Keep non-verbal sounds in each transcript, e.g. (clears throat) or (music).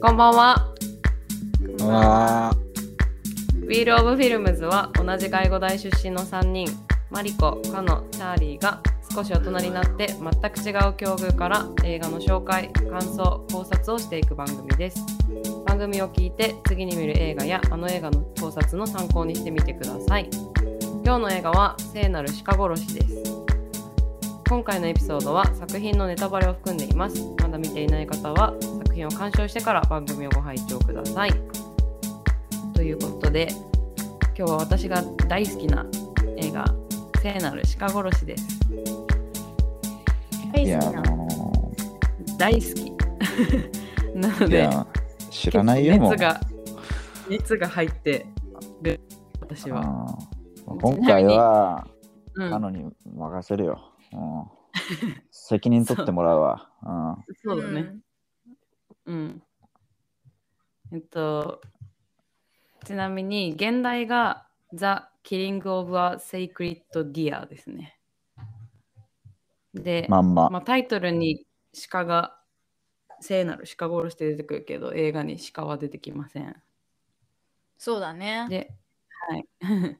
こんばんは。あウィール・オブ・フィルムズは同じ介護大出身の3人マリコ、カノ、チャーリーが少し大人になって全く違う境遇から映画の紹介、感想、考察をしていく番組です番組を聞いて次に見る映画やあの映画の考察の参考にしてみてください今日の映画は聖なる鹿殺しです今回のエピソードは作品のネタバレを含んでいますまだ見ていない方は作品を鑑賞してから番組をご拝聴くださいということで今日は私が大好きな映画「聖なる鹿殺し」ですー大いや好きな。ー大好き (laughs) なのいでや知らないよ結構もう熱が熱が入ってる私は、うん今回はうんカノに任せるよ、うん、責任取ってもらうわうそうだねうんえっとちなみに現代が「The Killing of a Sacred Deer」ですねでん、まんま、まあ、タイトルに鹿が聖なる鹿殺して出てくるけど映画に鹿は出てきません。そうだね。で,、はい、 (laughs)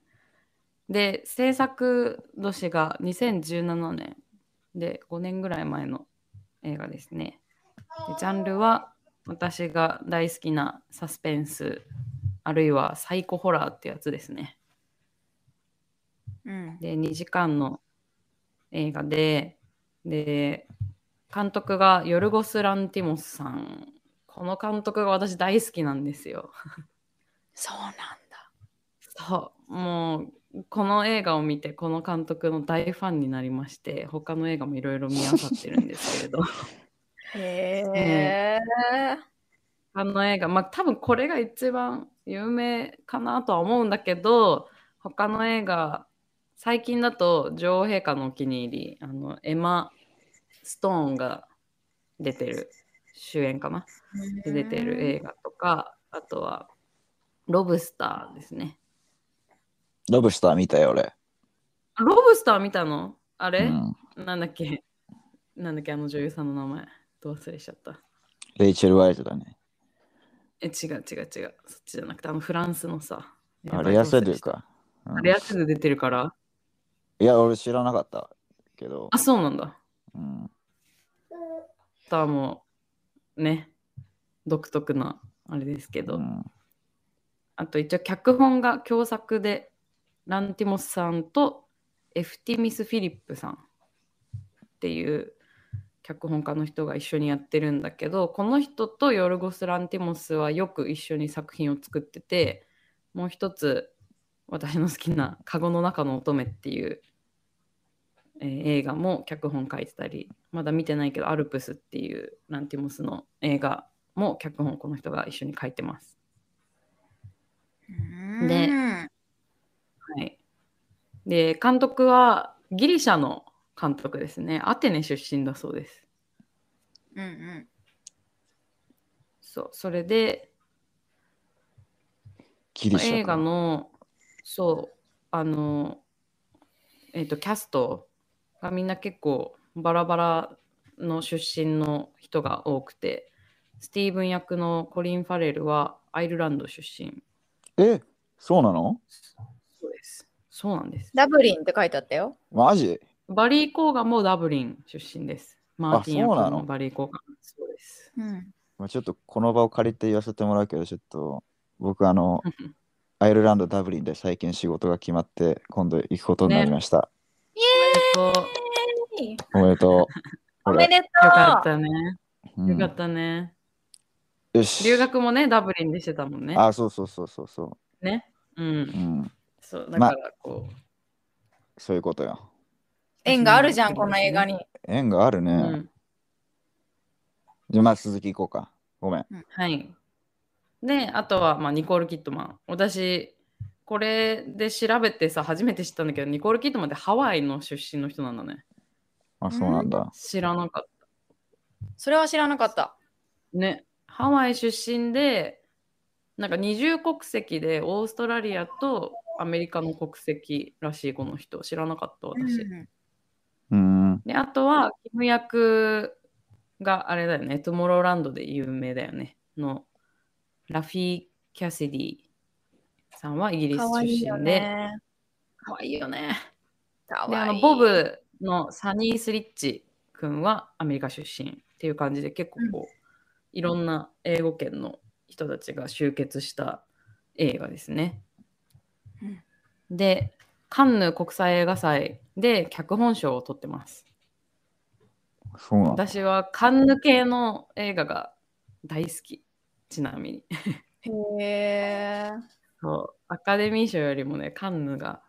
で制作年が2017年で5年ぐらい前の映画ですね。でジャンルは私が大好きなサスペンスあるいはサイコホラーってやつですね。うん。で2時間の映画でで監督がヨルゴス・ランティモスさんこの監督が私大好きなんですよそうなんだ。そうもうこの映画を見てこの監督の大ファンになりまして他の映画もいろいろ見あさってるんですけ (laughs) れどへええ。あの映画まあ多分これが一番有名かなとは思うんだけど他の映画最近だと女王陛下のお気に入りあのエマ・ストーンが出てる主演かなで出てる映画とかあとはロブスターですねロブスター見たよ俺、あロブスター見たのあうれ、ん、なんだっけなんだっけあの女優さんの名前どう忘れしちゃったレイチェル・ワイトだねえ違う違う違うそっちじゃなくてあのフランスのさあレアセルかか、うんレアセル出てるからいや俺知らなかったけどあ、そうなんだうん、スターもね独特なあれですけど、うんあと一応脚本が共作でランティモスさんとエフティミス・フィリップさんっていう脚本家の人が一緒にやってるんだけどこの人とヨルゴス・ランティモスはよく一緒に作品を作っててもう一つ私の好きな「カゴの中の乙女」っていう、えー映画も脚本書いてたりまだ見てないけど「アルプス」っていうランティモスの映画も脚本この人が一緒に書いてます。うんではい、で監督はギリシャの監督ですねアテネ出身だそうですうんうん。そうそれでギリシャか映画のそうあのえっ、とキャストがみんな結構バラバラの出身の人が多くてスティーブン役のコリン・ファレルはアイルランド出身えそうなのそうですそうなんですダブリンって書いてあったよ。マジバリー・コーガンもダブリン出身ですマーティン役そうなののバリー・コーガンそうです (laughs) うん。まあ、ちょっとこの場を借りて言わせてもらうけど、ちょっと僕あの、アイルランド・ダブリンで最近仕事が決まって、今度行くことになりました。そうおめでとう。 (laughs) おめでとよかっう。たね。俺よかったね。うんよし。留学もね、ダブリンでしてたもんね。あ、そうそうそうそうそね。う。う。うんん。そう、だからこう。そういうことよ。縁があるじゃん、この映画に。縁があるね。うん。じゃあまあ続き行こうか。ごめん。はい。で、あとは、まあ、ニコール・キットマン。私、これで調べてさ、初めて知ったんだけど、ニコール・キットマンってハワイの出身の人なんだね。あ、そうなんだ。知らなかっそれは知らなかった。た。ね。ハワイ出身で、なんか二重国籍でオーストラリアとアメリカの国籍らしいこの人知らなかったうん私、うん。であとはキム役があれだよねトゥモローランドで有名だよねのラフィー・キャシディさんはイギうリん。スかわいい出よ身でね。可愛いよねかであわいのい。ボブのサニー・スリッチ君はアメリカ出身っていう感じで結構こう、いろんな英語圏の人たちが集結した映画ですね。でカンヌ国際映画祭で脚本賞を取ってます。そうなんだ。私はカンヌ系の映画が大好きちなみにへえ。そうアカデミー賞よりもねカンヌが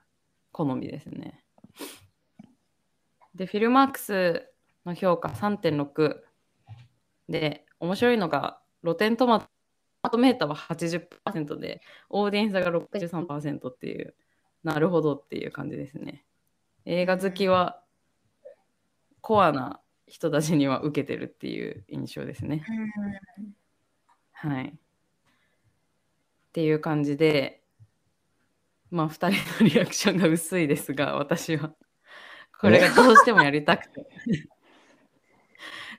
好みですねでフィルマークスの評価3.6で面白いのが露天トマトトマトメーターは80%でオーディエンスが63%っていうなるほどっていう感じですね映画好きはコアな人たちには受けてるっていう印象ですねはい。っていう感じで、まあ、2人のリアクションが薄いですが、私は。これがどうしてもやりたく (laughs) て。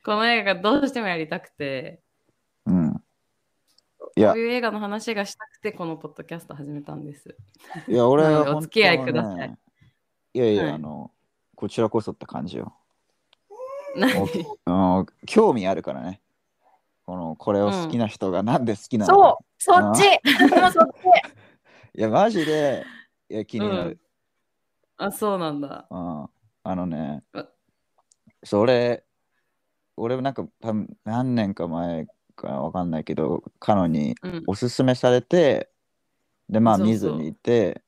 この映画がどうしてもやりたくて、うん。いこやう、いう映画の話がしたくて、このポッドキャスト始めたんです。 (laughs) いや、俺なのでは本当は、ね、お付き合いください。いやいや、はいあの、こちらこそって感じよ。何 (laughs) あの興味あるからね。この、これを好きな人がなんで好きなのか、そう、そっち。僕もそっち。いや、マジで、いや、気になる。あ、そうなんだ。うんあのねあ、それ、俺もなんか多分何年か前かわかんないけど、カノにうん。おすすめされて、で、まあそうそう見ずにいて、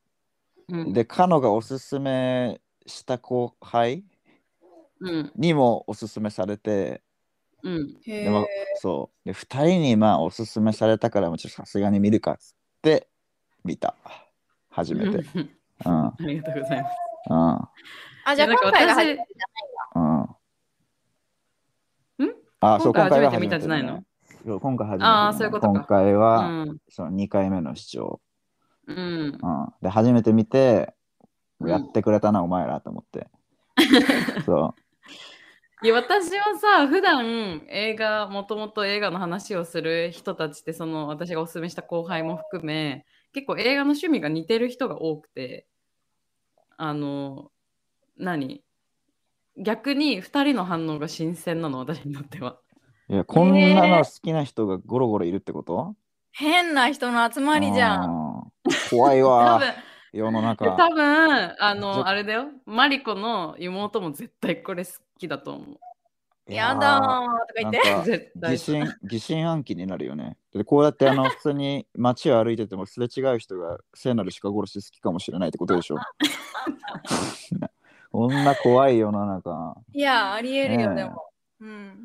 うん。で、カノがおすすめした後輩うん。にもおすすめされて、うん。へでもそう。で、2人にまあおすすめされたから、もうちょっとさすがに見るかっつって、見た。初めて。うんうん、うん、 (laughs) ありがとうございます。うん。あ、じゃあ今回が初めてあ、そう、今回今回初めはて見たんじゃないの初めてねそう今回初めてね、あーそういうことか今回うは、ん。その2回目の視聴、うん。うん、で初めて見てうんやってくれたな、お前らと思って (laughs) そいや私はさ普段映画もともと映画の話をする人たちってその私がおすすめした後輩も含め結構映画の趣味が似てる人が多くてあの何逆に2人の反応が新鮮なの私にとっては。ういやこんなの好きな人がゴロゴロいるってこと、変な人の集まりじゃ。うんん怖 (laughs) い多わ分世の中多分あじのゃあれだよマリコの妹も絶対これ好きだと思う。やだーとか言っなてん。か絶対疑心疑心暗鬼になるよねでこうやってあの普通に街を歩いててもすれ違う人が聖なる鹿殺し好きかもしれないってことでしょ (laughs) こんな怖い世の中いや、ありえるよ、ねえでも。うん。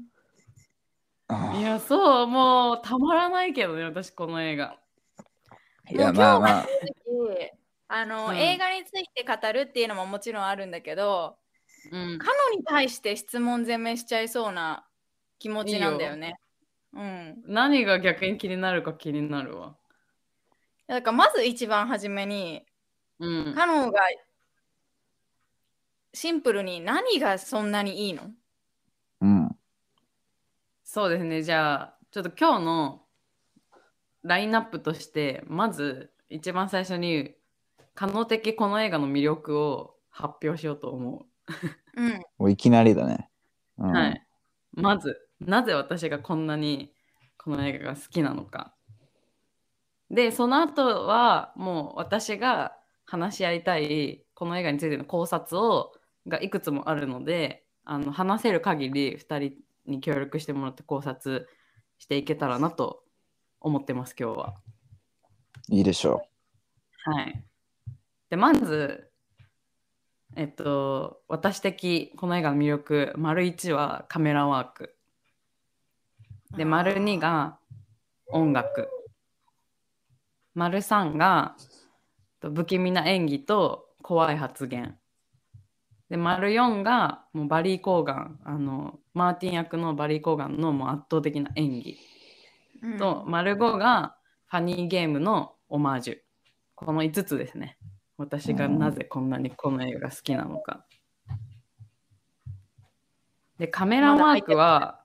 あいやそうもうたまらないけどね私この映画。ーいやもう今日まあまあであの、うん映画について語るっていうのももちろんあるんだけど、うんカノに対して質問攻めしちゃいそうな気持ちなんだよね。うん。何が逆に気になるか気になるわ。だからまず一番初めに、うん。カノがシンプルに何がそんなにいいのうんそうですね。じゃあ、ちょっと今日のラインナップとして、まず一番最初に、可能的この映画の魅力を発表しようと思うん。もういきなりだね、う。うんはい。まず、なぜ私がこんなにこの映画が好きなのか。で、その後は、もう私が話し合いたい、この映画についての考察を、がいくつもあるので、あの話せる限り2人に協力してもらって考察していけたらなと思ってます、今日は。いいでしょはい。で、まず、えっと、私的この映画の魅力、丸1はカメラワーク。で、丸2が音楽。丸3がと不気味な演技と怖い発言。で、丸4がもうバリー・コーガン、あの、マーティン役のバリー・コーガンのもう圧倒的な演技。うんと、丸5がファニーゲームのオマージュ。この5つですね。私がなぜこんなにこの映画好きなのか。で、カメラワークは、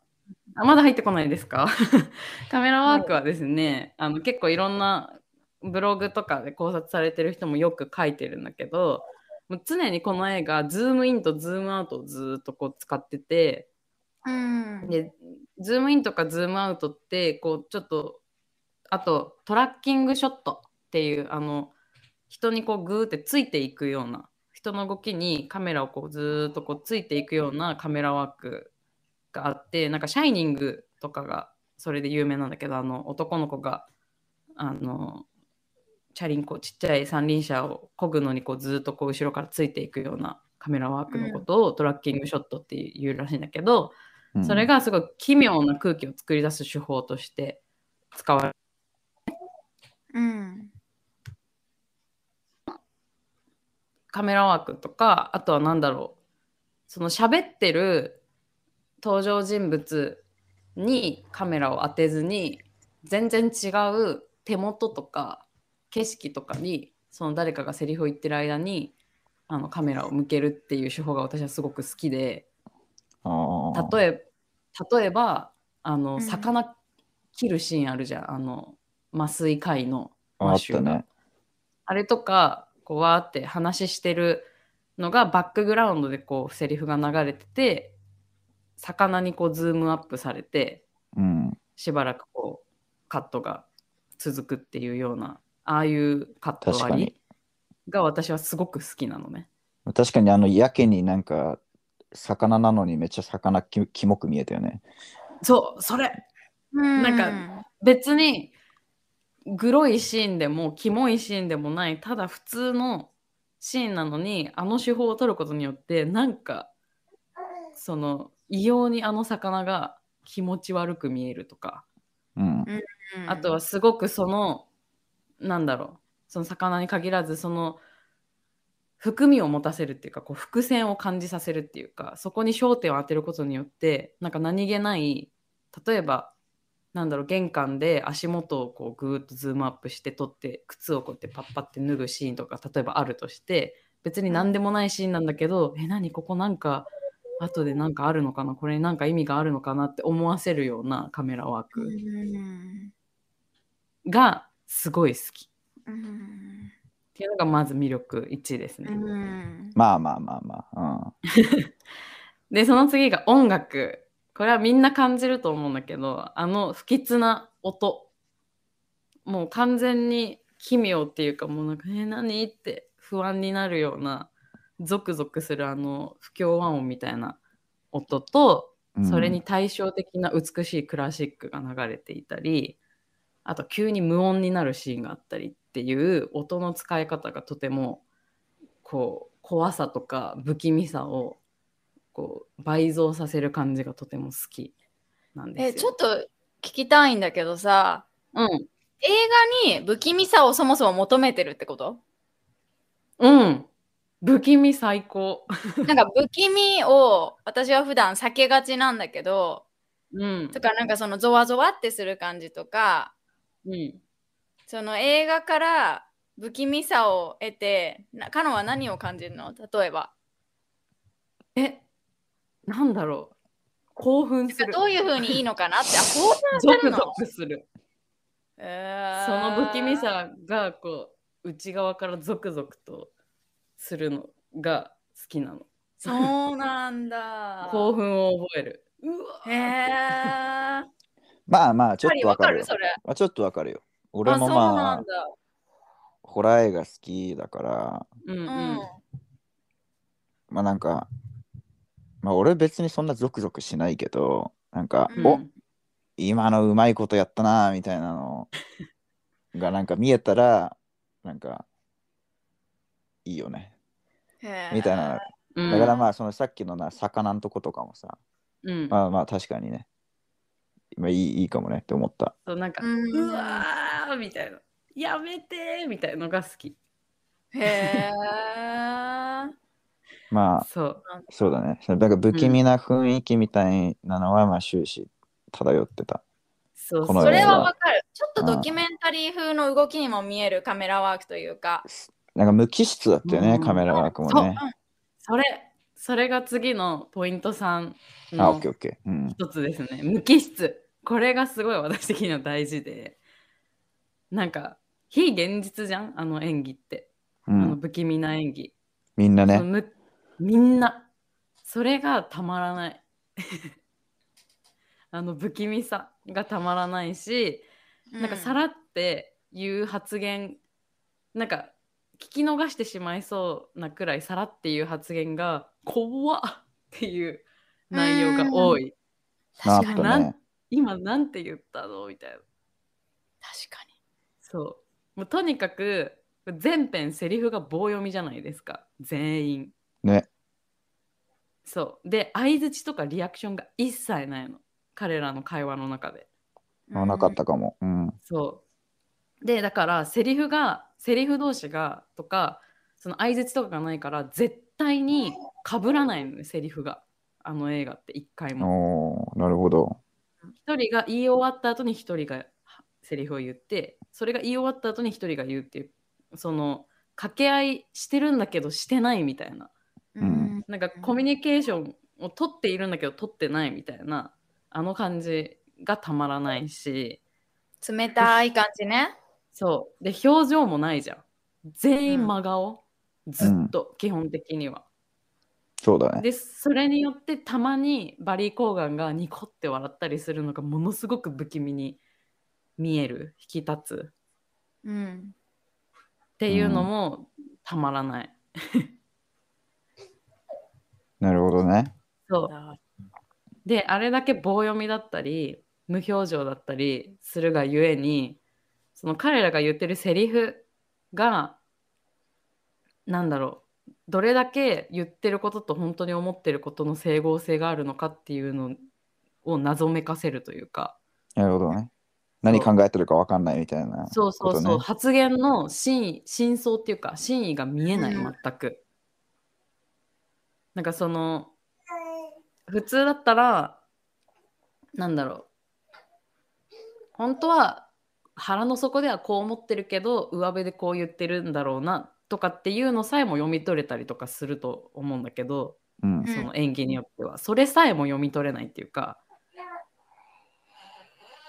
あまだ入ってこないですか (laughs) カメラワークはですね、あの結構いろんなブログとかで考察されてる人もよく書いてるんだけど、もう常にこの映画、ズームインとズームアウトをずーっとこう使ってて、うんで、ズームインとかズームアウトって、こう、ちょっと、あと、トラッキングショットっていう、あの、人にこう、グーってついていくような、人の動きにカメラをこう、ずーっとこう、ついていくようなカメラワークがあって、なんか、シャイニングとかが、それで有名なんだけど、あの、男の子が、あの、チャリンコ、ちっちゃい三輪車を漕ぐのにこう、ずーっとこう、後ろからついていくようなカメラワークのことを、トラッキングショットっていうらしいんだけど、うんそれ、がすごい奇妙な空気を作り出す手法として使われる。うんカメラワークとか、あとは何だろう。その喋ってる登場人物にカメラを当てずに、全然違う手元とか景色とかに、その誰かがセリフを言ってる間に、あのカメラを向けるっていう手法が私はすごく好きで、例え例え例えばあの、うん魚切るシーンあるじゃんあの麻酔科医のば、あマっシュたーがね。あれとかこうわーって話してるのがバックグラウンドでこうセリフが流れてて魚にこうズームアップされてうん。しばらくこうカットが続くっていうようなああいうカット確か割にりが私はすごく好きなのね。確かにあの、やけになんか、魚なのにめっちゃ魚きキモく見えたよね。そうそれなんか別にグロいシーンでもキモいシーンでもないただ普通のシーンなのにあの手法を取ることによってなんかその異様にあの魚が気持ち悪く見えるとか、うん。うんあとはすごくそのなんだろうその魚に限らずその含みを持たせるっていうかこう伏線を感じさせるっていうかそこに焦点を当てることによってなんか何気ない例えばなんだろう玄関で足元をこうぐーっとズームアップして撮って靴をこうやってパッパって脱ぐシーンとか例えばあるとして別に何でもないシーンなんだけど、え何ここなんか後でなんかあるのかなこれになんか意味があるのかなって思わせるようなカメラワーうクんがすごい好きっうんていうのがまず魅力1ですね。うんまあまあまあまあ。でその次が音楽これはみんな感じると思うんだけどあの不吉な音もう完全に奇妙っていうかもうなんか「え何?」って不安になるようなゾクゾクするあの不協和音みたいな音とうん。うんそれに。対照的な美しいクラシックが流れていたりあと急に無音になるシーンがあったりっていう音の使い方がとてもこう怖さとか不気味さをこう倍増させる感じがとても好きなんですよ。えちょっと聞きたいんだけどさうん映画に不気味さをそもそも求めてるってことうん不気味最高。なんか不気味を私は普段避けがちなんだけどうんとかなんかそのゾワゾワってする感じとかうん、その映画から不気味さを得てなカノンは何を感じるの例えばえなんだろう興奮するどういうふうにいいのかなってあ興奮すゾるクのゾクする。その不気味さがこう内側からゾクゾクとするのが好きなのそうなんだ興奮を覚えるうわへえまあまあ、ちょっとわわかかるよる。それまあちょっとわかるよ。俺あそもうまなあん、だホラー映画好きだから、うんううんんまあなんか、まあ俺別にそんなゾクゾクしないけど、なんか、うんお今のうまいことやったなみたいな (laughs) のがなんか見えたら、なんか、いいよね。へーみたいな。うんだからまあそのさっきのな、魚のとことかもさ、うんまあまあ確かにね、まあいいいいかもねって思った。そうなんかうんうわーみたいなやめてーみたいのが好きへえあまあ、そうそうだね。そのなんか不気味な雰囲気みたいなのは、まあ終始漂ってた。そうこのそそれれははわわかるちょっとドキュメンタリー風の動きにも見えるカメラワークというかなんか無機質だったよね、うんカメラワークもね。それ、それが次のポイント3あ、オのッケーオッケー。うん。一つですね。無機質。これがすごい私的には大事で。なんか、非現実じゃんあの演技って。うあのん、不気味な演技。みんなそのね、むみんな。それがたまらない。 (laughs) あの不気味さがたまらないし、なんかさらって言う発言なんか聞き逃してしまいそうなくらいさらっていう発言が怖っっていう内容が多い。なあっ確かたになね。今なんて言ったのみたいな。確かそう。もうとにかく全編セリフが棒読みじゃないですか。全員。ね。そう。で、相づちとかリアクションが一切ないの。彼らの会話の中で。に。あなかったかも。うん。そう。で、だから、セリフが、セリフ同士がとか、その相づちとかがないから、絶対に被らないのね、セリフが。あの映画って一回も。おーなるほど。一人が言い終わった後に一人がはセリフを言って、それが言い終わった後に一人が言うっていう、その、掛け合いしてるんだけどしてないみたいな。ううんん。なんかコミュニケーションを取っているんだけど取ってないみたいな、あの感じがたまらないし、冷たい感じね。そう。で、表情もないじゃん。全員真顔。ずっと、基本的には。そうだね。で、それによってたまにバリー・コーガンがニコって笑ったりするのがものすごく不気味に見える、引き立つうん。っていうのもたまらない。なるほどね。そう。で、あれだけ棒読みだったり、無表情だったりするがゆえに、その彼らが言ってるセリフが、なんだろう、どれだけ言ってることと本当に思ってることの整合性があるのかっていうのを謎めかせるというか、なるほどね。何考えてるか分かんないみたいな。そうそうことそう、ね発言の真意、真相っていうか、真意が見えない、う全んく。なんかその、普通だったらなんだろう本当は腹の底ではこう思ってるけど上辺でこう言ってるんだろうなとかっていうのさえも読み取れたりとかすると思うんだけどうん。その演技によっては、それさえも読み取れないっていうか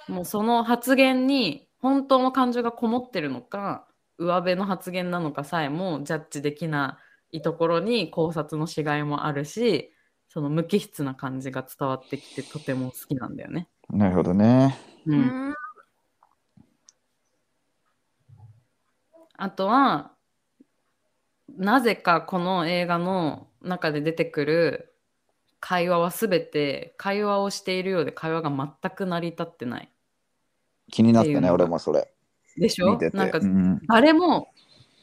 もうその発言に本当の感情がこもってるのか上辺の発言なのかさえもジャッジできないところに考察のしがいもあるしその無機質な感じが伝わってきてとても好きなんだよね。なるほどね。ううんん。あとはなぜかこの映画の中で出てくる会話は全て会話をしているようで会話が全く成り立ってない。気になっったていうね、のが俺もそれ。でしょ見てて。なんかうん誰も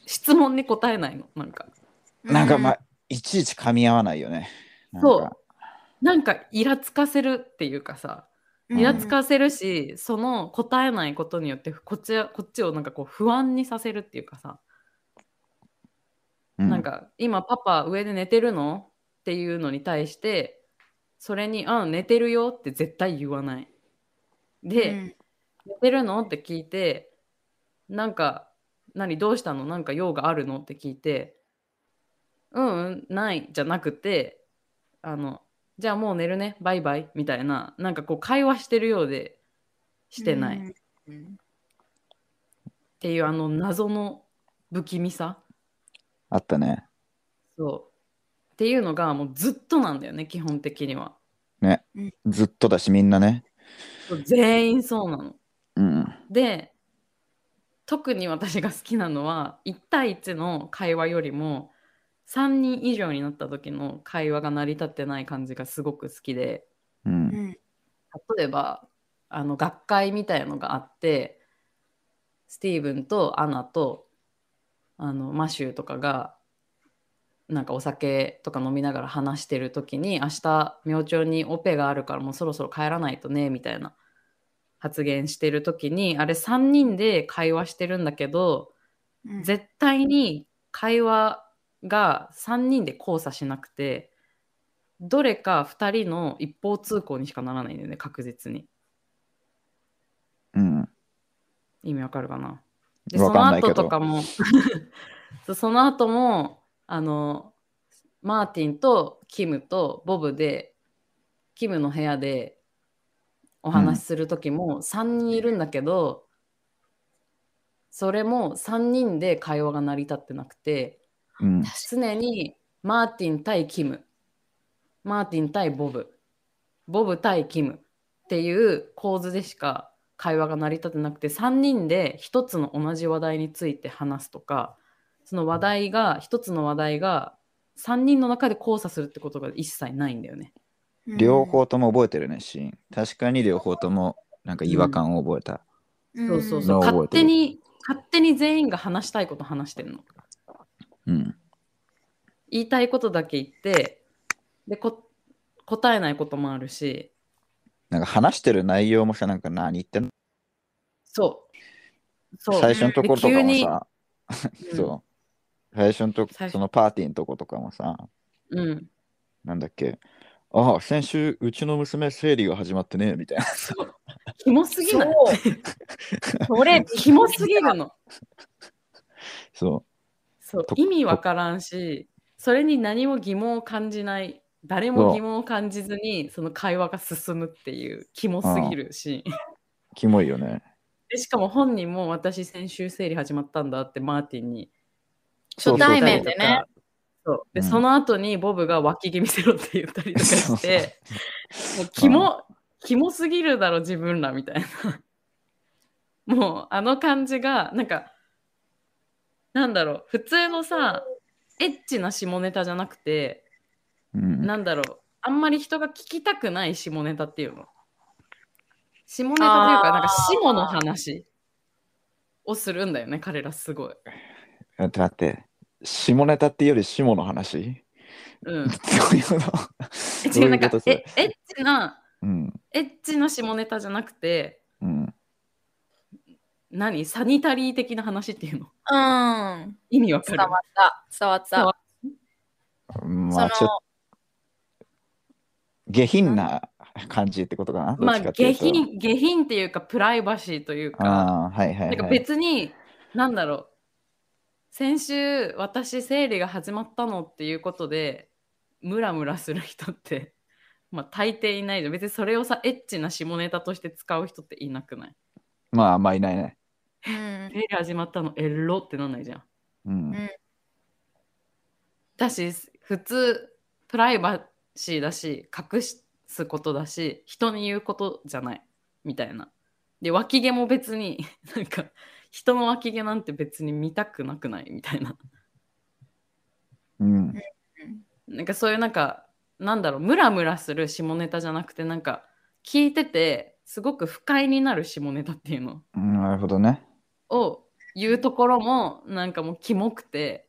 質問に答えないの。なんかなんかまあ、いちいち噛み合わないよね。なんかそう。なんかイラつかせるっていうかさうん、イラつかせるし、その答えないことによってこっちこっちをなんかこう不安にさせるっていうかさ、うんなんか今パパ上で寝てるのっていうのに対してそれに「あ寝てるよ」って絶対言わない。で、うん寝てるのって聞いてなんか何どうしたのなんか用があるのって聞いてうんうんないじゃなくてあのじゃあもう寝るねバイバイみたいななんかこう会話してるようでしてない、っ。うんていうあの謎の不気味さあったね。そうっていうのがもうずっとなんだよね基本的にはずっとだし、みんなね。そう全員そうなのうん。で特に私が好きなのは1対1の会話よりも3人以上になった時の会話が成り立ってない感じがすごく好きでう。うんん例えばあの学会みたいのがあってスティーブンとアナとあのマシューとかがなんかお酒とか飲みながら話してる時に明日明朝にオペがあるからもうそろそろ帰らないとねみたいな発言してる時にあれ3人で会話してるんだけどうん絶対に会話が3人で交差しなくてどれか2人の一方通行にしかならないんだよね確実にうん。意味わかるかなでわそかのんないけ後どとかも (laughs) そうその後もあのマーティンとキムとボブでキムの部屋でお話しする時も3人いるんだけど、それも3人で会話が成り立ってなくてうん。常にマーティン対キムマーティン対ボブボブ対キムっていう構図でしか会話が成り立ってなくて3人で一つの同じ話題について話すとかその話題が一つの話題が3人の中で交差するってことが一切ないんだよね。両方とも覚えてるね、シーン。確かに両方ともなんか違和感を覚えた。うん、そうそううそんう覚勝えてる手に勝手に全員が話したいこと話してるの。うん。言いたいことだけ言ってでこ答えないこともあるしなんか話してる内容もさ、なんか何言ってんのそうそう最初のところとかもさ、うんそう。最初のと最初そのパーティーのとことかもさ、うん、なんだっけ。ああ、先週、うちの娘、生理が始まってね、みたいな。 (laughs) キモすぎない (laughs) そう。それ、キモすぎるのそそうと意味わからんしそれに何も疑問を感じない誰も疑問を感じずにその会話が進むっていうキモすぎるシーンう。キモいよね。でしかも本人も私先週生理始まったんだってマーティンにそう初対面でね。そうで、うんその後にボブが脇毛見せろって言ったりとか (laughs) して、もうキモ、キモすぎるだろ自分らみたいな。もうあの感じが、なんか、なんだろう、普通のさ、エッチな下ネタじゃなくて、うん。なんだろう、あんまり人が聞きたくない下ネタっていうの。下ネタというか、あーなんか下の話をするんだよね、彼らすごい。待って待って。下ネタっていうより下の話 (laughs) うんど。ういうことえど違う、なんこかと、そえれエッチな、うん。エッチな下ネタじゃなくて、うん。何サニタリー的な話っていうのうん。意味わか伝るわった。伝わっ伝わた。まそあ、ちょっとの、下品な感じってことかな。まあどっちかってい下うと。品下品っていうかプライバシーというかああ、はいは、ないんかはい。別になんだろう先週私生理が始まったのっていうことでムラムラする人ってまあ大抵いないじゃん別にそれをさエッチな下ネタとして使う人っていなくないまあ、あんまいないね。うん生理始まったのエロってなんないじゃんうん。だし普通プライバシーだし隠すことだし人に言うことじゃないみたいなで脇毛も別になんか人の脇毛なんて別に見たくなくないみたいなうん。なんかそういうなんかなんだろうムラムラする下ネタじゃなくてなんか聞いててすごく不快になる下ネタっていうのうんなるほどね。を言うところもなんかもうキモくて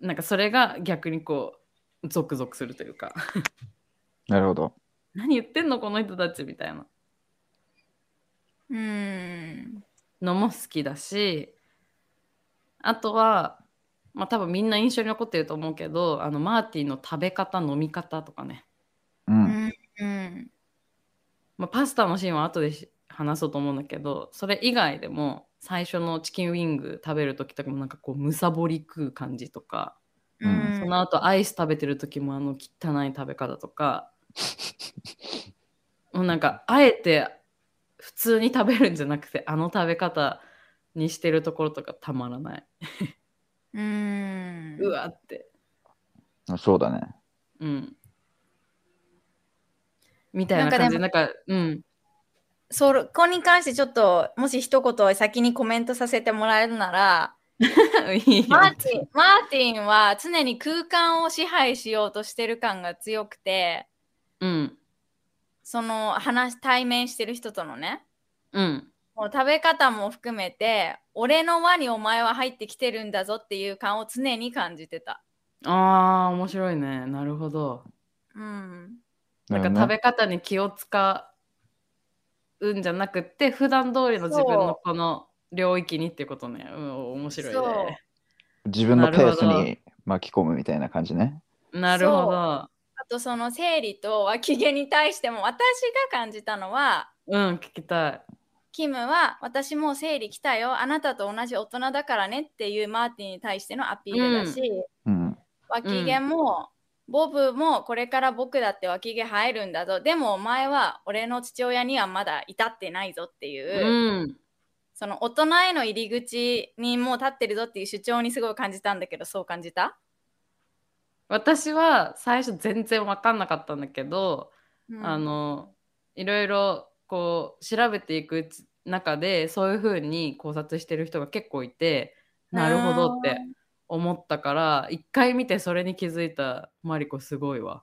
なんかそれが逆にこうゾクゾクするというか (laughs) なるほど。何言ってんのこの人たちみたいなうん。のも好きだしあとはまあ多分みんな印象に残ってると思うけどあのマーティンの食べ方飲み方とかね、う。うんん。うん。まあ、パスタのシーンは後でし話そうと思うんだけどそれ以外でも最初のチキンウィング食べる時とかもなんかこうむさぼり食う感じとか、ううんん。その後アイス食べてる時もあの汚い食べ方とかもうなんかあえて普通に食べるんじゃなくてあの食べ方にしてるところとかたまらない、うんうわってそうだね。うんみたいな感じでなんかうんそこに関してちょっともし一言先にコメントさせてもらえるなら (laughs) いいよマーティンマーティンは常に空間を支配しようとしてる感が強くてうんその話対面してる人とのねうんもう食べ方も含めて俺の輪にお前は入ってきてるんだぞっていう感を常に感じてた。あー面白いねなるほどうん、なんかな食べる方に気を使うんじゃなくて普段通りの自分のこの領域にってことね、うん、面白いそうねほどね自分のペースなるほに巻き込むみたいな感じね。なるほどあとその生理と脇毛に対しても私が感じたのはうん聞きたいキムは私もう生理来たよあなたと同じ大人だからねっていうマーティンに対してのアピールだし、うん。脇毛も、ボブもこれから僕だって脇毛生えるんだぞでもお前は俺の父親にはまだ至ってないぞっていう、うん。その大人への入り口にもう立ってるぞっていう主張にすごい感じたんだけどそう感じた、私は最初全然分かんなかったんだけど、あのいろいろこう調べていくうち中でそういうふうに考察してる人が結構いてなるほどって思ったから一回見てそれに気づいたマリコすごいわ。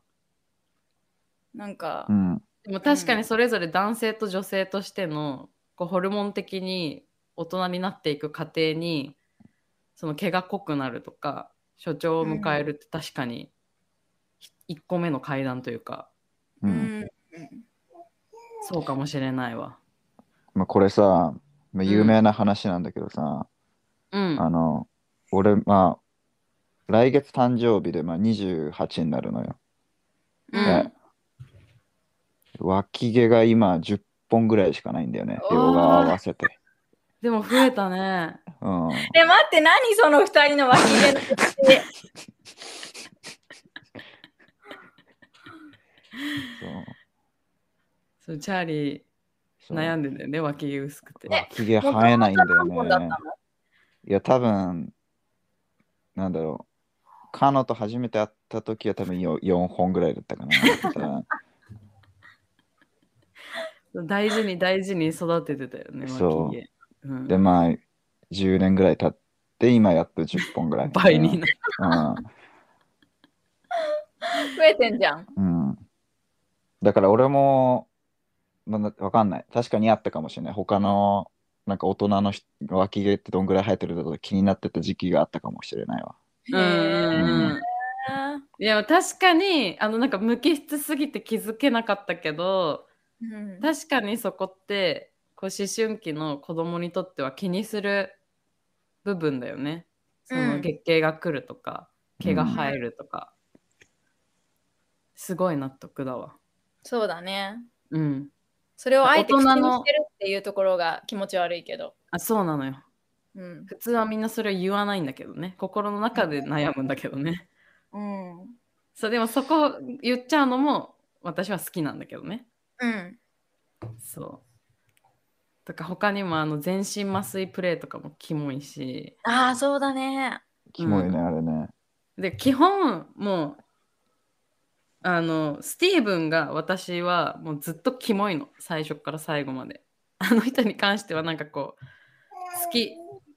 なんかう、ん。でも確かにそれぞれ男性と女性としてのこうホルモン的に大人になっていく過程にその毛が濃くなるとか所長を迎えるって確かに1個目の階段というかう。うんんそうかもしれないわ。まあ、これさ、まあ、有名な話なんだけどさ、うん、あの、俺、まあ、来月誕生日で、まあ、28になるのよ。うねん、脇毛が今10本ぐらいしかないんだよね。両側合わせて。でも増えたね。うん。で待って何その二人の脇毛の話そうそうチャーリーそう悩んでんだよね脇毛薄くて。脇毛生えないんだよ元々何本だったねの。いや、多分、なんだろう。カノと初めて会った時は多分 4, 4本ぐらいだったか (laughs) な。大事に大事に育ててたよねそう脇毛。うんで、まあ、10年ぐらい経って、今やっと10本ぐらい。倍にな増えてんじゃんうん。うん。だから俺も、まあなわかんない。確かにあったかもしれない。他の、なんか大人の人脇毛ってどんぐらい生えてるだとか気になってた時期があったかもしれないわ。うんうんうんいや確かにあのなんか無機質すぎて気づけなかったけどうん確かにそこってこう思春期の子供にとっては気にする部分だよね。そうんの月経が来るとか、毛が生えるとか、すごい納得だわ。そうだねうん。それをあえて口に大人のしてるっていうところが気持ち悪いけど、あそうなのよ。うん普通はみんなそれを言わないんだけどね心の中で悩むんだけどねうんそうでもそこを言っちゃうのも私は好きなんだけどねうん、そうとか他にもあの全身麻酔プレイとかもキモいしああそうだねキモいね、うあれね。で基本もうあのスティーブンが私はもうずっとキモいの最初から最後まで (laughs) あの人に関してはなんかこう好き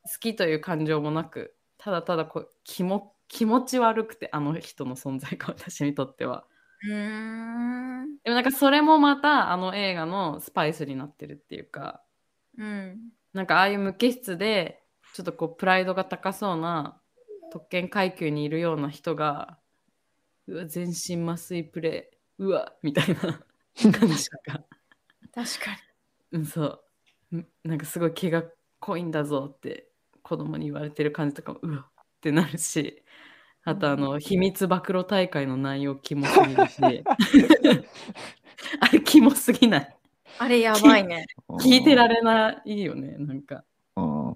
好きという感情もなくただただこう気も気持ち悪くてあの人の存在が私にとってはうーんでもなんかそれもまたあの映画のスパイスになってるっていうかうんなんかああいう無機質でちょっとこうプライドが高そうな特権階級にいるような人がうわ全身麻酔プレイうわみたいな感じとか確かうんそううんなんかすごい毛が濃いんだぞって子供に言われてる感じとかもうわってなるしあとあの秘密暴露大会の内容キモすぎるしあれキモすぎないにあれやばいね聞いてられれないよねなんかうん。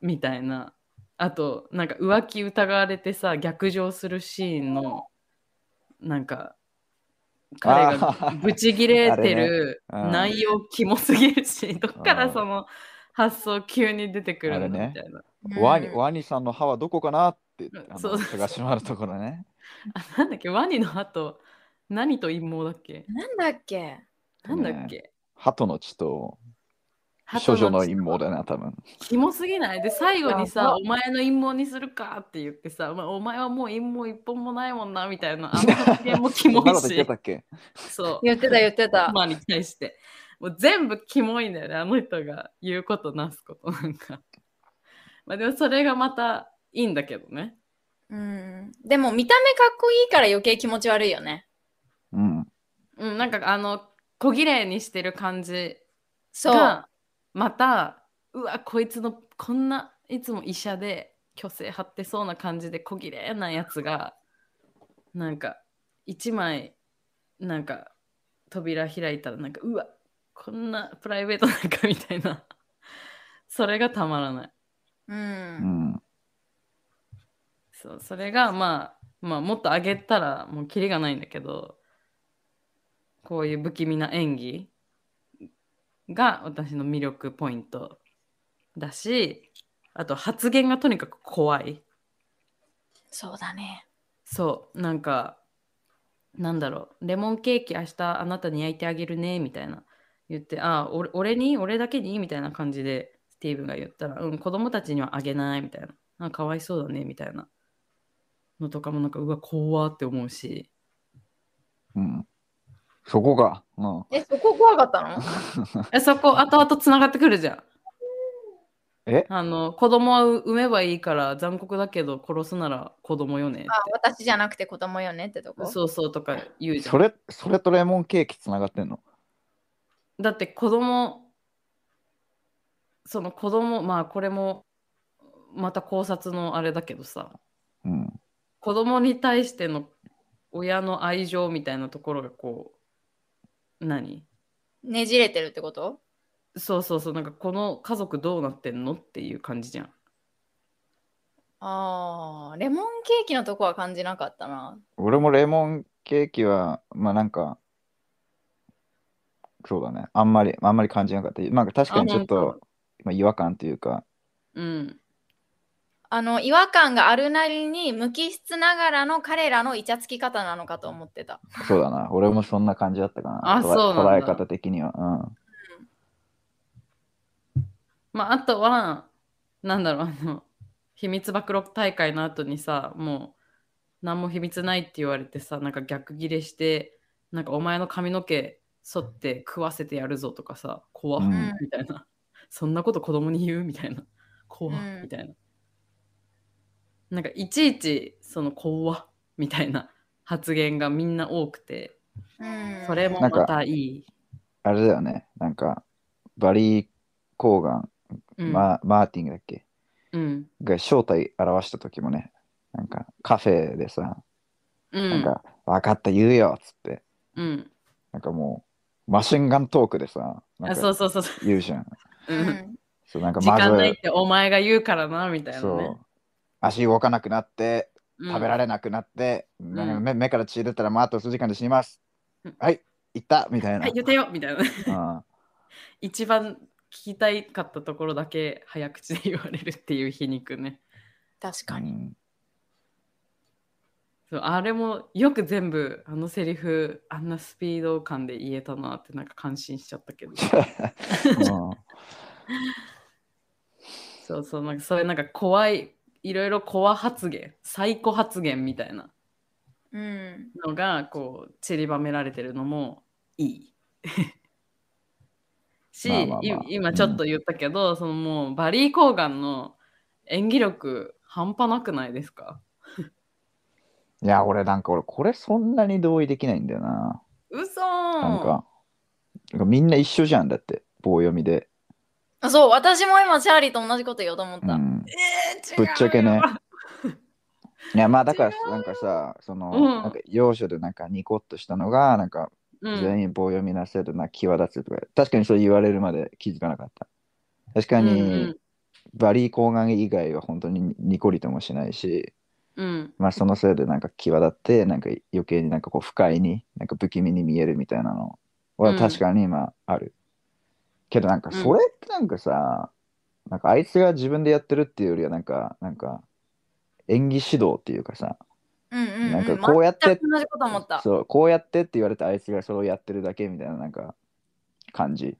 みたいなあとなんか浮気疑われてさ逆上するシーンのなんか彼があーブチギレてるあれねうん内容キモすぎるし、どっかうらんその発想急に出てくるんだあれみたねいな、ワニ (laughs) うんワニさんの歯はどこかなってうんあのそう探し回るところね。あなんだっけワニの後何と陰謀だっけなんだっけなんだっけ、鳩の血と処女の陰謀だな、多分。キモすぎないで最後にやさ「ばお前の陰謀にするか」って言ってさ「まあお前はもう陰謀一本もないもんな」みたいなあの発言もキモそんなこいと言しってたっけそう言ってた言ってた妻に対して。もう全部キモいんだよね、あの人が言うことなすことなんか。 (laughs) まあでもそれがまたいいんだけどね。うんでも見た目かっこいいから余計気持ち悪いよねうん。うん、なんかあの、小綺麗にしてる感じそうが、また、うわ、こいつのこんないつも医者で虚勢張ってそうな感じで小綺麗なやつが、なんか一枚、なんか扉開いたらなんか、うわ、こんなプライベートなんかみたいな。それがたまらない。うう。んん。そう、それがまあ、まあ、もっと上げたらもうキリがないんだけど、こういう不気味な演技が私の魅力ポイントだし、あと発言がとにかく怖い。そうだね。そう、なんか、なんだろう、レモンケーキ明日あなたに焼いてあげるね、みたいな。言って、ああ、俺俺に俺だけにみたいな感じで、スティーブンが言ったら、うん、子供たちにはあげない、みたいな。あかわいそうだね、みたいな。のとかもなんか、うわ、怖って思うし。うん。そこが、うん。え、そこ怖かったのえ、そこ、後々つながってくるじゃん。えあの、子供は産めばいいから、残酷だけど、殺すなら子供よね。あ私じゃなくて子供よねってとこ。そうそうとか言うじゃんそ。れ、それとレモンケーキつながってんのだって子供その子供まあこれもまた考察のあれだけどさうん。子供に対しての親の愛情みたいなところがこう何ねじれてるってことそうそうそうなんかこの家族どうなってんのっていう感じじゃんああ、レモンケーキのとこは感じなかったな。俺もレモンケーキは、まあなんか、そうだね。あんまり、あんまり感じなかった。なんか確かにちょっあと本、まあ、違和感というか、うんあの、違和感があるなりに無機質ながらの彼らのイチャつき方なのかと思ってた。そうだな。俺もそんな感じだったかな。あ捉えそうなんだ捉え方的には。うん。まああとはなんだろうあの秘密暴露大会の後にさもう何も秘密ないって言われてさなんか逆ギレしてなんかお前の髪の毛剃って食わせてやるぞとかさ怖っ、うんみたいなそんなこと子供に言うみたいな怖っ、うんみたいななんかいちいちその怖っみたいな発言がみんな多くてうんそれもなんかまたいい、あれだよね。なんか、バリー・コーガン、うんマーマーティンだっけうんが正体表した時もね、なんかカフェでさ、うんなんか、分かった、言うよっつって、うんなんかもう、マシンガントークでさ、なあんそうかそうそうそ言うじゃん。う、ううんん。そう、なんか時まず間ないってお前が言うからなみたいなね。そう、足動かなくなって、うん食べられなくなって、なんかうん目目から血出たら、もうあと数時間で死にます。うんはい、行ったみたいな。はい、言ってよみたいな。うん一番聞きたいかったところだけ早口で言われるっていう皮肉ね。確うかに。んそうあれもよく全部あのセリフあんなスピード感で言えたなってなんか感心しちゃったけ (laughs) どうんそうそうなんかそういうなんか怖いいろいろ怖発言最高発言みたいなうん。のがこう散りばめられてるのもい (laughs) い。し、まあまあまあい今ちょっと言ったけど、そのもうバリー・コーガンの演技力半端なくないですかいや、俺なんか俺、これそんなに同意できないんだよな。嘘なんか、なんかみんな一緒じゃんだって、棒読みで。あそう、私も今、チャーリーと同じこと言おうと思っうた。ん、えー違うぶっちゃけね。いや、まあだか違ら、なんかさ、その、うんなんか要所でなんかニコッとしたのが、なんかうん、全員棒読みなせるな、際立つとか、確かにそう言われるまで気づかなかった。確かに、バリー・コーガン以外は本当にニコリともしないし、うんうんまあそのせいでなんか際立って、なんか余計になんかこう不快に、なんか不気味に見えるみたいなのうはん確かに今ある。けどなんかそれってなんかさ、なんかあいつが自分でやってるっていうよりはなんか、なんか演技指導っていうかさ、うんうん、うん。なんかこうやって全く同じこと思った。そう、こうやってって言われてあいつがそれをやってるだけみたいななんか感じ。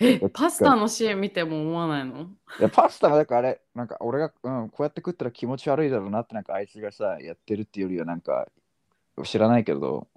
えパスタのシーン見ても思わない (laughs) のいやパスタもだからあれ、なんか俺が、うん、こうやって食ったら気持ち悪いだろうなってなんかあいつがさ、やってるっていうよりはなんか知らないけど、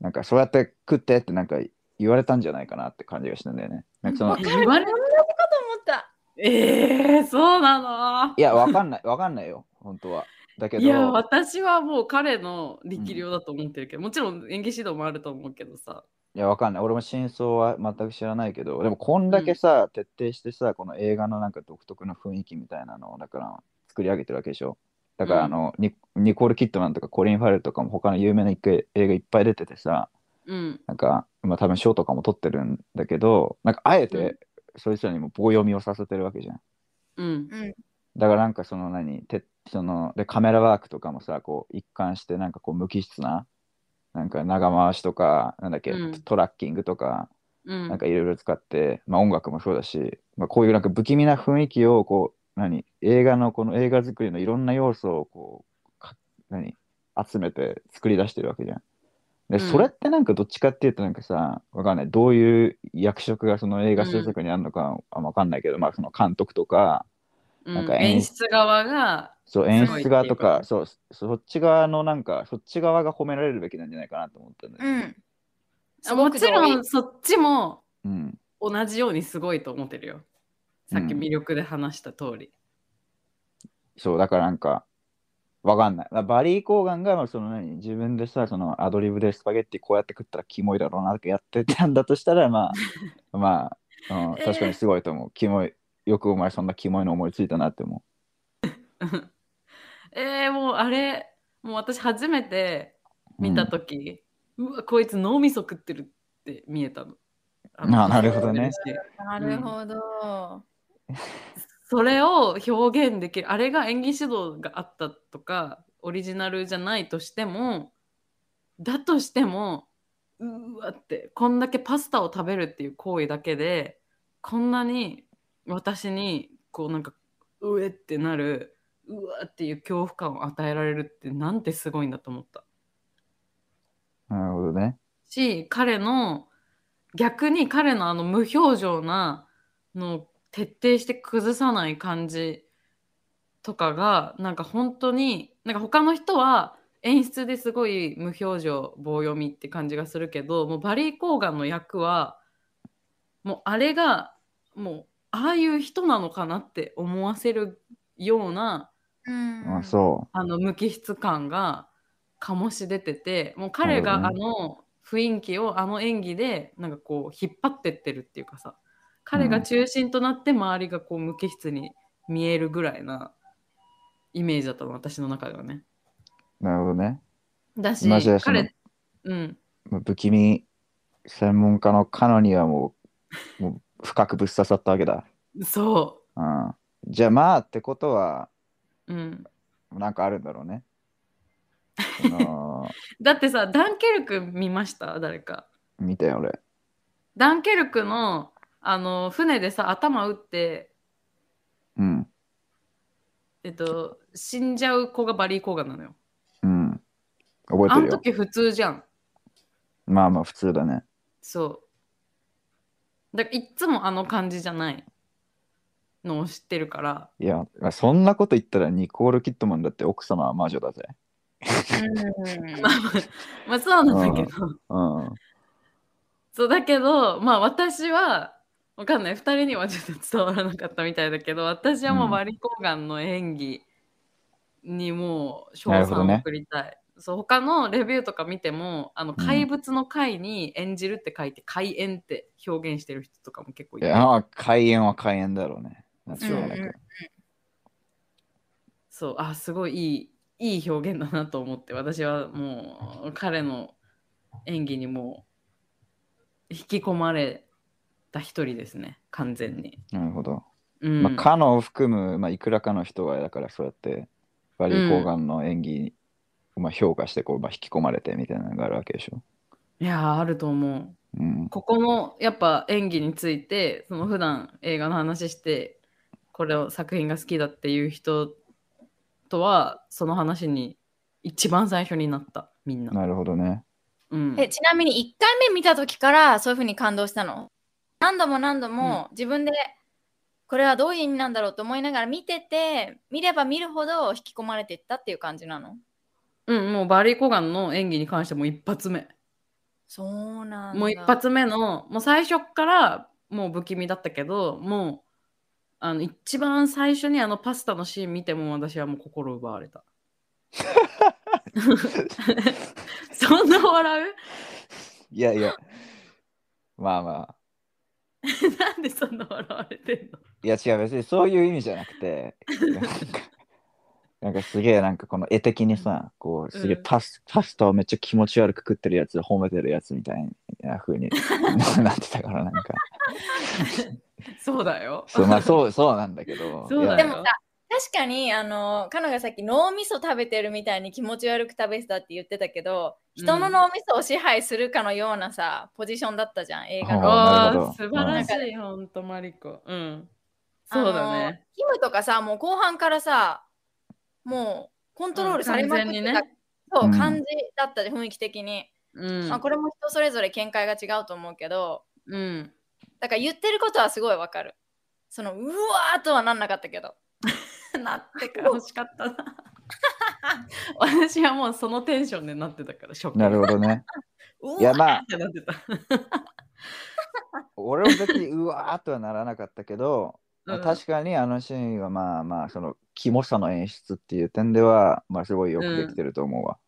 なんかそうやって食ってってなんか言われたんじゃないかなって感じがしたんだよね。なんかそのわかる言われと思った。えー、そうなのいや、わかんない、わかんないよ、本当は。だけいやど、私はもう彼の力量だと思ってるけど、もちろん演技指導もあると思うけどさいや、わかんない。俺も真相は全く知らないけど、でもこんだけさ、徹底してさ、この映画のなんか独特の雰囲気みたいなのを、だから作り上げてるわけでしょ。だから、あの、ニニコール・キッドマンとかコリン・ファレルとかも他の有名な一回映画いっぱい出ててさ、うん。なんか、まあ多分賞とかも取ってるんだけど、なんかあえうんてそいつらにも棒読みをさせてるわけじゃん。うん。だからなんかその何、てそのでカメラワークとかもさ、こう一貫してなんかこう無機質な、なんか長回しとか、なんだっけ、うんトラッキングとか、うん。なんかいろいろ使って、まあ音楽もそうだし、まあこういうなんか不気味な雰囲気をこう、何、映画のこの映画作りのいろんな要素をこう、か何、集めて作り出してるわけじゃん。うで、んそれってなんかどっちかっていうとなんかさ、わかんない。どういう役職がその映画制作にあるのかあわかんないけど、まあその監督とか、なんかうん演出側が、そうす演ごい出側とっか、てそう、そっち側のなんか、そっち側が褒められるべきなんじゃないかなと思ったんだよ。うん。すごもくち同意ろんそっちもうん。同じようにすごいと思ってるよ。さっきうん魅力で話した通り。 (laughs) そう、だからなんか、わかんない。だからバリー・コーガンが、まあその何、自分でさ、そのアドリブでスパゲッティこうやって食ったらキモいだろうなってやってたんだとしたら、ま (laughs) あ、まあ、うん、確かにすごいと思う。キモい。よくお前そんなキモいの思いついたなって思えー、もうあれ、もう私初めてう。見たと、時うわ、こいつ脳みそ食ってるって見えたの。あなるほどね。なるほど。それを表現できるあれが演技指導があったとかオリジナルじゃないとしてもだとしてもうわってこんだけパスタを食べるっていう行為だけでこんなに私にこうなんかうえってなるうわっていう恐怖感を与えられるってなんてすごいんだと思ったなるほどね。し彼の逆に彼のあの無表情なのを徹底して崩さない感じとかがなんか本当になんか他の人は演出ですごい無表情棒読みって感じがするけどもうバリー・コーガンの役はもうあれがもうああいう人なのかなって思わせるようなうんあそあの無機質感が醸し出ててもう彼がなあるの雰囲気をあの演技でなんかこう引っ張ってってるっていうかさ彼が中心となって周りがこう無機質に見えるぐらいなイメージだったの私の中ではね。う。なるほどね。だしマジでその彼、うん、まあ不気味専門家のカノにはもう、もう深くぶっ刺さったわけだ。そうん。じゃあまあってことは、う、うん、なんかあるんだろうね。そのだってさダンケルク見ました誰か。見て俺。ダンケルクのあの船でさ頭打ってうん。えっと死んじゃう子がバリー・コーガンなのよ。うん。覚えあてのるよ。時普通じゃん。まあまあ普通だね。そう。だからいっつもあの感じじゃないのを知ってるから。いや、まあそんなこと言ったらニコール・キットマンだって奥様は魔女だぜ。うんまあまあまあそうなんだけど。うん。そうだけど、まあ私は、わかんない。二人にはちょっと伝わらなかったみたいだけど、私はもううんバリコーガンの演技にもう賞なるほど賛をね送りたい。そう他のレビューとか見てもあのうん怪物の怪に演じるって書いて怪演って表現してる人とかも結構いいるや、まあ開演は開演だろうね。間違いなうんうく。そうあすごいいいいい表現だなと思って私はもう彼の演技にもう引き込まれた一人ですね完全に。なるほど。うんまあ、カノを含む、まあ、いくらかの人が、だからそうやって、バリー・コーガンの演技、まあ、評価してこう、まあ、引き込まれてみたいなのがあるわけでしょ。いやーあると思う。うん。ここもやっぱ演技についてその普段映画の話してこれを作品が好きだっていう人とはその話に一番最初になったみんな。なるほどね。うん、えちなみに1回目見た時からそういうふうに感動したの何度も何度も自分でこれはどういう意味なんだろうと思いながら見てて見れば見るほど引き込まれていったっていう感じなのうん、もうバリー・コガンの演技に関してもう一発目。そうなんだもう一発目のもう最初っからもう不気味だったけどもうあの一番最初にあのパスタのシーン見ても私はもう心奪われた (laughs) そんな笑いやいや。まあまあ。う (laughs) なんでそんな笑われてんの (laughs) いや違う別にそういう意味じゃなくてなんか (laughs) なんかすげえなんかこの絵的にさ、こうすげえうんパス、パスタをめっちゃ気持ち悪く食ってるやつ、褒めてるやつみたいな (laughs) 風に (laughs) なってたからなんか。そうだよ。そうまあそうそうなんだけど。 (laughs) そうだよいやでもさ確かにあのカノがさっき脳みそ食べてるみたいに気持ち悪く食べてたって言ってたけど人の脳みそを支配するかのようなさポジションだったじゃん映画ほうの。なるほおーど素晴らしい、ほんと、マリコ。うん。そうだあのね。。キムとかさもう後半からさもうコントロールされまくってた、うん完全にねそううん感じだったで雰囲気的に、うん。まあ、これも人それぞれ見解が違うと思うけどうん。だから言ってることはすごいわかる。そのうわーとはなんなかったけど。なってから欲しかったな。 (laughs) 私はもうそのテンションでなってたから、ショック。なるほどね。いやまあ (laughs) ってなってた。俺も別にうわーっとはならなかったけど、まあうん確かにあのシーンはまあまあそのキモさの演出っていう点ではまあすごいよくできてると思うわ。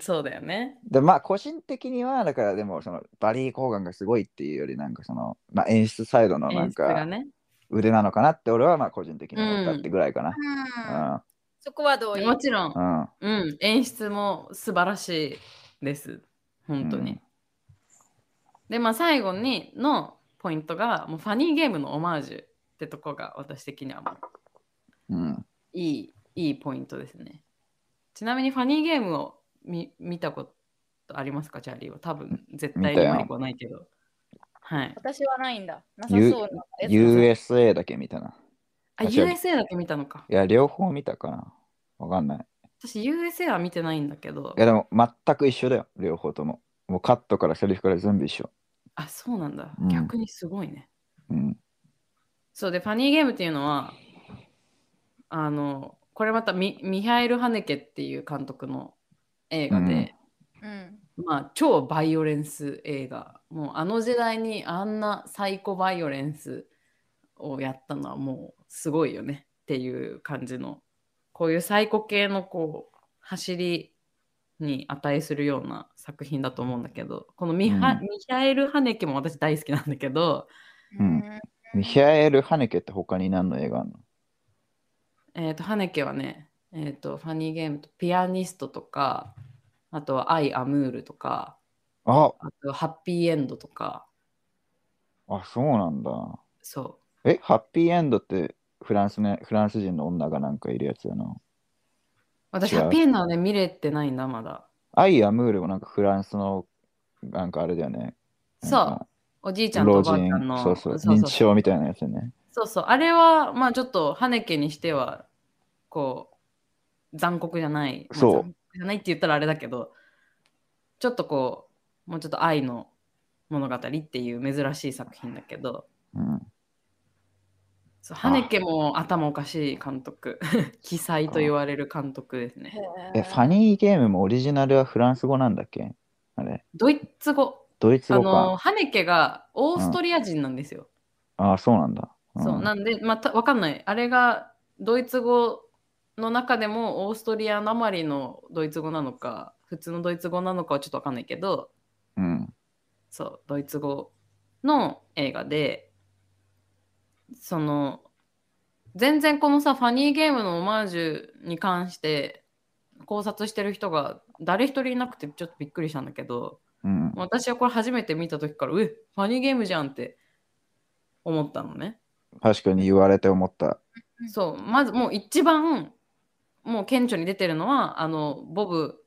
そうだよね。でまあ個人的にはだからでもそのバリー・コーガンがすごいっていうよりなんかその、まあ、演出サイドのな演ん出がかね。腕なのかなって俺はまあ個人的に思ったってぐらいかな。うん、そこはどういうもちろん、うんうんうん、演出も素晴らしいです。本当に。うんで、まあ最後にのポイントが、もうファニーゲームのオマージュってとこが私的にはもううんいい、いいポイントですね。ちなみにファニーゲームを見見たことありますか、チャーリーは。多分、絶対見にたよマリコはないけど。はい。私はないんだ。なさそうなやつ。 USA だけ見たな。あ、あ違う USA だけ見たのか。いや、両方見たかな。わかんない。私、USA は見てないんだけどいや、。でも全く一緒だよ、両方とも。もうカットからセリフから全部一緒。あ、そうなんだう。ん逆にすごいね。うん。そうで、ファニーゲームっていうのは、あの、これまたミミハイル・ハネケっていう監督の映画で、うん。まあ、超バイオレンス映画。もうあの時代にあんなサイコバイオレンスをやったのはもうすごいよねっていう感じの、こういうサイコ系のこう、走りに値するような作品だと思うんだけど、このミハ,、うんミハイル・ハネケも私大好きなんだけど、うんミヒャエル・ハネケって他に何の映画あるのえっ、と、ハネケはね、えっ、と、ファニーゲームとピアニストとか、あとはアイ・アムールとか、ああとハッピーエンドとか、あ、そうなんだ。そえ、ハッピーエンドってフランス,、ね、フランス人の女がなんかいるやつやな。う。私、違うハッピーエンドはね、見れてないんだ、まだ。アイ・アムールもなんかフランスのなんかあれだよね。そう、おじいちゃんと老おばあち人ゃんの、そうそうそう認知症みたいなやつよね。そうそうあれは、まあちょっとハネケにしては、こう、残酷じゃない。まあそう残酷じゃないって言ったらあれだけど、ちょっとこう、もうちょっと愛の物語っていう珍しい作品だけど、うん、そうハネケも頭おかしい監督 (laughs) 奇才と言われる監督ですへねえ、ファニーゲームもオリジナルはフランス語なんだっけあれドイツ語ドイツあ語か。のハネケがオーストリア人なんですよ、ああ、そうなんだ。んそうなんでまあたわかんないあれがドイツ語の中でもオーストリアなまりのドイツ語なのか普通のドイツ語なのかはちょっとわかんないけどうん。そうドイツ語の映画でその全然このさファニーゲームのオマージュに関して考察してる人が誰一人いなくてちょっとびっくりしたんだけどうん。私はこれ初めて見た時から「うえファニーゲームじゃん」って思ったのね。確かに言われて思った。うんそうまずもう一番もう顕著に出てるのはあのボブ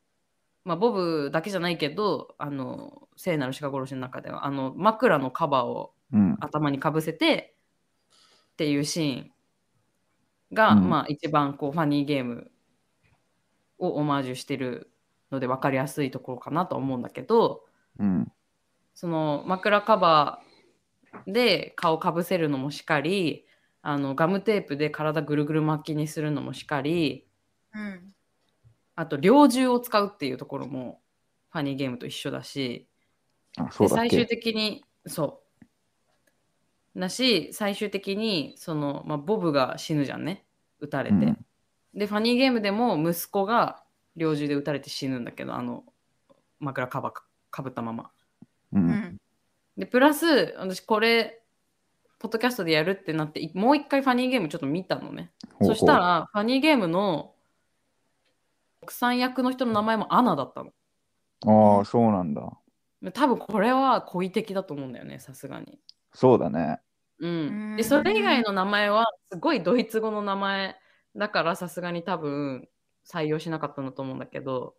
まあボブだけじゃないけどあの聖なる鹿殺しの中ではあの枕のカバーをうん。頭にかぶせてっていうシーンが、うんまあ一番こうファニーゲームをオマージュしてるので分かりやすいところかなと思うんだけどうん。その枕カバーで顔かぶせるのもしかりあのガムテープで体ぐるぐる巻きにするのもしかりうんあと猟銃を使うっていうところもファニーゲームと一緒だしあ、そうでだっ最終け。的にそうだし最終的にその、まあ、ボブが死ぬじゃんね撃たれて、うんでファニーゲームでも息子が猟銃で撃たれて死ぬんだけどあの枕カバーかかぶったままう。うんんでプラス私これポッドキャストでやるってなっていもう一回ファニーゲームちょっと見たのねほうほそうしたらファニーゲームの奥さん役の人の名前もアナだったの。ああ、そうなんだ。多分これは故意的だと思うんだよね、さすがに。そうだね。う、うんんでそれ以外の名前はすごいドイツ語の名前だからさすがに多分採用しなかったんだと思うんだけど。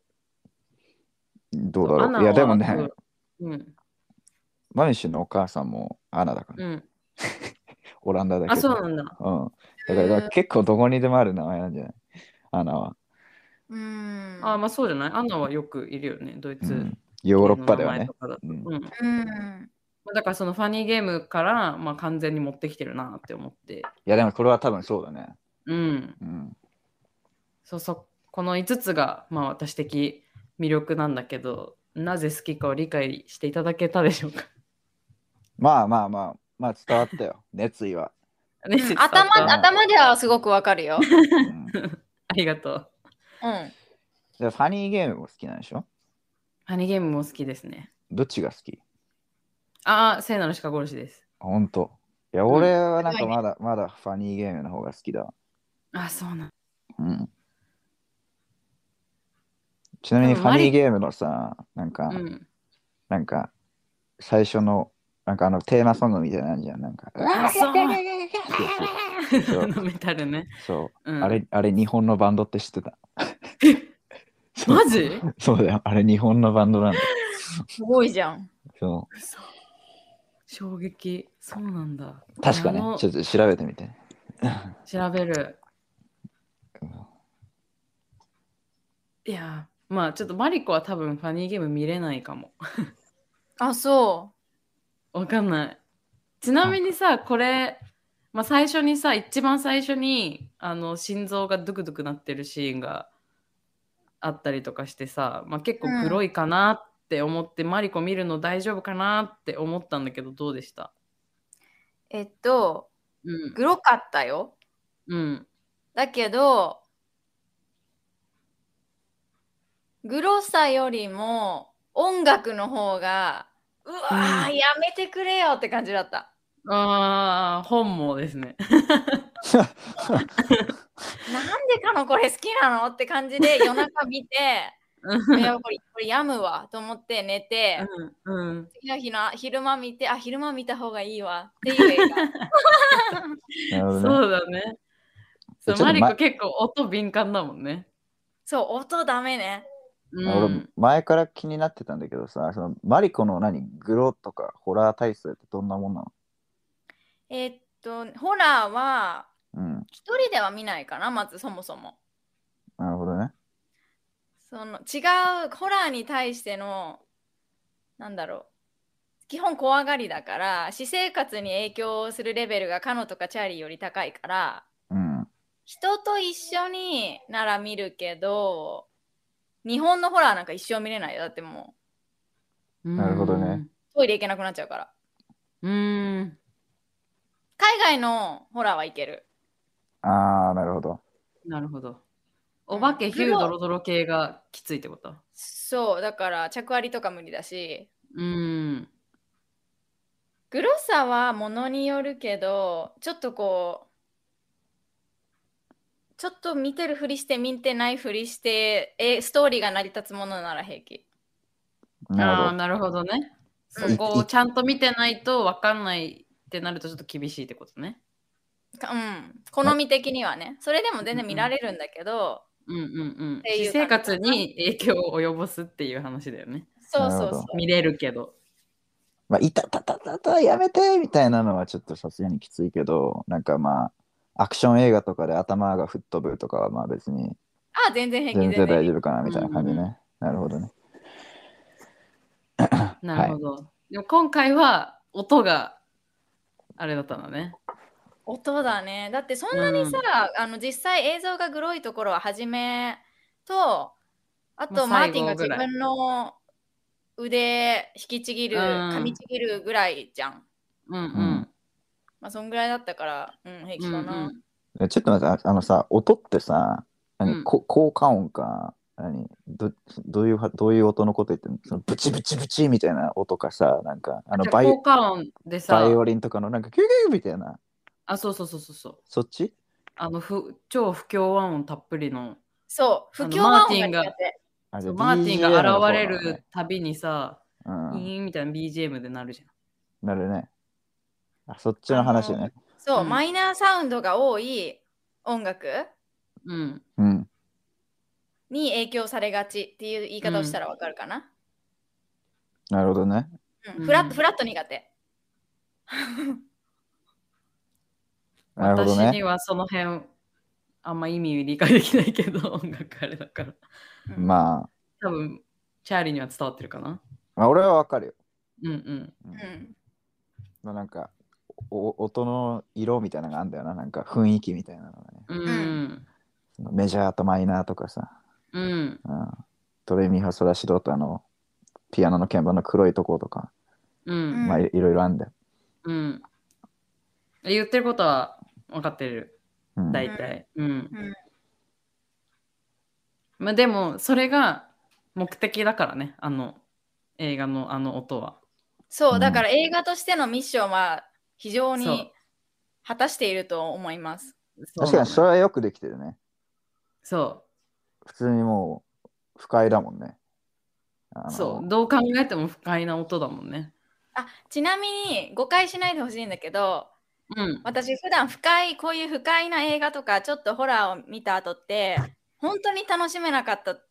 どうだアナろう。はいや、でもね、うん。マニシュのお母さんもアナだから、うん。オランダだけど。あ、そうなんだ。うん。だからだから結構どこにでもある名前なんじゃないアナは、うん。あ、まあそうじゃない。アナはよくいるよね、ドイうツ。んヨーロッパではね。。うんうん、 (laughs) うん。だからそのファニーゲームから、まあ、完全に持ってきてるなって思って。いや、でもこれは多分そうだね。うん。うん。そうそう。この5つが、まあ、私的魅力なんだけど、なぜ好きかを理解していただけたでしょうか。まあまあまあ、まあ伝わっ (laughs) たよ。熱意は。ねうん伝わっ頭た頭ではすごくわかるよ。ううん、でありがとう。ん。ファニーゲームも好きなんでしょハニーゲームも好きですね。どっちが好きああ、聖なる鹿殺しです。あほんと。いや、俺はなんかまだ、まだファニーゲームの方が好きだわ。あそうなん。うん。ちなみにでフもマァリニーゲームのさ、なんか、うん。なんか、最初の、なんかあのテーマソングみたいなのあるじゃん。なんか、あそうそう (laughs) そうあのメタルね。そう。うん、あれ、あれ日本のバンドって知ってた。 (laughs) そうマジそうだよ。あれ日本のバンドなんだ。すごいじゃん。そ嘘衝撃。そうなんだ。う。確かねあ、のちょっと調べてみて。調べるうん。 (laughs) いやー、まあちょっとマリコは多分ファニーゲーム見れないかも。あ、そわかんない。ちなみにさ、これ、まあ、最初にさ、一番最初にあの心臓がドゥクドゥクなってるシーンがあったりとかしてさ、まあ、結構黒いかなって思って、マリコ見るの大丈夫かなって思ったんだけど、どうでしたう。えっと、うん。グロかったよ。うん。だけど、グロさよりも音楽の方が、うわー、うんやめてくれよって感じだった。ああ、本望ですね。なんでかのこれ好きなのって感じ (laughs) で夜中見て、いやこれこれやむわと思って寝て、うん。うん。次の日の昼間見て、あ、昼間見た方がいいわっていう (laughs) 映画。なるほどね。そうだね。ちそょっうとマリコま結構音敏感だもんね。そう、音ダメね。う俺ん、前から気になってたんだけどさ、そのマリコの何、グロとかホラー体操ってどんなもんなのえーっと、ホラーはうん、一人では見ないかな、まずそもそも。なるほどね。その違うホラーに対しての、なんだろう。基本怖がりだから、私生活に影響するレベルがカノとかチャーリーより高いから、うん。人と一緒になら見るけど、日本のホラーなんか一生見れないよ。だってもなるほどね。うトイレ行けなくなっちゃうから。うん。海外のホラーはいける。ああ、なるほど。なるほど。お化けヒュードロドロ系がきついってことそう、だから着割りとか無理だし、うん。グロさはものによるけど、ちょっとこう、ちょっと見てるふりして、見てないふりして、えストーリーが成り立つものなら平気。なるほああー、ど。なるほどね。うんそこをちゃんと見てないと分かんないってなるとちょっと厳しいってことね。かうん、好み的にはね。それでも全然見られるんだけど、うんうんうん。てい私う感生活じに影響を及ぼすっていう話だよね。そうなそるうほそどう。見れるけど。まあ、いたたたたたやめてみたいなのはちょっとさすがにきついけど、なんかまあ、アクション映画とかで頭が吹っ飛ぶとかはまあ別にあ、全然平気、全然全然大平丈気。夫かなみたいな感じうんうね。なるほどね。なるほど。でも今回は音があれだったんだね。音だね。だってそんなにさ、あの実際映像がグロいところは初めと、あとまあマーティンが最後ぐ自らい分の腕引きちぎる、うん噛みちぎるぐらいじゃん。うんうん。うんまあそんぐらいだったから、うん、平気かな。えちょっと待って、ああのさ、音ってさ、何、うんこ効果音か、何どどういうは、どういう音のこと言ってんのそのブチブチブチみたいな音かさ、なんか、あのじゃあバイ効果音でバさイ、オリンとかのなんか、キュキュキュみたいな、あ、そうそうそうそうそう。そっちあのふ超不協和音たっぷりのそう、あの不協和マーテ音ィがンが苦手。あじそゃあうマーティン DJ のがとこ現ろれだねるたびにさ、うん、いいみたいな BGM でなるじゃん。なるね。あそっちの話ね。そう、うんマイナーサウンドが多い音楽うん。うん。に影響されがちっていう言い方をしたらわかるかな。なるほどね。ううんんフラット、フラット苦手。なるほど私にね。はその辺、あんま意味理解できないけど、音楽あれだから。あ、まあ、多分、チャーリーには伝わってるかな。まあ、俺はわかるよ。うんうん。うん。まあ、なんか、お音の色みたいなのがあんだよな。なんか雰囲気みたいなのがね。うん。そのメジャーとマイナーとかさ。うん。うん、ドレミファソラシドとあの、ピアノの鍵盤の黒いとことか。うん。まあ、いいろいろあんだよ。うん。言ってることは分かってる。うん。大体。うん。うんまあでも、それが目的だからね。あの、映画のあの音は。そうう、んだから映画としてのミッションは非常そにう果たしていると思います。確かにそそうなの。れはよくできてるね。そう。普通にもう、不快だもんね。あのそう、どう考えても不快な音だもんね。あちなみに誤解しないでほしいんだけどうん。私普段深いこういう不快な映画とかちょっとホラーを見た後って本当に楽しめなかったっ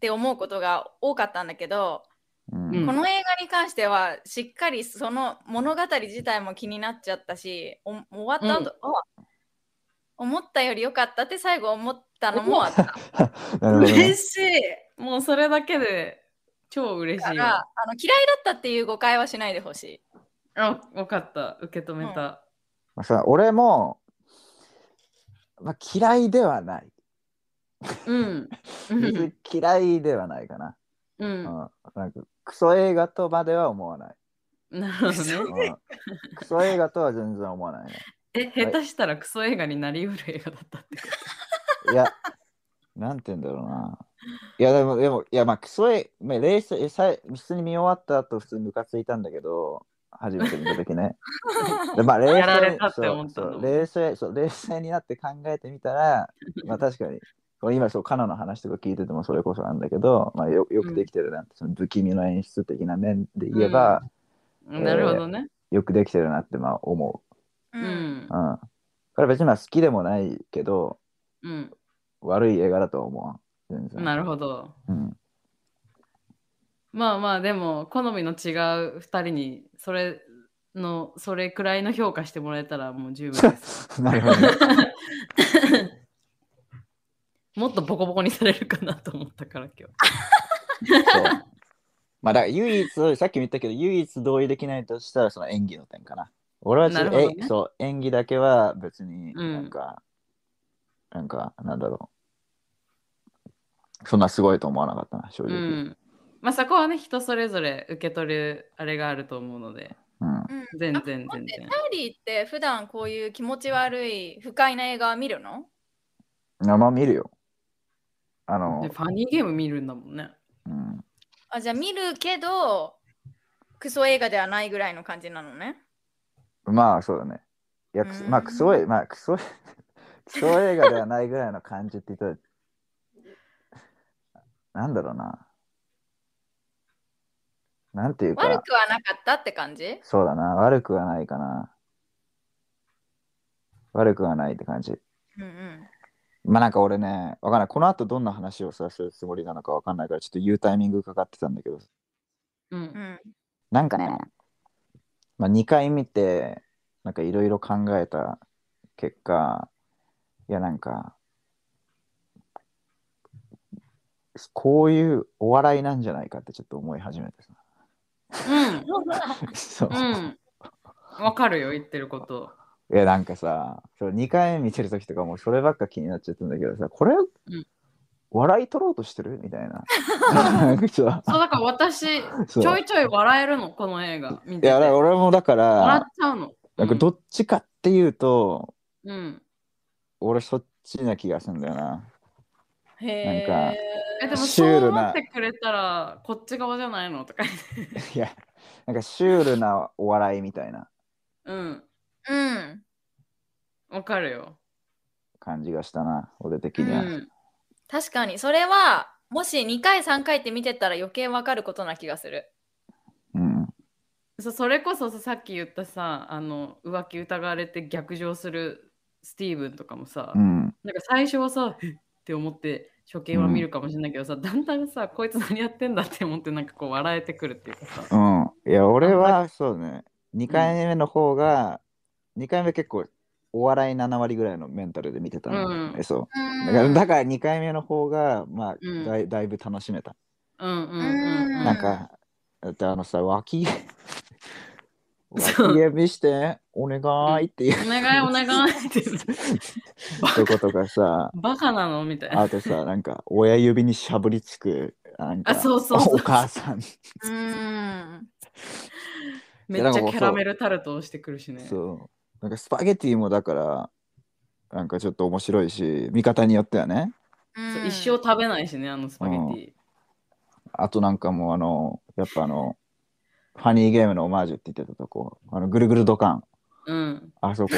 て思うことが多かったんだけど、うんうんこの映画に関してはしっかりその物語自体も気になっちゃったしお終わった後、あ思ったより良かったって最後思ったのもあったなるほどね嬉。しい。もうそれだけで超嬉しかいらわ。あの嫌いだったっていう誤解はしないでほしい。あ、わかった。受け止めた。まあ、さ俺も、まあ、嫌いではない。うん。う別にん。嫌いではないかな。ううんん。なんかクソ映画とまでは思わない。なるほどうね。んクソ映画とは全然思わないね。え、下手したらクソ映画になりうる映画だったってこいや、なんて言うんだろうな。いや、でも、でもいや、まあ、クソ映画、まあ、冷静さい普通に見終わった後、普通にムカついたんだけど、初めて見たと (laughs) きね。でまあ、冷やら静れにたってそ思うったそのう冷静そう冷静になって考えてみ (laughs) たら、まあ、確かに俺今そうカナの話とか聞いててもそれこそなんだけど、まあ、よよくできてるなって、その不気味の演出的な面で言えば、と。なるほどね。よくできてるなってまあ思 (laughs) ううんんう、う。ん、これ別にまあ好きでもないけどうん。悪い映画だとは思わん全然なるほど。うん、まあまあ、でも、好みの違う2人に、それの、それくらいの評価してもらえたらもう十分 (laughs) です。なるほ (laughs) どね、もっとボコボコにされるかなと思ったから今日。そうまあだから唯一さっきも言ったけど唯一同意できないとしたらその演技の点かな俺はちょっとなるほどねえそう演技だけは別にうんなんか、なんかなんだろうそんなすごいと思わなかったな正う直、ん。まあそこはね、人それぞれ受け取るあれがあると思うので、うんうん全あ然待全って然タ。イリーって普段こういう気持ち悪い不快な映画は見るの生見るよあので、ファニーゲーム見るんだもんね。うん、あじゃあ見るけどクソ映画ではないぐらいの感じなのね。まあそうだねいやくすうんまあクソいまあク (laughs) ソいクソ映画ではないぐらいの感じって言ったらなんだろうななんていうか悪くはなかったって感じそうだな、悪くはないかな。悪くはないって感じ。うんうん。まあなんか俺ね、わかんない。この後どんな話をさするつもりなのかわかんないから、ちょっと言うタイミングかかってたんだけど、う。うんんなんかね、まあ、2回見て、なんかいろいろ考えた結果、いやなんか、こういうお笑いなんじゃないかってちょっと思い始めてさ。 (laughs) そううん。うん。わかるよ、言ってること。いやなんかさそう2回見てる時とかもうそればっか気になっちゃったんだけどさこれ、ん笑い取ろうとしてるみたい (laughs) ななんかさそう、だから私、 (laughs) そうちょいちょい笑えるの、この映画。見ていてや俺俺もだか笑っらちゃうの。なんかどっちかっていうと、うん。俺そっちな気がするんだよなへなんえか。え、でもシそューうルな思ってくれたら、こっち側じゃないのとか言 (laughs) って。いやなんかシュールなお笑いみたいなうん。うん。わかるよ。感じがしたな俺的うには、ん。確かにそれはもし2回3回って見てたら余計わかることな気がするうん。そそれこそささっき言ったさあの浮気疑われて逆上するスティーブンとかもさ、うん。なんか最初はさ (laughs) えっって思って初見は見るかもしれないけどさ、だんだんさこいつ何やってんだって思ってなんかこう笑えてくるっていうかさ、うん。いや、俺はそうね。2回目の方が、2回目結構お笑い7割ぐらいのメンタルで見てたの、うんえそう。うんだからだから2回目の方が、まあ、うんだいだいぶ楽しめた。うんうんうんうんなんか、だってあのさ、脇 (laughs) 毛、そう脇毛見して、お願いっていうお願いお願いって (laughs) とことかさ、バカなのみ (laughs) たいなあとさ、なんか、親指にしゃぶりつく、なんか、あそうそうそうお母さん、うんめっちゃキャラメルタルトをしてくるしねそう。なんか、スパゲティもだから、なんかちょっと面白いし、見方によってはね。そう一生食べないしねあのスパゲティ、あとなんかもう、あの、やっぱあの、ファニーゲームのオマージュって言ってたとこ、あの、ぐるぐるドカン、うん、(laughs) あそこ。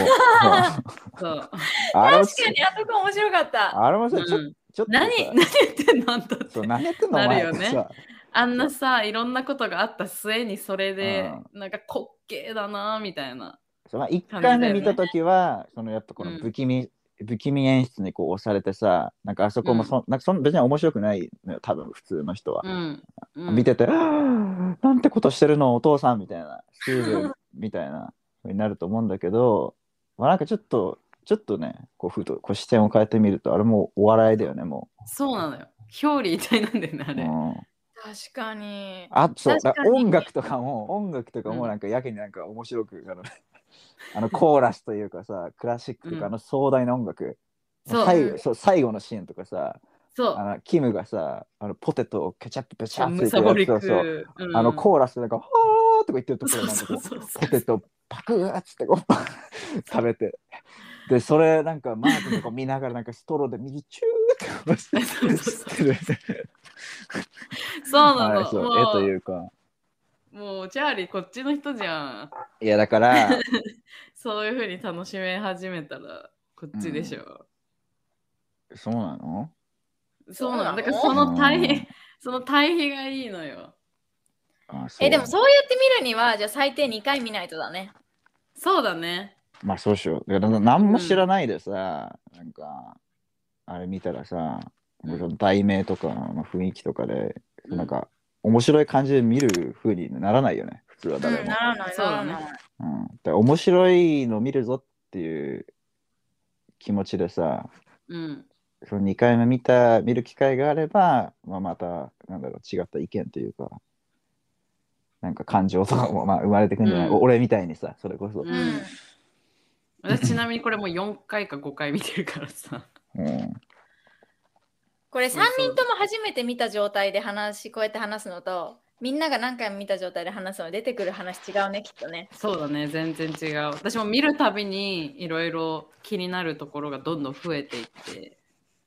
そう。あれも確かにあそこ面白かったあれもさ、ちょうんちょっとさ何何言ってんのあんたってそう何やってんのなおる前よっねてさ、あんなさいろんなことがあった末にそれでうんなんか滑稽だなみたいなそうまあ、1感回じだ目よね見た時は、そのやっぱこうのん不気味、不気味演出にこう押されてさ、なんかあそこもそ、なんかそん別に面白くないのよ、多分普通の人はう。ん、うん、見てて、なんてことしてるのお父さんみたいな、スティーブンみたいなふうになると思うんだけど、まあ、なんかちょっと、ちょっとね、こうふとこう視点を変えてみると、あれもうお笑いだよね、もそうなのよ表裏一体なんだよねあう。うれ、ん確かにあそう確かだに音楽とかも音楽とかうもんなんかやけになんか面白く、あの (laughs) あのコーラスというかさクラシックとうんかあの壮大な音楽、そう最後そう最後のシーンとかさそうあのキムがさあのポテトをケチャップペチャッむプさぼりそくうそう、うんあのコーラスでなんか「はー」とか言ってるところなんかこそううそうそうそうポテトパクーっつってこう (laughs) 食べてでそれなんかマークとか見ながらなんかストローで右チューってこう (laughs) してそうそう吸ってるそうなの、はいそう絵もとういうかもうチャーリーこっちの人じゃんいやだからそういうふうに楽しめ始めたらこっちでしょ、そうなのそうなのだそうなからそのの対 (laughs) 比、その対比がいいのよあそうえでもそうやって見るにはじゃあ最低2回見ないとだねそうだねまあそうしよう。だから何も知らないでさ、なんか、あれ見たらさ、うんその題名とか、まあ、雰囲気とかで、うんなんか、面白い感じで見る風にならないよね、普通はうん誰もな。らないそうなだらねないうんだから面白いの見るぞっていう気持ちでさ、うんその2回目見た、見る機会があれば、まあ、また、なんだろう、違った意見というか、なんか感情とかもまあ生まれてくんじゃない、うん俺みたいにさ、それこそ。うんうん私ちなみにこれもう4回か5回見てるから (laughs) さうんこれ3そうそう人とも初めて見た状態で話こうやって話すのとみんなが何回も見た状態で話すの出てくる話違うねきっとねそうだね全然違う私も見るたびにいろいろ気になるところがどんどん増えていって、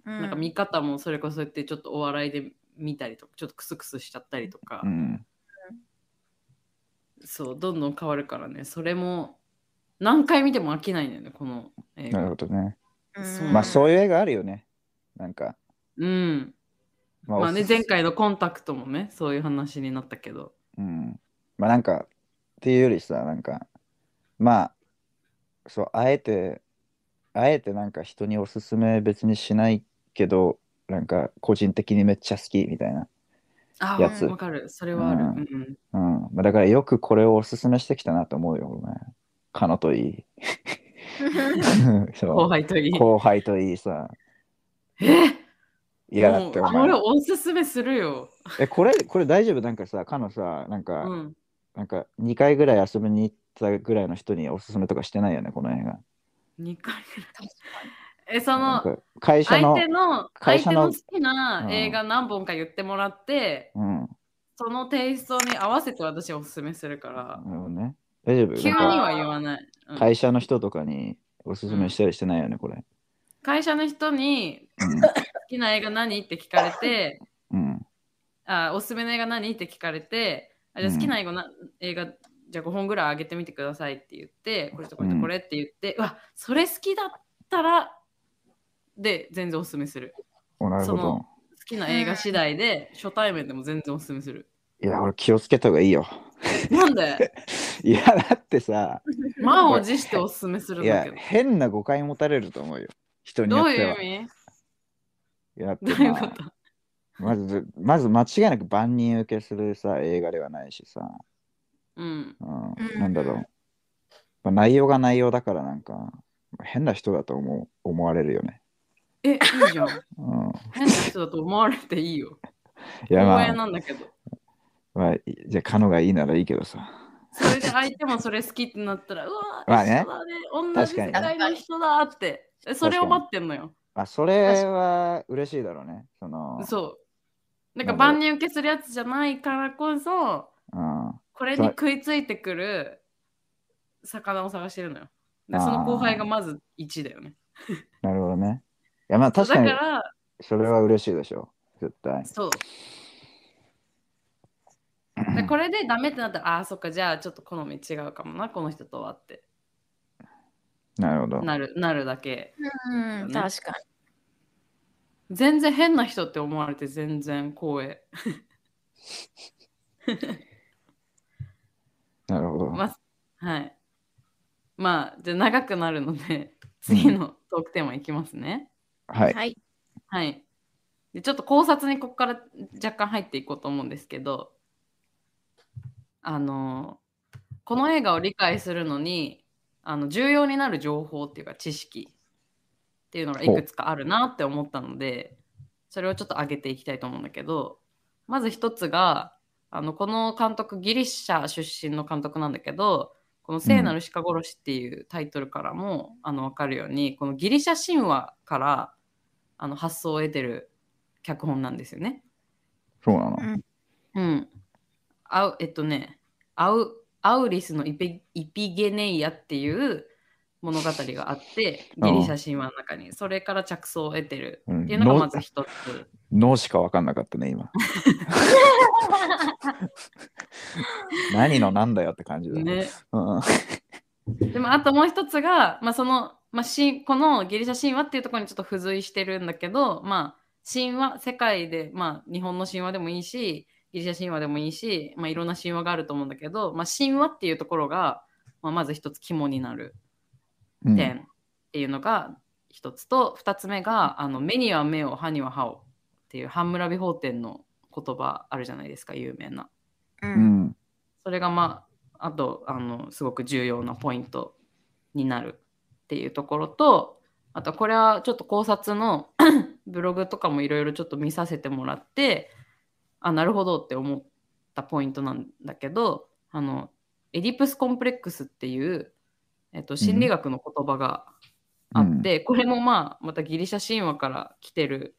うんなんか見方もそれこそやってちょっとお笑いで見たりとかちょっとクスクスしちゃったりとか、うんそうどんどん変わるからねそれも何回見ても飽きないんだよねこの映なる画ほどね。そうまあうそういう映画あるよね。なんか。うんままあねおす前回のコンタクトもねそういう話になったけどうん。まあなんか、っていうよりさ、なんか、まあ、そう、あえて、あえてなんか人におすすめ別にしないけど、なんか個人的にめっちゃ好きみたいな。あやつあわかるそれはあるううんん、うん。まあ、だからよくこれをおすすめしてきたなと思うよ、俺ね。かのとい (laughs) い。後そ。輩といいう後輩といいさ。えっいやだっておこれ前。おすすめするよ、え、これ、これ大丈夫なんかさ、かのさ、なんか、うん、なんか2回ぐらい遊びに行ったぐらいの人におすすめとかしてないよね、この映画。 2回ぐらいえそなのんか会社相の手の会相社手のの好きな映画何本か言ってもらって、うん、なそのテイストに合わせて私おすすめするからるほどね。大丈夫急になんかは言わない、うん会社の人とかにおすすめしたりしてないよね、これ。会社の人に好きな映画何って聞かれて (laughs) うん。うんあおすすめの映画何って聞かれてあじゃあうん好きな映画な、映画じゃあ5本ぐらいあげてみてくださいって言ってこれとこれとこれって言って、うわそれ好きだったらで全然おすすめするおなるほそのど。好きな映画次第で、初対面でも全然おすすめする。いや、俺気をつけた方がいいよ。 (laughs) なんでいや、だってさ、満を持しておすすめするんいだやけ、ど。変な誤解持たれると思うよ。人にどよっうていは。う意味いや、だってどういうまこあとまず、まず間違いなく万人受けするさ、映画ではないしさ、うん。う、うんんなんだろう。まあ、内容が内容だからなんか、変な人だと思う思われるよね。え、いいじゃん。うん、変な人だと思われていいよ。いや、ま光栄あ、なんだけど。まあ、いじゃあ、カノがいいならいいけどさ。それで相手もそれ好きってなったら、うわー、まあね一緒だね。同じ世界の人だって。えそれを待ってんのよ。まあ、それは嬉しいだろうね。その、そう。なんか万人受けするやつじゃないからこそ、うん。これに食いついてくる魚を探してるのよ。であーその後輩がまず1だよね。なるほどね。いや、まあ、だ確かかに、ら、それは嬉しいでしょ。絶対。そう。でこれでダメってなったら、ああー、そっか、じゃあちょっと好み違うかもな、この人とはって (laughs) なるほど。なるなるだけ。うん、確か全然変な人って思われて全然光栄。なるほど。まあ、はい。まあ、じゃあ長くなるので、次のトークテーマいきますね。はに。い。はい。はい。でちょっと考察にここから若干入っていこうと思うんですけど、あの、この映画を理解するのに、あの重要になる情報っていうか知識っていうのがいくつかあるなって思ったので、それをちょっと上げていきたいと思うんだけど、まず一つが、あのこの監督、ギリシャ出身の監督なんだけど、この聖なる鹿殺しっていうタイトルからも、あの分かるように、このギリシャ神話からあの発想を得てる脚本なんですよね。そうなの。うん。アウえっとね、アウアウリスのイピイピゲネイアっていう物語があって、ギリシャ神話の中に、それから着想を得てるうんっていうのがまず一つ。脳しか分かんなかったね、今。何のなんだよって感じだね。ね、うん、でもあともう一つが、まあ、その、まあ、しこのギリシャ神話っていうところにちょっと付随してるんだけど、まあ、神話世界で、まあ、日本の神話でもいいしギリシャ神話でもいいし、まあ、いろんな神話があると思うんだけど、まあ、神話っていうところが、まあ、まず一つ肝になるうん点っていうのが一つと、二つ目があの目には目を歯には歯をっていう半村美法典の言葉あるじゃないですか有名な。う。うんん。それがまああとあのすごく重要なポイントになるっていうところとあとこれはちょっと考察の (coughs) ブログとかもいろいろちょっと見させてもらってあなるほどって思ったポイントなんだけどあのエディプスコンプレックスっていう、えっと、心理学の言葉があって、これもまあまたギリシャ神話から来てる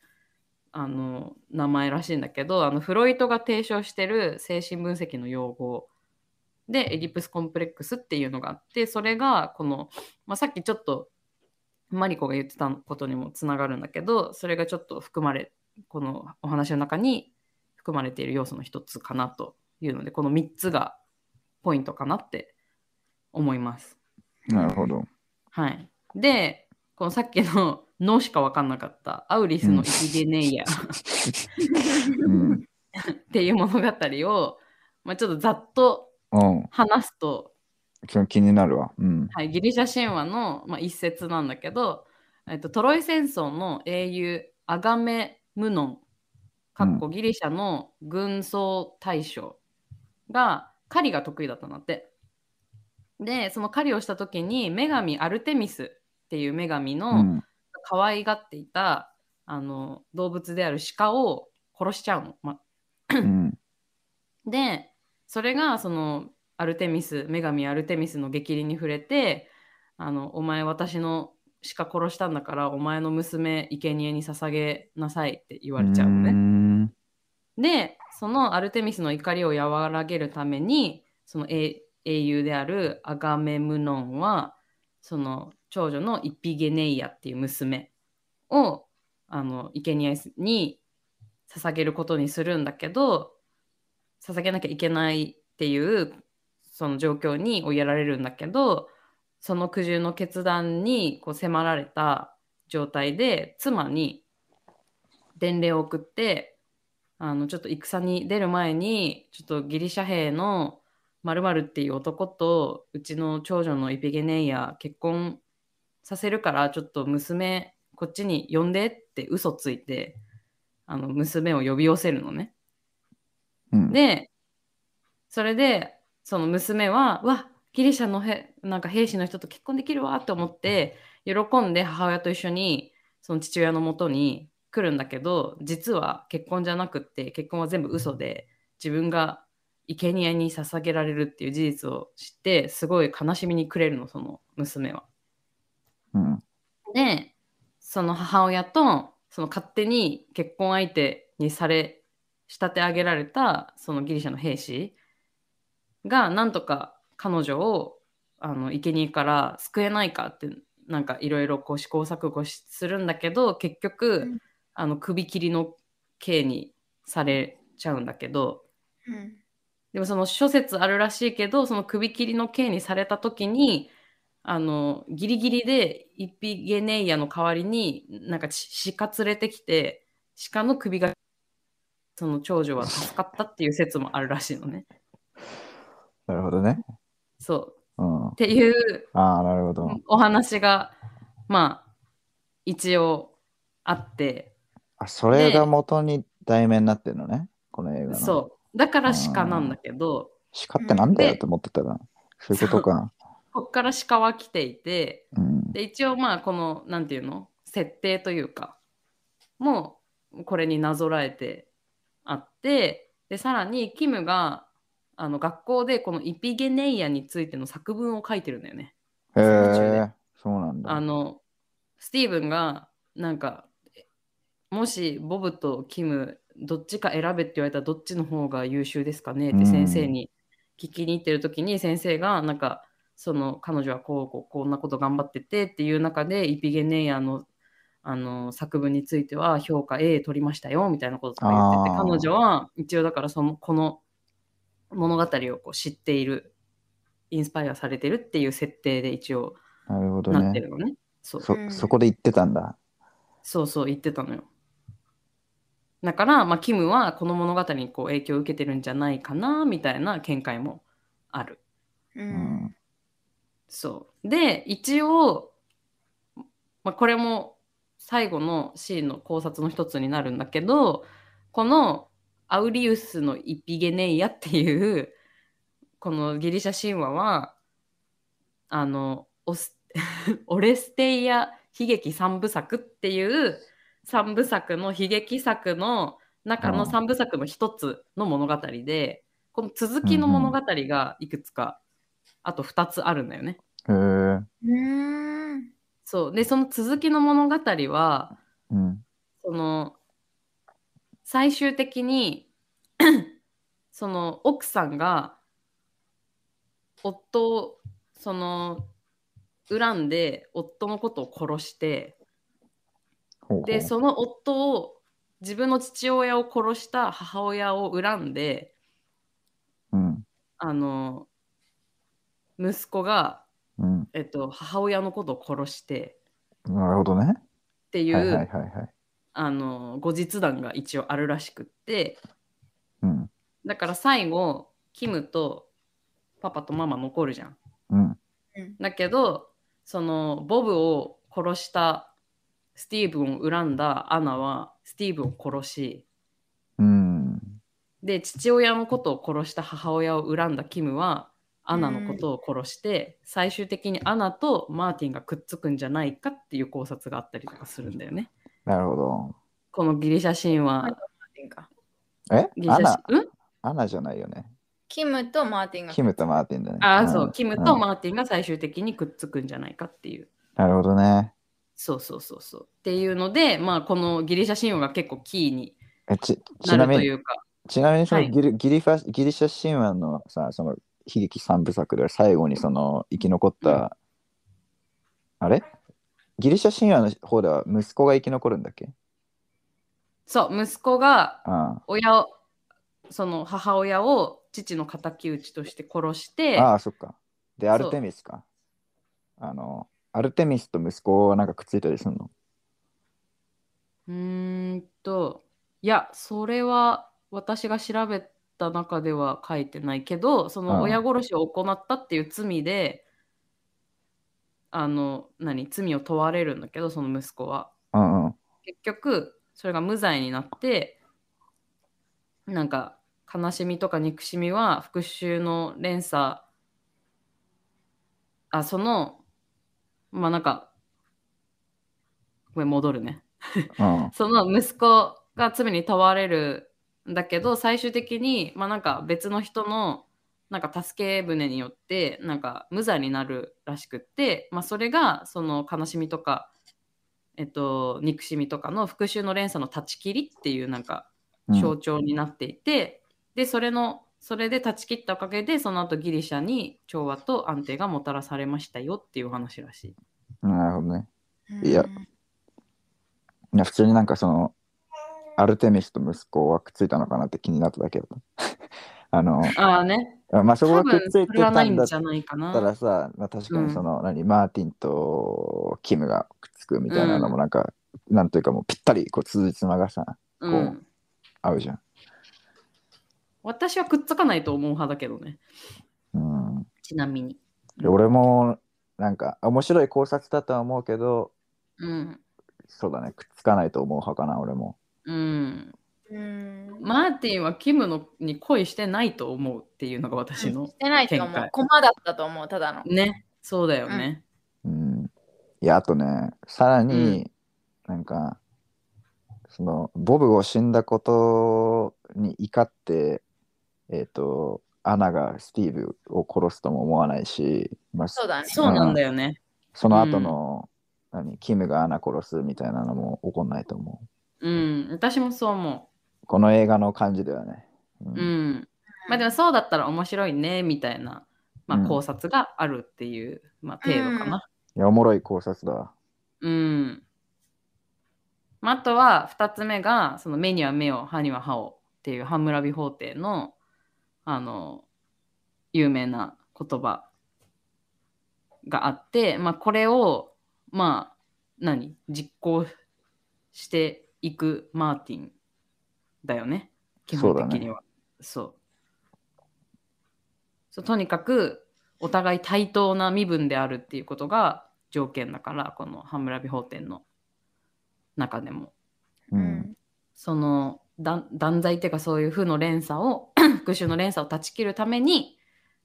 あの名前らしいんだけどあのフロイトが提唱してる精神分析の用語でエディプスコンプレックスっていうのがあってそれがこの、まあ、さっきちょっとマリコが言ってたことにもつながるんだけどそれがちょっと含まれこのお話の中に含まれている要素の一つかなというのでこの3つがポイントかなって思います。なるほど。はい。で、このさっきの (laughs) 「の」しか分かんなかった「アウリスのイきゲネイア」うん。っていう物語を、まあ、ちょっとざっとうん。話すと、それ気になるわ。うん。はい、ギリシャ神話の、まあ、一節なんだけど、えっと、トロイ戦争の英雄アガメムノンかっこギリシャの軍曹大将が狩りが得意だったんだって。でその狩りをした時に女神アルテミスっていう女神の、うん。可愛がっていたあの動物である鹿を殺しちゃうの。ま、うん。でそれがそのアルテミス女神アルテミスの逆鱗に触れてあの「お前私の鹿殺したんだからお前の娘生贄に捧げなさい」って言われちゃうのね。ね。でそのアルテミスの怒りを和らげるためにその英英雄であるアガメムノンはその長女のイピゲネイアっていう娘をあの生贄に捧げることにするんだけど捧げなきゃいけないっていうその状況に追いやられるんだけどその苦渋の決断にこう迫られた状態で妻に伝令を送ってあのちょっと戦に出る前にちょっとギリシャ兵の〇〇っていう男とうちの長女のイピゲネイア結婚させるからちょっと娘こっちに呼んでって嘘ついてあの娘を呼び寄せるのね。うん、で、それで、その娘は、うわギリシャのへなんか兵士の人と結婚できるわって思って、喜んで母親と一緒に、その父親のもとに来るんだけど、実は結婚じゃなくって、結婚は全部嘘で、自分が生贄に捧げられるっていう事実を知って、すごい悲しみに暮れるの、その娘は。うん、でその母親とその勝手に結婚相手にされ仕立て上げられたそのギリシャの兵士がなんとか彼女をあの生贄から救えないかってなんかいろいろこう試行錯誤しするんだけど結局、うんあの首切りの刑にされちゃうんだけどうんでもその諸説あるらしいけどその首切りの刑にされた時にあのギリギリでイピゲネイアの代わりになんかち鹿連れてきて鹿の首がその長女は助かったっていう説もあるらしいのね。なるほどね。そううん、あっていうあ、なるほど。お話がまあ一応あってあそれが元に題名になってるのね、この映画の。そうだから鹿なんだけど鹿ってなんだよでって思ってたら、そういうことか。こっから鹿は来ていて。うん、で一応まあこのなんていうの設定というかもうこれになぞらえてあってでさらにキムがあの学校でこのイピゲネイアについての作文を書いてるんだよね。への中でえ、そうなんだ。あのスティーブンがなんかもしボブとキムどっちか選べって言われたらどっちの方が優秀ですかねって先生に聞きに行ってる時に先生がなんかその彼女はこうこうこんなこと頑張っててっていう中でイピゲネイアのあの作文については評価 A 取りましたよみたいなこととか言っててあー彼女は一応だからそのこの物語をこう知っているインスパイアされてるっていう設定で一応なるほどなってね。るのね。そうそうんそこで言ってたんだ。そうそう言ってたのよ。だから、まあ、キムはこの物語にこう影響を受けてるんじゃないかなみたいな見解もある。ううんん、そうで一応、まあ、これも最後のシーンの考察の一つになるんだけどこのアウリウスのイピゲネイアっていうこのギリシャ神話はあのオス (laughs) オレステイア悲劇三部作っていう三部作の悲劇作の中の三部作の一つの物語で、この続きの物語がいくつか、あと二つあるんだよね。へえ、うん。うんそうでその続きの物語はその最終的に (clears throat) その奥さんが夫をその恨んで夫のことを殺してほうほうでその夫を自分の父親を殺した母親を恨んでうん、あの息子が、うん。えっと、母親のことを殺してなるほどね。っていう、はいはいはいはい。あの後日談が一応あるらしくって。うん、だから最後キムとパパとママ残るじゃん。うん、だけどそのボブを殺したスティーブンを恨んだアナはスティーブンを殺しうん。で父親のことを殺した母親を恨んだキムはアナのことを殺して、最終的にアナとマーティンがくっつくんじゃないかっていう考察があったりとかするんだよね。なるほど。このギリシャ神話、えギリシアャナ、神うんアナじゃないよね。キムとマーティンがキムとマーティンだね。あーんそう、キムとうんマーティンが最終的にくっつくんじゃないかっていうなるほどね。そうそうそうそう。っていうので、まあ、このギリシャ神話が結構キーにえちちななるみとにいうか。ちなみにそのはいギリ,、ギリファギリシャ神話のさその悲劇三部作で最後にその生き残った、あれギリシャ神話の方では息子が生き残るんだっけそう、息子があ親を、その母親を父の敵討ちとして殺して、あああそっかでそうアルテミスかあのアルテミスと息子はなんかくっついたりするのうーんと、いや、それは私が調べた中では書いてないけど、そうんの親殺しを行ったっていう罪で、あの、何、罪を問われるんだけど、その息子は。うんうん。結局、それが無罪になって、なんか、悲しみとか憎しみは復讐の連鎖、あ、その、まあなんか、これ戻るね。うん。その息子が罪に問われるんだけど最終的に、まあ、なんか別の人のなんか助け舟によってなんか無罪になるらしくって、まあ、それがその悲しみとか、えっと、憎しみとかの復讐の連鎖の断ち切りっていうなんかうん象徴になっていて、でそれのそれで断ち切ったおかげでその後ギリシャに調和と安定がもたらされましたよっていうお話らしい。なるほどね。うんいやいや普通になんかその、アルテミスと息子はくっついたのかなって気になっただけだった。 (laughs) あの、ああね、まあそこ多がくっ分つそいてれはなたいんんだっじゃないかな。たらさ、まあ、確かにその、何、マーティンとキムがくっつくみたいなのもなんか、なんというかもうぴったりこう通じつまがさ、うこんう合うじゃん。私はくっつかないと思う派だけどね。うん。ちなみに。で俺もなんか面白い考察だとは思うけどうん。そうだねくっつかないと思う派かな俺もうん。うんマーティンはキムのに恋してないと思うっていうのが私のし。てないと思見う解。駒だったと思う、ただの。ね。そうだよね。うんいやあとねさらに、なんかそのボブを死んだことに怒ってえっ、とアナがスティーブを殺すとも思わないし、まあ、そうだね。そうなんだよね。その後の、何キムがアナ殺すみたいなのも起こんないと思うん。私もそう思うこの映画の感じではね、うんう。うん。まあでもそうだったら面白いね、みたいな、まあうん考察があるっていう、まあ程度かな。いやおもろい考察だわうん。まあ、あとは2つ目がその目には目を歯には歯をっていうハムラビ法廷のあの有名な言葉があって、まあ、これをまあ何実行していくマーティンだよね基本的にはそう,、そうとにかくお互い対等な身分であるっていうことが条件だからこのハムラビ法典の中でもううんんその断断罪っていうかそういう負の連鎖を (clears throat) 復讐の連鎖を断ち切るために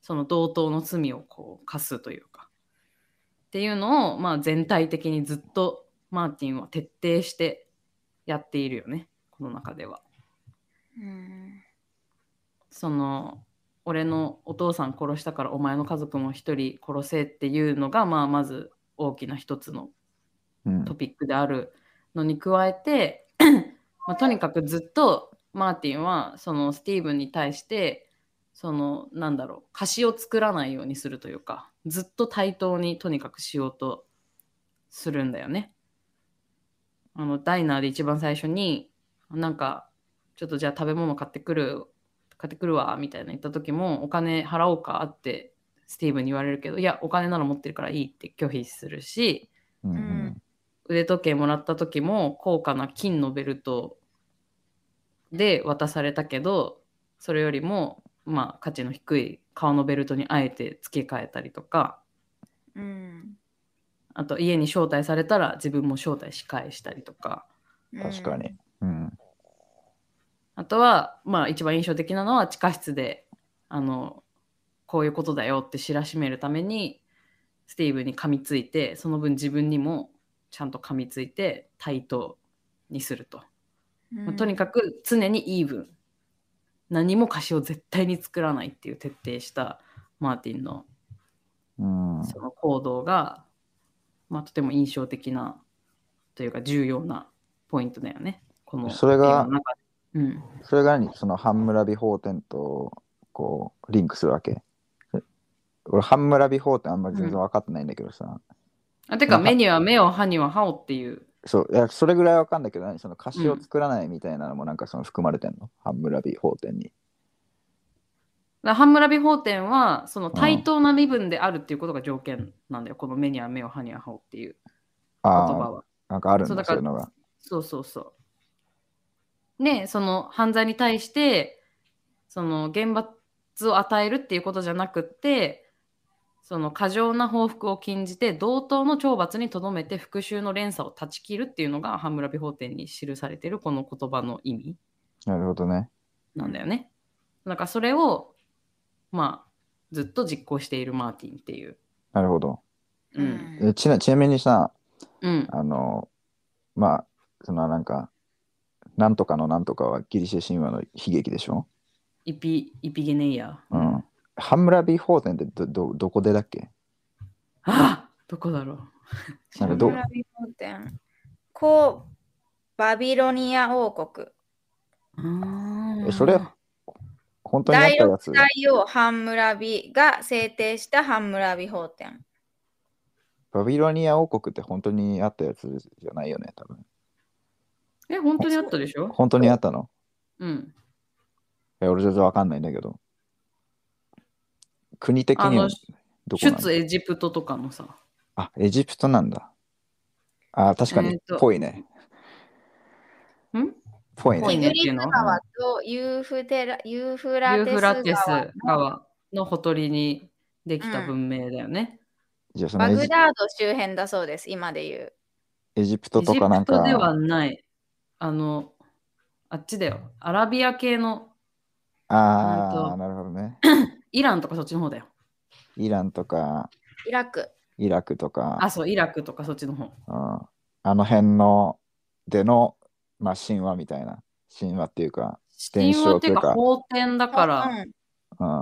その同等の罪をこう課すというかっていうのを、まあ、全体的にずっとマーティンは徹底してやっているよねこの中では。うんその俺のお父さん殺したからお前の家族も一人殺せっていうのが、まあ、まず大きな一つのうんトピックであるのに加えて、 (clears throat) まあ、とにかくずっとマーティンはそのスティーブンに対してそのなんだろう貸しを作らないようにするというかずっと対等にとにかくしようとするんだよね。あのダイナーで一番最初になんかちょっとじゃあ食べ物買ってくる買ってくるわみたいな言った時もお金払おうかってスティーブンに言われるけどいやお金なら持ってるからいいって拒否するしうんううんん腕時計もらった時も高価な金のベルトで渡されたけどそれよりもまあ価値の低い革のベルトにあえて付け替えたりとかうんあと家に招待されたら自分も招待し返したりとか確かに。うん。あとはまあ一番印象的なのは地下室であのこういうことだよって知らしめるためにスティーブに噛みついてその分自分にもちゃんと噛みついて対等にすると。うんまあとにかく常にイーブン何も貸しを絶対に作らないっていう徹底したマーティンのうん。その行動が、まあ、とても印象的なというか重要なポイントだよねこのそれが映画の中でうん、それが何そのハンムラビ法典とこうリンクするわけえ俺ハンムラビ法典あんま全然分かってないんだけどさ、あてかなんか目には目を歯には歯をっていうそういやそれぐらい分かんないけど何その歌詞を作らないみたいなのもなんかその含まれてんの、ハンムラビ法典にだハンムラビ法典はその対等な身分であるっていうことが条件なんだよ、この目には目を歯には歯をっていう言葉ああはなんかあるんそうだだそかういらうのがそうそうそう。ねその犯罪に対してその厳罰を与えるっていうことじゃなくってその過剰な報復を禁じて同等の懲罰にとどめて復讐の連鎖を断ち切るっていうのが半村美法典に記されてるこの言葉の意味なるほどね。なんだよね。なんかそれをまあずっと実行しているマーティンっていう。なるほど。うん。えちなちなみにさ、うん。あの、まあ、そのなんか、なんとかのなんとかはギリシャ神話の悲劇でしょイピイピゲネイヤうー。あん。ハムラビー法典ってどどどこでだっけあどこだろう。なんかどハムラビ法典こうバビロニア王国あえーそれ本当にあっ第たやつ6代王ハンムラビが制定したハンムラビ法典バビロニア王国って本当にあったやつじゃないよね、多分。え、本当にあったでしょ本当にあったのうん。え俺全然わかんないんだけど。国的にあのはどこなの出エジプトとかのさ。あ、エジプトなんだ。あ、確かえにーと、ぽいね。んぽいぽいね。ねユっていリうスの川とユーフテラユーフユラーテフラテスス川川のほとりにできた文明だよね。じゃあそのバエグジダード周辺だそうです今で言うエジプエトジとかなんプかト、ではない。あの、あっちだよ。アラビア系のあうあ、んとなるほどね。イランとかそっちの方だよ。イランとか、イラクイラクとか、あ、そう、イラクとかそっちの方。うんあの辺のでの、まあ、神話みたいな神話っていうか、伝神話承っていといううかか、法典だから、うんうん、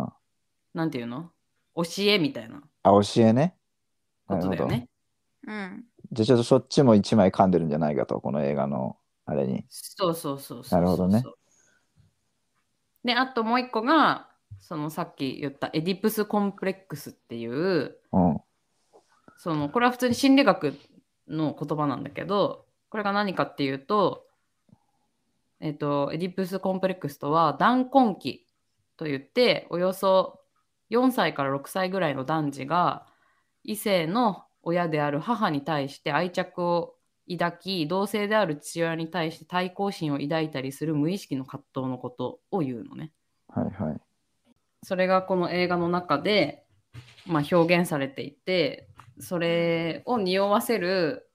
あなんていうの教えみたいな教えね。こなるとほだよど。ね。うんじゃあちょっとそっちも一枚噛んでるんじゃないかと、この映画のあれに。そうそうそうそうなるほどね。で、あともう一個が、そのさっき言ったエディプスコンプレックスっていう、うん。そのこれは普通に心理学の言葉なんだけどこれが何かっていうと,、えっとエディプスコンプレックスとは断根期といっておよそ4歳から6歳ぐらいの男児が異性の親である母に対して愛着を抱き同性である父親に対して対抗心を抱いたりする無意識の葛藤のことを言うのね。はいはい。それがこの映画の中で、まあ、表現されていてそれを匂わせる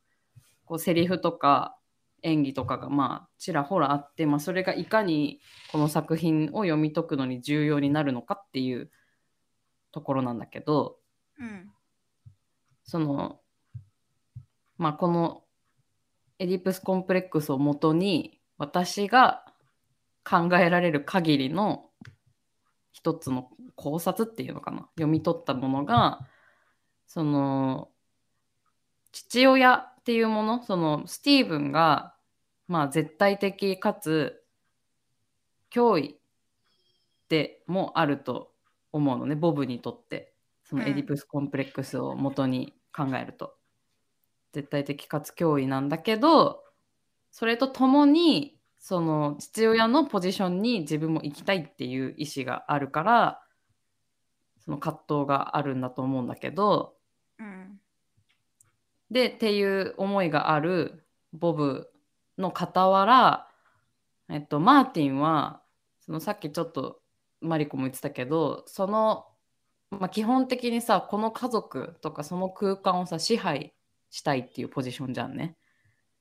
こうセリフとか演技とかがまあちらほらあって、まあ、それがいかにこの作品を読み解くのに重要になるのかっていうところなんだけどうんその、まあ、このエディプスコンプレックスをもとに私が考えられる限りの一つの考察っていうのかな読み取ったものがその父親っていうものそのスティーブンが、まあ、絶対的かつ脅威でもあると思うのねボブにとってそのエディプスコンプレックスを元に考えると、絶対的かつ脅威なんだけどそれとともにその父親のポジションに自分も行きたいっていう意思があるからその葛藤があるんだと思うんだけどうんでっていう思いがあるボブの傍ら、えっと、マーティンはそのさっきちょっとマリコも言ってたけどその、まあ、基本的にさこの家族とかその空間をさ支配したいっていうポジションじゃんね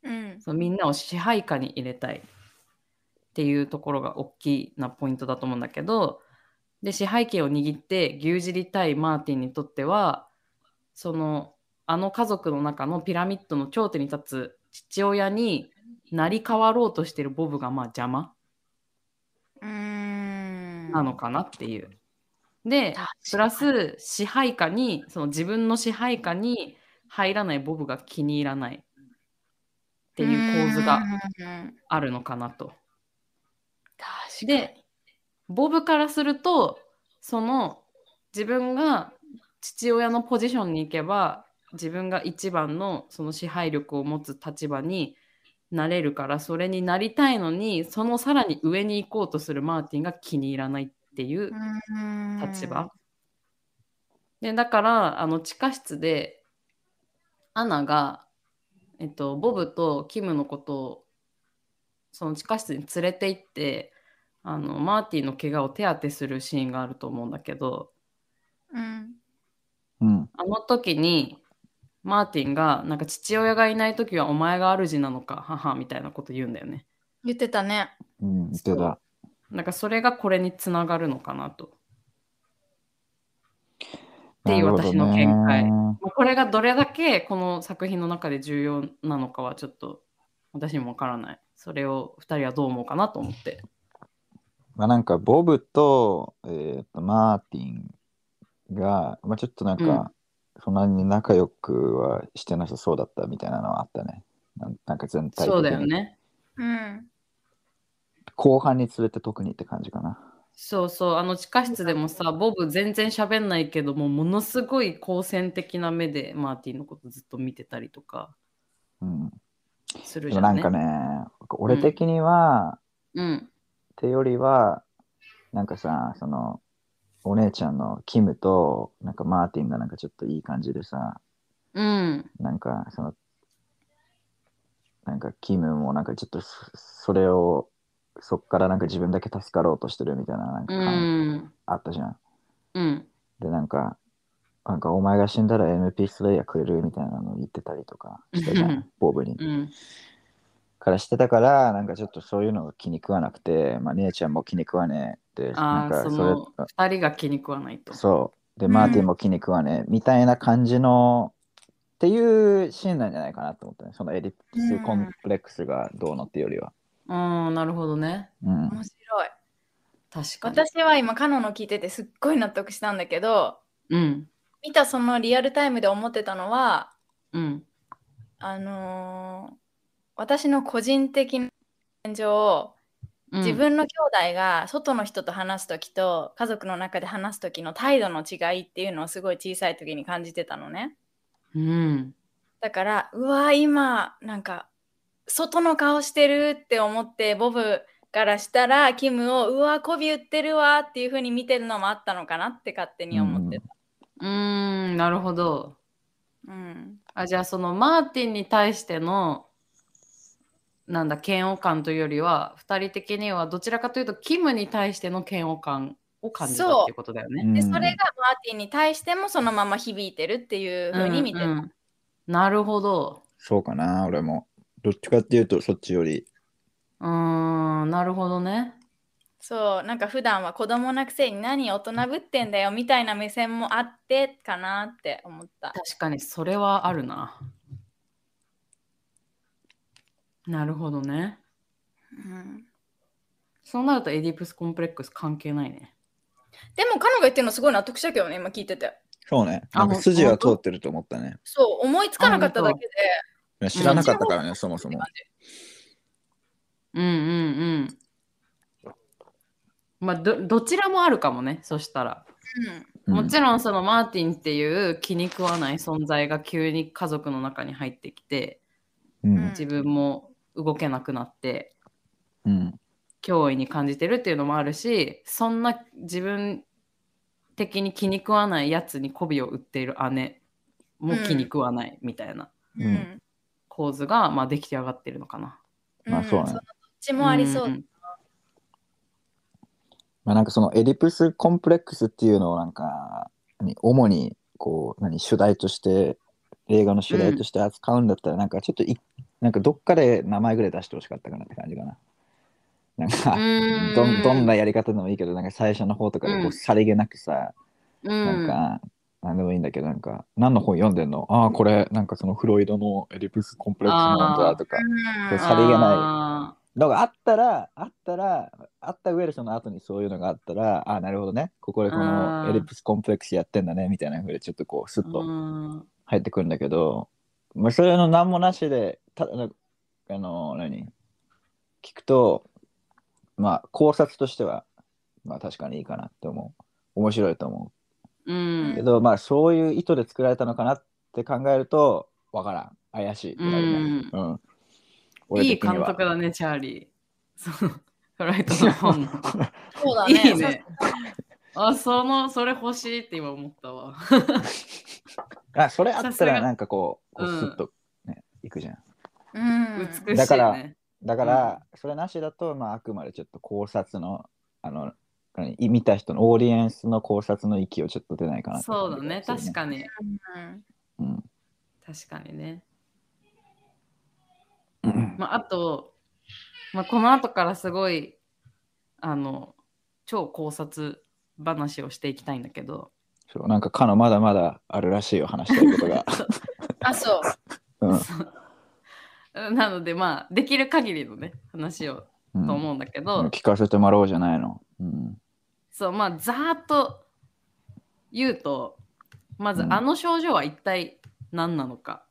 うんそのみんなを支配下に入れたいっていうところが大きなポイントだと思うんだけどで支配権を握って牛耳りたいマーティンにとってはそのあの家族の中のピラミッドの頂点に立つ父親に成り代わろうとしてるボブがまあ邪魔うーんなのかなっていう。で確かにプラス支配下にその自分の支配下に入らないボブが気に入らないっていう構図がうんうんうんあるのかなと。確かでボブからするとその自分が父親のポジションに行けば自分が一番のその支配力を持つ立場になれるからそれになりたいのにそのさらに上に行こうとするマーティンが気に入らないっていうに立場、でだからあの地下室でアナが、えっと、ボブとキムのことをその地下室に連れて行ってあのマーティの怪我を手当てするシーンがあると思うんだけどうん。うん。あの時にマーティンがなんか父親がいない時はお前が主なのか母みたいなこと言うんだよね言ってたね。うん。言ってた。なんかそれがこれにつながるのかなとってないるうほど私ねの見解まあこれがどれだけこの作品の中で重要なのかはちょっと私にもわからない。それを2人はどう思うかなと思って。まあなんかボブと,、えーとマーティンが、まあ、ちょっとなんうんかそんなに仲良くはしてなさそうだったみたいなのはあったね。なんなんか全体的にそうだよね。うん。後半に連れて特にって感じかな。そうそう。あの地下室でもさ、ボブ全然喋んないけども、ものすごい好戦的な目でマーティンのことずっと見てたりとかうん、するでじゃもん、ね。なんかね、俺的には、うん。ってよりはなんかさそのお姉ちゃんのキムとなんかマーティンがなんかちょっといい感じでさうん。なんかそのなんかキムもなんかちょっとそそれをそっからなんか自分だけ助かろうとしてるみたいななんかう感ん。あったじゃん。うん。でなんかなんかお前が死んだら MP スレイヤーくれるみたいなの言ってたりとかしてたじゃうんんボブに。うん。からしてたからなんかちょっとそういうのが気に食わなくて、まあ、姉ちゃんも気に食わねえってなあんあ、そかれの2人が気に食わないと。そう。で、うんマーティンも気に食わねえ、みたいな感じの、っていうシーンなんじゃないかなと思ったね。そのエリプスコンプレックスがどうのっていうよりは。うん、なるほどね。うん。面白い。確かに。私は今、カノの聞いててすっごい納得したんだけど、うん。見たそのリアルタイムで思ってたのは、うん。あのー私の個人的な感情をうん自分の兄弟が外の人と話す時と家族の中で話す時の態度の違いっていうのをすごい小さい時に感じてたのねうん。だからうわー今なんか外の顔してるって思ってボブからしたらキムをうわー媚び売ってるわーっていう風に見てるのもあったのかなって勝手に思ってた、うーん、なるほど。うんあじゃあそのマーティンに対してのなんだ嫌悪感というよりは2人的にはどちらかというとキムに対しての嫌悪感を感じたっていうことだよね。うんでそれがマーティンに対してもそのまま響いてるっていう風に見てた、うんうんなるほど。そうかな、俺も。どっちかっていうと、そっちより。うーんなるほどね。そうなんか普段は子供なくせに何大人ぶってんだよみたいな目線もあってかなって思った確かにそれはあるな。なるほどね。うんそうなるとエディプスコンプレックス関係ないね。でも彼女が言ってるのすごい納得したけどね今聞いててそうね。あなんかほん筋は通ってると思ったね。そう思いつかなかっただけでいや知らなかったからね、そもそも。うんうんうん。まあどどちらもあるかもねそしたら。うんもちろんそのマーティンっていう気に食わない存在が急に家族の中に入ってきてうんうん自分も動けなくなってうん脅威に感じてるっていうのもあるしそんな自分的に気に食わないやつに媚びを売っている姉も気に食わないみたいなうんうん構図がまあ出来上がってるのかな。まあそうねんどっちもありそう、んまあ、なんかそのエディプスコンプレックスっていうのをなんか何主にこう何主題として映画の主題として扱うんだったらなんかちょっとい、なんかどっかで名前ぐらい出してほしかったかなって感じかな。なんうかんどんどんなやり方でもいいけどなんか最初の方とかでこううんさりげなくさ、うんなんか何でもいいんだけどなんか何の本読んでんのああこれなんかそのフロイドのエディプスコンプレックスなんだとかうんさりげないあのがあったら、あったら、あった上でその後にそういうのがあったら、あなるほどね、ここでこあのーエリプスコンプレックスやってんだね、みたいなふうでちょっとこう、スーッとうん入ってくるんだけど、まあ、それの何もなしで、ただ、あの、何聞くと、まあ、考察としては、まあ確かにいいかなって思う。面白いと思うう。けんど、まあそういう意図で作られたのかなって考えると、わからん。怪しいってなるね。うん。俺いい的にはい監督だねチャー (laughs) リー。そのフライトの本の。そうだいねいね。あ、その、それ欲しいって今思ったわ。あそれあっさすたらがなんかこうこううんスッとね、いくじゃんう美んしい、ね。だからだから、それなしだと、まあ、あくまでちょっと考察の、あの、何い見た人のオーディエンスの考察の域をちょっと出ないかなってそうだ感じねが。す確るかに。ううんん確かにね。うんまあ、あと、まあ、この後からすごい、あの、超考察話をしていきたいんだけど、そうなんか、かのまだまだあるらしいよ、話したいことが。あ、そう。ううんんなので、まあ、できる限りのね、話をうんと思うんだけど、うん聞かせてもらおうじゃないの。うん。そう、まあ、ざーっと言うと、まず、うんあの症状は一体何なのか、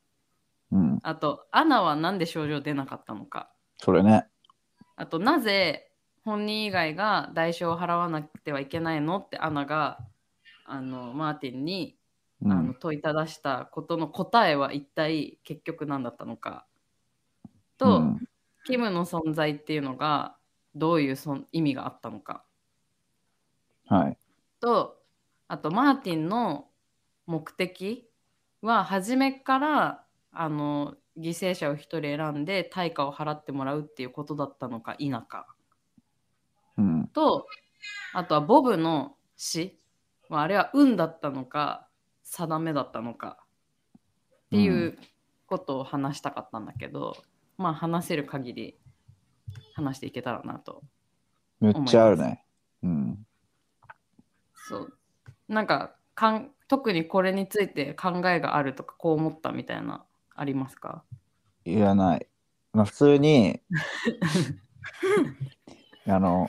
うん。あと、アナはなんで症状出なかったのか、それね。あとなぜ本人以外が代償を払わなくてはいけないのってアナがあのマーティンに、うあのん。問いただしたことの答えは一体結局何だったのかと、うんキムの存在っていうのがどういうそん意味があったのかはい。とあとマーティンの目的は初めからあの犠牲者を1人選んで対価を払ってもらうっていうことだったのか否か。うん。とあとはボブの死、まあ、あれは運だったのか定めだったのかっていうことを話したかったんだけど、まあ話せる限り話していけたらなとめっちゃあるね。うん。そうなんかかん特にこれについて考えがあるとかこう思ったみたいなありますかいらない。まあ、普通に、 (laughs) あの、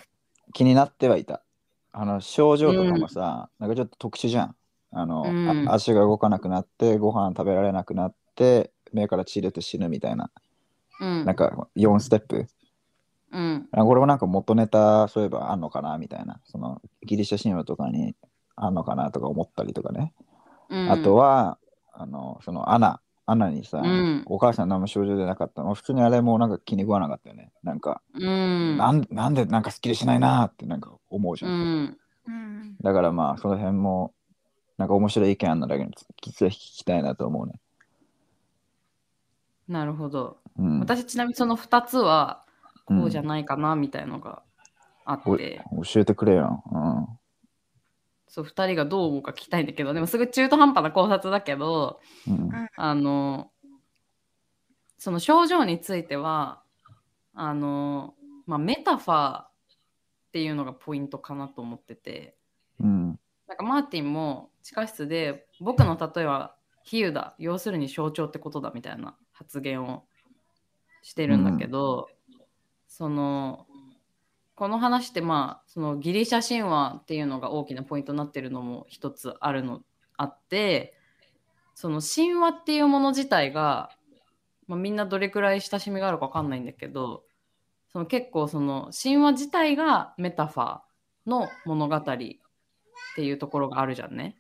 気になってはいた。あの、症状とかもさ、なんかちょっと特殊じゃん。あの、うんあ足が動かなくなって、ご飯食べられなくなって、目から血出て死ぬみたいな、うんなんか4ステップ。うんあこれもなんか元ネタ、そういえばあんのかなみたいな、そのギリシャ神話とかにあんのかなとか思ったりとかね。うん、あとは、あの、そのアナ、アナにさ、うんお母さん何も症状出なかったの。普通にあれもなんか気に食わなかったよね。なんか、うんなんなんでなんかスッキリしないなーってなんか思うじうゃん。んうん。だからまあ、その辺も、なんか面白い意見あんなだけど、実は聞きたいなと思うね。なるほどうん。私ちなみにその2つはうんこうじゃないかなみたいのがあって、お教えてくれよ。そう2人がどう思うか聞きたいんだけどでもすごい中途半端な考察だけどうん。うん。あのその症状についてはあの、まあ、メタファーっていうのがポイントかなと思っててうん。なんかマーティンも地下室で僕の例えは比喩だ要するに象徴ってことだみたいな発言をしてるんだけど、そのこの話ってまあそのギリシャ神話っていうのが大きなポイントになってるのも一つあるのあってその神話っていうもの自体が、まあ、みんなどれくらい親しみがあるか分かんないんだけどその結構その神話自体がメタファーの物語っていうところがあるじゃんね。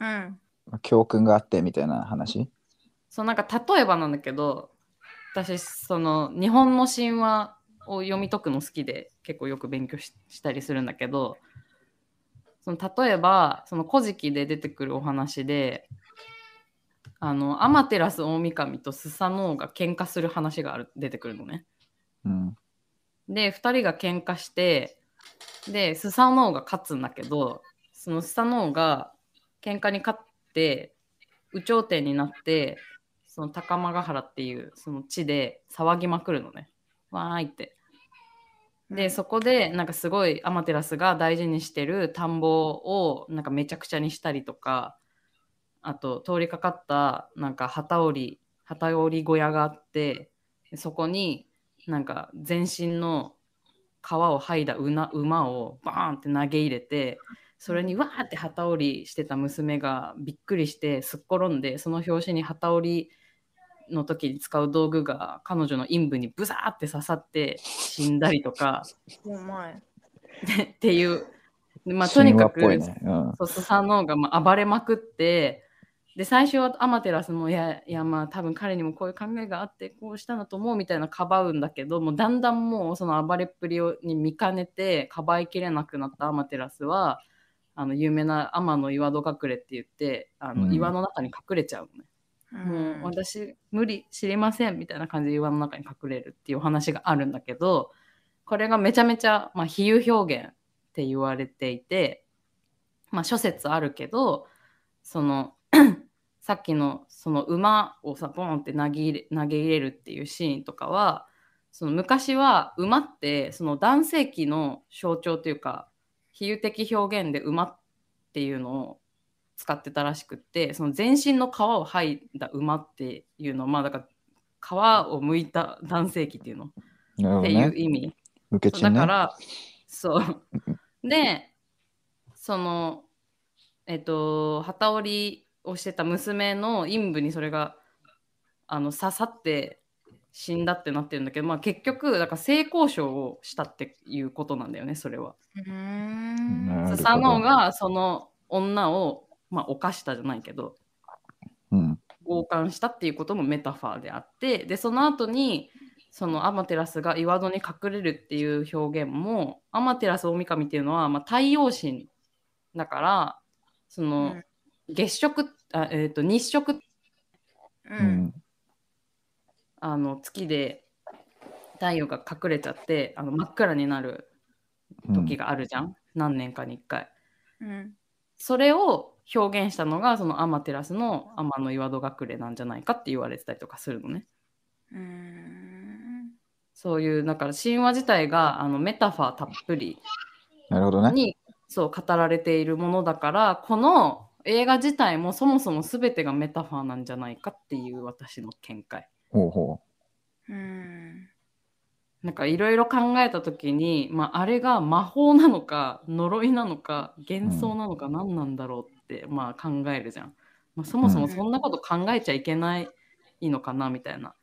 うん。教訓があってみたいな話。そうなんか例えばなんだけど私その日本の神話を読み解くの好きで結構よく勉強ししたりするんだけどその例えばその「古事記」で出てくるお話であのアマテラス大神とスサノオが喧嘩する話がある出てくるのね。うん。で2人が喧嘩してでスサノオが勝つんだけどそのスサノオが喧嘩に勝って有頂天になってその高間ヶ原っていうその地で騒ぎまくるのねわーいってでそこでなんかすごいアマテラスが大事にしてる田んぼをなんかめちゃくちゃにしたりとかあと通りかかったなんか旗織旗織小屋があってそこになんか全身の皮を剥いだうな馬をバーンって投げ入れてそれにわーって旗織りしてた娘がびっくりしてすっ転んでその拍子に旗織りの時に使う道具が彼女の陰部にブサーって刺さって死んだりとかお前。っていう、まあ、とにかく、神話っぽいね。うん。そうスサノオがまあ暴れまくってで最初はアマテラスもいやいやまあ多分彼にもこういう考えがあってこうしたんだと思うみたいなかばうんだけどもうだんだんもうその暴れっぷりをに見かねてかばいきれなくなったアマテラスはあの有名な「天の岩戸隠れ」って言ってあうのん岩の中に隠れちゃうのね。もう私無理知りませんみたいな感じで岩の中に隠れるっていうお話があるんだけどこれがめちゃめちゃ、まあ、比喩表現って言われていて、まあ、諸説あるけどその (clears throat) さっきのその馬をさボンって投げ入れ投げ入れるっていうシーンとかはその昔は馬ってその男性器の象徴というか比喩的表現で馬っていうのを使ってたらしくってその全身の皮を剥いだ馬っていうのまあだから皮を剥いた男性器っていうの、なるほっどていうね。意味受けそちうだねか。らそうでそのえっと旗織りをしてた娘の陰部にそれがあの刺さって死んだってなってるんだけど、まあ、結局だから性交渉をしたっていうことなんだよねそれは。なるほどサノがその女を、まあ、犯したじゃないけどうん。強姦したっていうこともメタファーであってでその後にそのアマテラスが岩戸に隠れるっていう表現もアマテラス大神っていうのは、まあ、太陽神だからそのうん月食あ、えー、と日食う。うんん。あの月で太陽が隠れちゃってあの真っ暗になる時があるじゃん、何年かに1回。うん。それを表現したのがそのアマテラスの天の岩戸隠れなんじゃないかって言われてたりとかするのね。うん。そういうだから神話自体があのメタファーたっぷりなるほどね。にそう語られているものだからこの映画自体もそもそも全てがメタファーなんじゃないかっていう私の見解。ほうほうん。なんかいろいろ考えた時に、まあ、あれが魔法なのか呪いなのか幻想なのか何なんだろうって、まあ、考えるじゃん、まあ、そもそもそんなこと考えちゃいけないのかなみたいな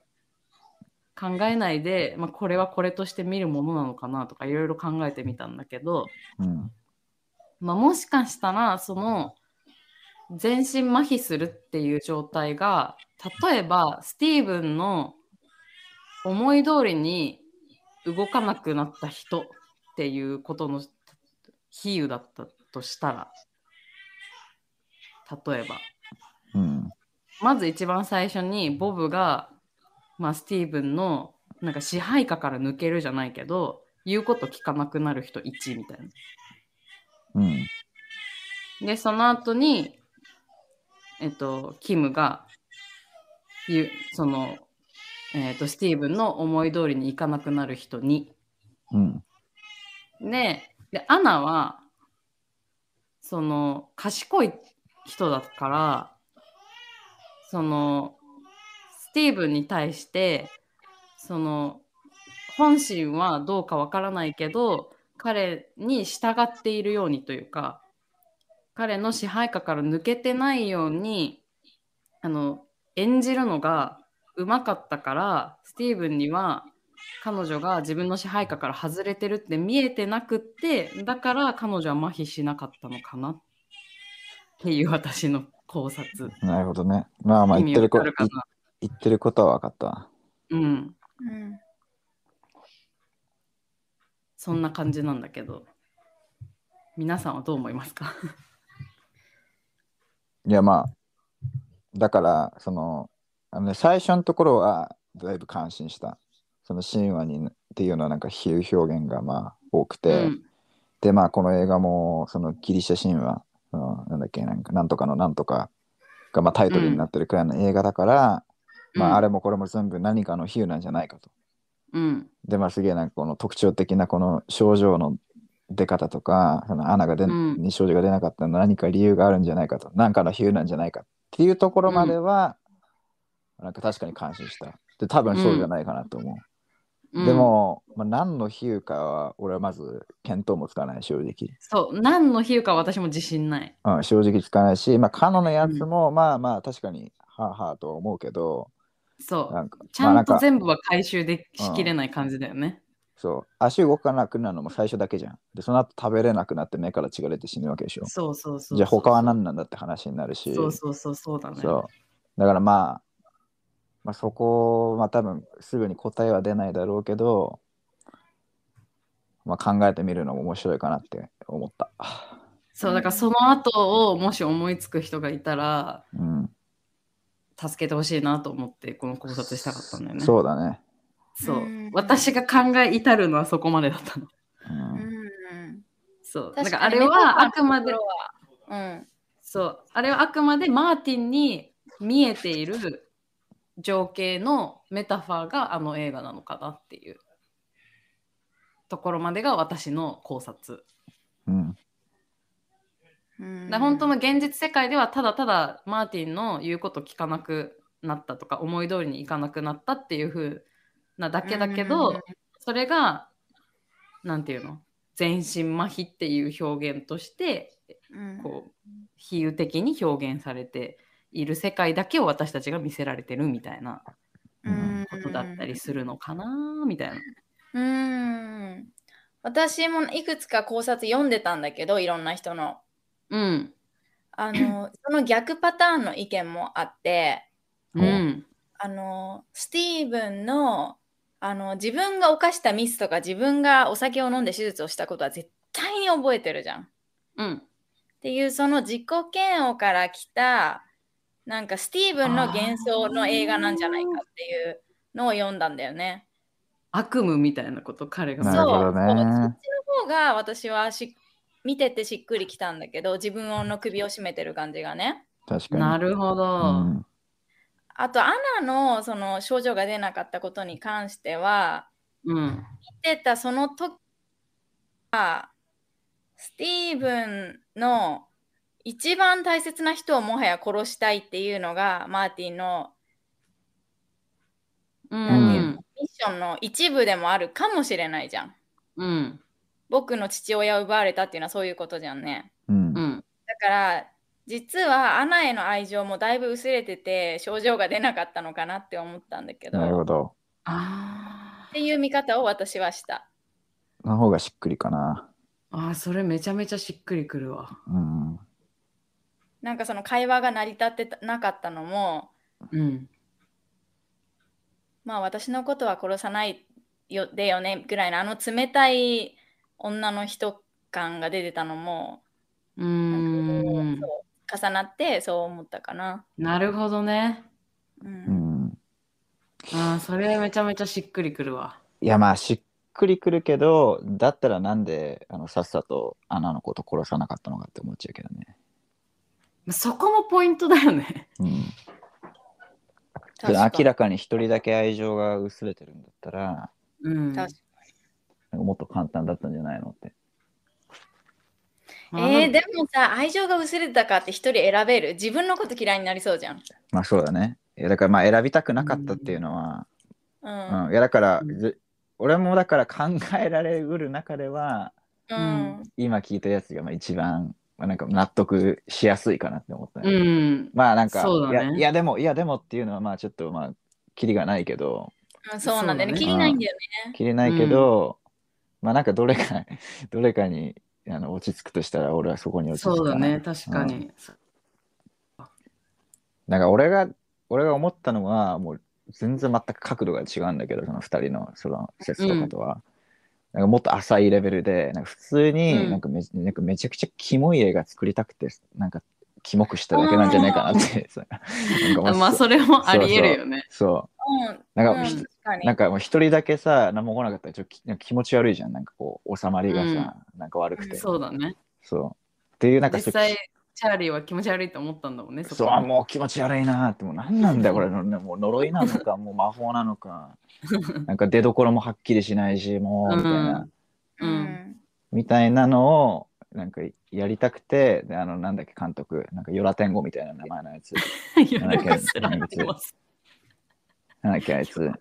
考えないで、まあ、これはこれとして見るものなのかなとかいろいろ考えてみたんだけど、う。うん。まあ、もしかしたらその全身麻痺するっていう状態が例えばスティーブンの思い通りに動かなくなった人っていうことの比喩だったとしたら例えばうん。まず一番最初にボブが、まあ、スティーブンのなんか支配下から抜けるじゃないけど言うこと聞かなくなる人1みたいな。うん。で、その後に、えっと、キムが、ゆその、えっと、スティーブンの思い通りにいかなくなる人に。うん。で、でアナは、その、賢い人だから、その、スティーブンに対して、その、本心はどうかわからないけど、彼に従っているようにというか、彼の支配下から抜けてないように、あの、演じるのがうまかったから、スティーブンには彼女が自分の支配下から外れてるって見えてなくってだから彼女は麻痺しなかったのかなっていう私の考察なるほどね。まあまあ意言っ味てわるかこるかな言ってることは分かったわ。うんうん。そんな感じなんだけど皆さんはどう思いますかいやまあ、だから、その、あのね、最初のところはだいぶ感心した。その神話にっていうのはなんか比喩表現がまあ多くて、うんでまあこの映画もそのギリシャ神話、そのなんだっけ、なんかなんとかのなんとかがまあタイトルになってるくらいの映画だから、まああれもこれも全部何かの比喩なんじゃないかと。うんでまあすげえなんかこの特徴的なこの症状の出方とかその穴が出、うんに症状が出なかったのは何か理由があるんじゃないかと何かの比喩なんじゃないかっていうところまでは、なんか確かに感心したで多分そうじゃないかなと思う、うんでも、まあ、何の比喩かは俺はまず見当もつかない正直、そう何の比喩か私も自信ないうん、正直つかないしまあカノのやつも、まあまあ確かにはあはあとは思うけどそうなんかちゃんまとあ、なんか全部は回収できうんしきれない感じだよね、そう足動かなくなるのも最初だけじゃんでその後食べれなくなって目から血が出て死ぬわけでしょそうそうそうそうじゃあ他は何なんだって話になるし。そうそうそうそうだねそうだからまあ、まあ、そこ、まあ多分すぐに答えは出ないだろうけど、まあ考えてみるのも面白いかなって思った。そうだからその後をもし思いつく人がいたらうん。助けてほしいなと思ってこの考察したかったんだよね。そうだね。そううん私が考え至るのはそこまでだったの。うんうんそうだ確からかあにれはあくまでメタファーのところはうんそうあれはあくまでマーティンに見えている情景のメタファーがあの映画なのかなっていうところまでが私の考察。うんうんだから本当の現実世界ではただただマーティンの言うこと聞かなくなったとか思い通りにいかなくなったっていう風なだけだけど、うんそれがなんていうの全身麻痺っていう表現としてうんこう比喩的に表現されている世界だけを私たちが見せられてるみたいなうんことだったりするのかなみたいな。うん私もいくつか考察読んでたんだけどいろんな人のうん。あの (laughs) その逆パターンの意見もあってうん。あのスティーブンのあの自分が犯したミスとか自分がお酒を飲んで手術をしたことは絶対に覚えてるじゃん。っうん。ていうその自己嫌悪から来たなんかスティーブンの幻想の映画なんじゃないかっていうのを読んだんだよね。悪夢みたいなこと彼がなるほどねそうそうそっちの方が私はし見ててしっくりきたんだけど自分の首を絞めてる感じがね。確かに。なるほうど。んあとアナのその症状が出なかったことに関してはうん。見てたその時はスティーブンの一番大切な人をもはや殺したいっていうのがマーティンのうなんん。ミッションの一部でもあるかもしれないじゃん。うん。僕の父親を奪われたっていうのはそういうことじゃんね。うんうん。だから実はアナへの愛情もだいぶ薄れてて症状が出なかったのかなって思ったんだけどなるっほど。あていう見方を私はした。の方がしっくりかな。ーあー、それめちゃめちゃしっくりくるわ。うん。なんかその会話が成り立ってなかったのもうん。まあ私のことは殺さないよでよねぐらいのあの冷たい女の人感が出てたのもうーなんんか。こう重なってそう思ったかな。なるほどね。ううんん。あーそれめちゃめちゃしっくりくるわ。いやまあしっくりくるけど、だったらなんであのさっさとアナのこと殺さなかったのかって思っちゃうけどね。そこもポイントだよね。うん。確か明らかに一人だけ愛情が薄れてるんだったら、うん。確かなんかもっと簡単だったんじゃないのって。まあえー、でもさ愛情が薄れてたかって一人選べる自分のこと嫌いになりそうじゃん。まあそうだね。いやだからまあ選びたくなかったっていうのは、うんうん、いやだから、うんず俺もだから考えられうる中ではうん今聞いたやつがまあ一番、まあ、なんか納得しやすいかなって思ったね、うん。まあなんか、そういだやねいやでもいやでもっていうのはまあちょっとまあキリがないけどうんそうなんだよね。そうだね切りないんだよね。キリないけど、まあなんかどれか (laughs) どれかにあの落ち着くとしたら俺はそこに落ち着くそうだかなね、確かに。なんか俺が俺が思ったのはもう全然全く角度が違うんだけどその2人のその説とかとは、なんかもっと浅いレベルでなんか普通うにんなんかめ,、なんかめちゃくちゃキモい映画作りたくてなんかキモくしただけなんじゃないかなってそうなんかもあうまあ、そそれもありえるよね。そううん。なんうんかひ、確かになんかもう一人だけさ何も来なかったらちょっときなんか気持ち悪いじゃんなんかこう収まりがさ、なんか悪くて、そうだね。そうっていうなんか実際、チャーリーは気持ち悪いと思ったんだもんね、そうこあもう気持ち悪いなーってもう何なんだよこれのもう呪いなの (laughs) かもう魔法なのかなんか出どころもはっきりしないしもうみたいな、ううんん。みたいなのをなんかやりたくてであのなんだっけ監督なんかヨラテンゴみたいな名前のやつヨルゴスランティモス。なんだっけあ (laughs) いつ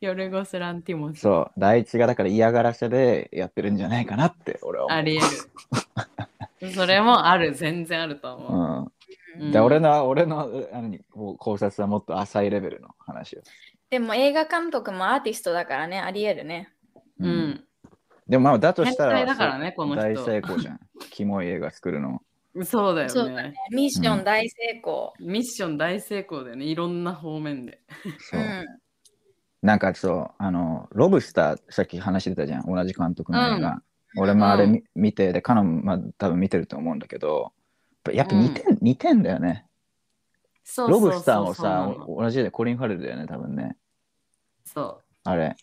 ヨルゴスランティモス。そう第一がだから嫌がらせでやってるんじゃないかなって俺は思うありえる。 (laughs) それもある、全然あると思う。うん、で俺の俺のあのこう考察はもっと浅いレベルの話を、でも映画監督もアーティストだからね、ありえるね。うん。うんでもまあだと変したら態だからね、この大人。成功 (laughs) じゃんキモい映画作るのそうだそようだね。ミッション大成功。ミッション大成功だよね、いろんな方面で。そうう、ん。なんかそうあのロブスターさっき話してたじゃん同じ監督の映画、俺もあれみ、見てでカノン、まあ、多分見てると思うんだけどやっぱやっぱ似て,、ん、似てんだよねそうロそうブそうスターもそうなさの、同じでコリン・ファレルだよね、多分ね。そあれ。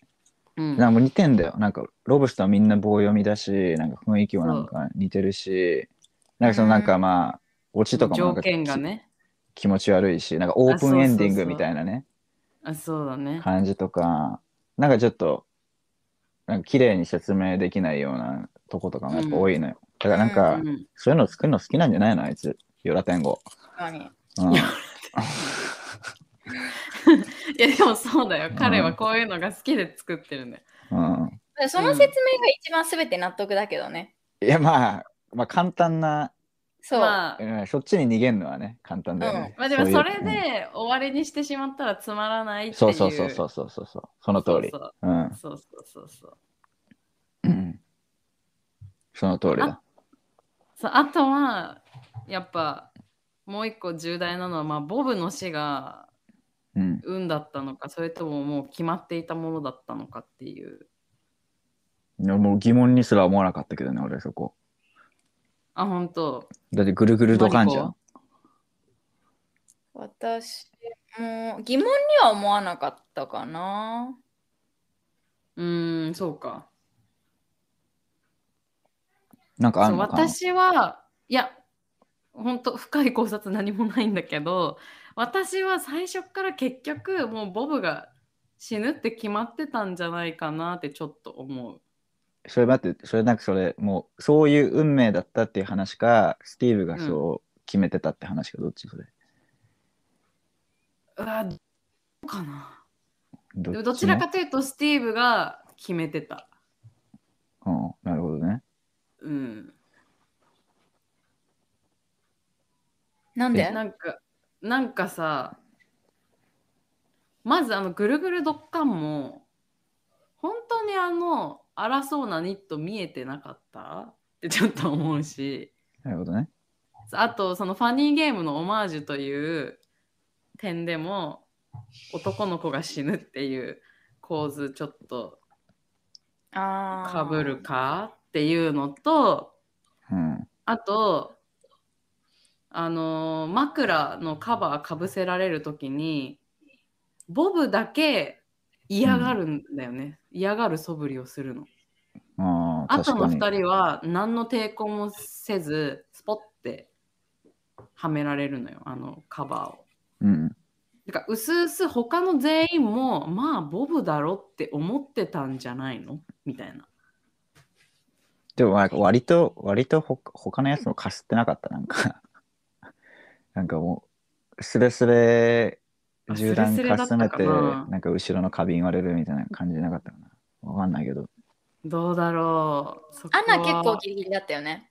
う。うん。なんか似てんだよ。なんか、ロブスターみんな棒読みだし、なんか雰囲気もなんか似てるし、なんかそのなんかまあ、オチとかもな条んか件がね。き気持ち悪いし、なんかオープンエンディあそうそうングそうみたいなね、あ、そうだね。感じとか、なんかちょっと、なんか綺麗に説明できないようなとことかもやっぱ多いのよ。だからなんか、うんうんそういうの作るの好きなんじゃないのあいつ、ヨラテンゴ。確かに。うん、いや、でもそうだよ。彼はこういうのが好きで作ってるんだよ。 (laughs) うんその説明が一番すべて納得だけどね。いやまあ、まあ簡単な、そう。まあ、うんそっちに逃げるのはね、簡単だよね。まあでもういそうれで終わりにしてしまったらつまらないっうていんう。そうそうそうそうそうそうそう、その通り。そううんそうそうそうそう。うんその通りだ。そうあとは、やっぱ、もう一個重大なのは、まあ、ボブの死がうん。運だったのか、それとももう決まっていたものだったのかっていう。いやもう疑問にすら思わなかったけどね、俺そこ。あ、本当だってぐるぐるドカンじゃん。私も疑問には思わなかったかな。うーん、そうか。なんかあそんうのかな私はいや本当深い考察何もないんだけど私は最初から結局もうボブが死ぬって決まってたんじゃないかなってちょっと思う。それ待って、それなんかそれ、もうそういう運命だったっていう話か、スティーブがそう決めてたって話か、どっちそれ。うわどうかなどでっももどちらか。というとスティーブが決めてた。うん、なるほどね。うん、なんでなんかなんかさまずあのぐるぐるドッカンも本当にあの荒そうなニット見えてなかったってちょっと思うし。なるほどね。あとそのファニーゲームのオマージュという点でも男の子が死ぬっていう構図ちょっとあかあ。ぶるかっていうのとうん。あとあのー枕のカバーかぶせられる時にボブだけ嫌がるんだよね、嫌がる素振りをするの。ああ、あと確のかに。 2人は何の抵抗もせずスポッてはめられるのよあのカバーを。うん。てか、うすうす他の全員も、まあ、ボブだろって思ってたんじゃないのみたいな。でもなんか割と割とほ他のやつもかすってなかったなんか (laughs) なんかもうスレスレあ銃弾スレスレだかったかすなめてなんか後ろの花瓶割れるみたいな感じなかったかなわかんないけどどうだろうそこアはナ結構ギリギリだったよね。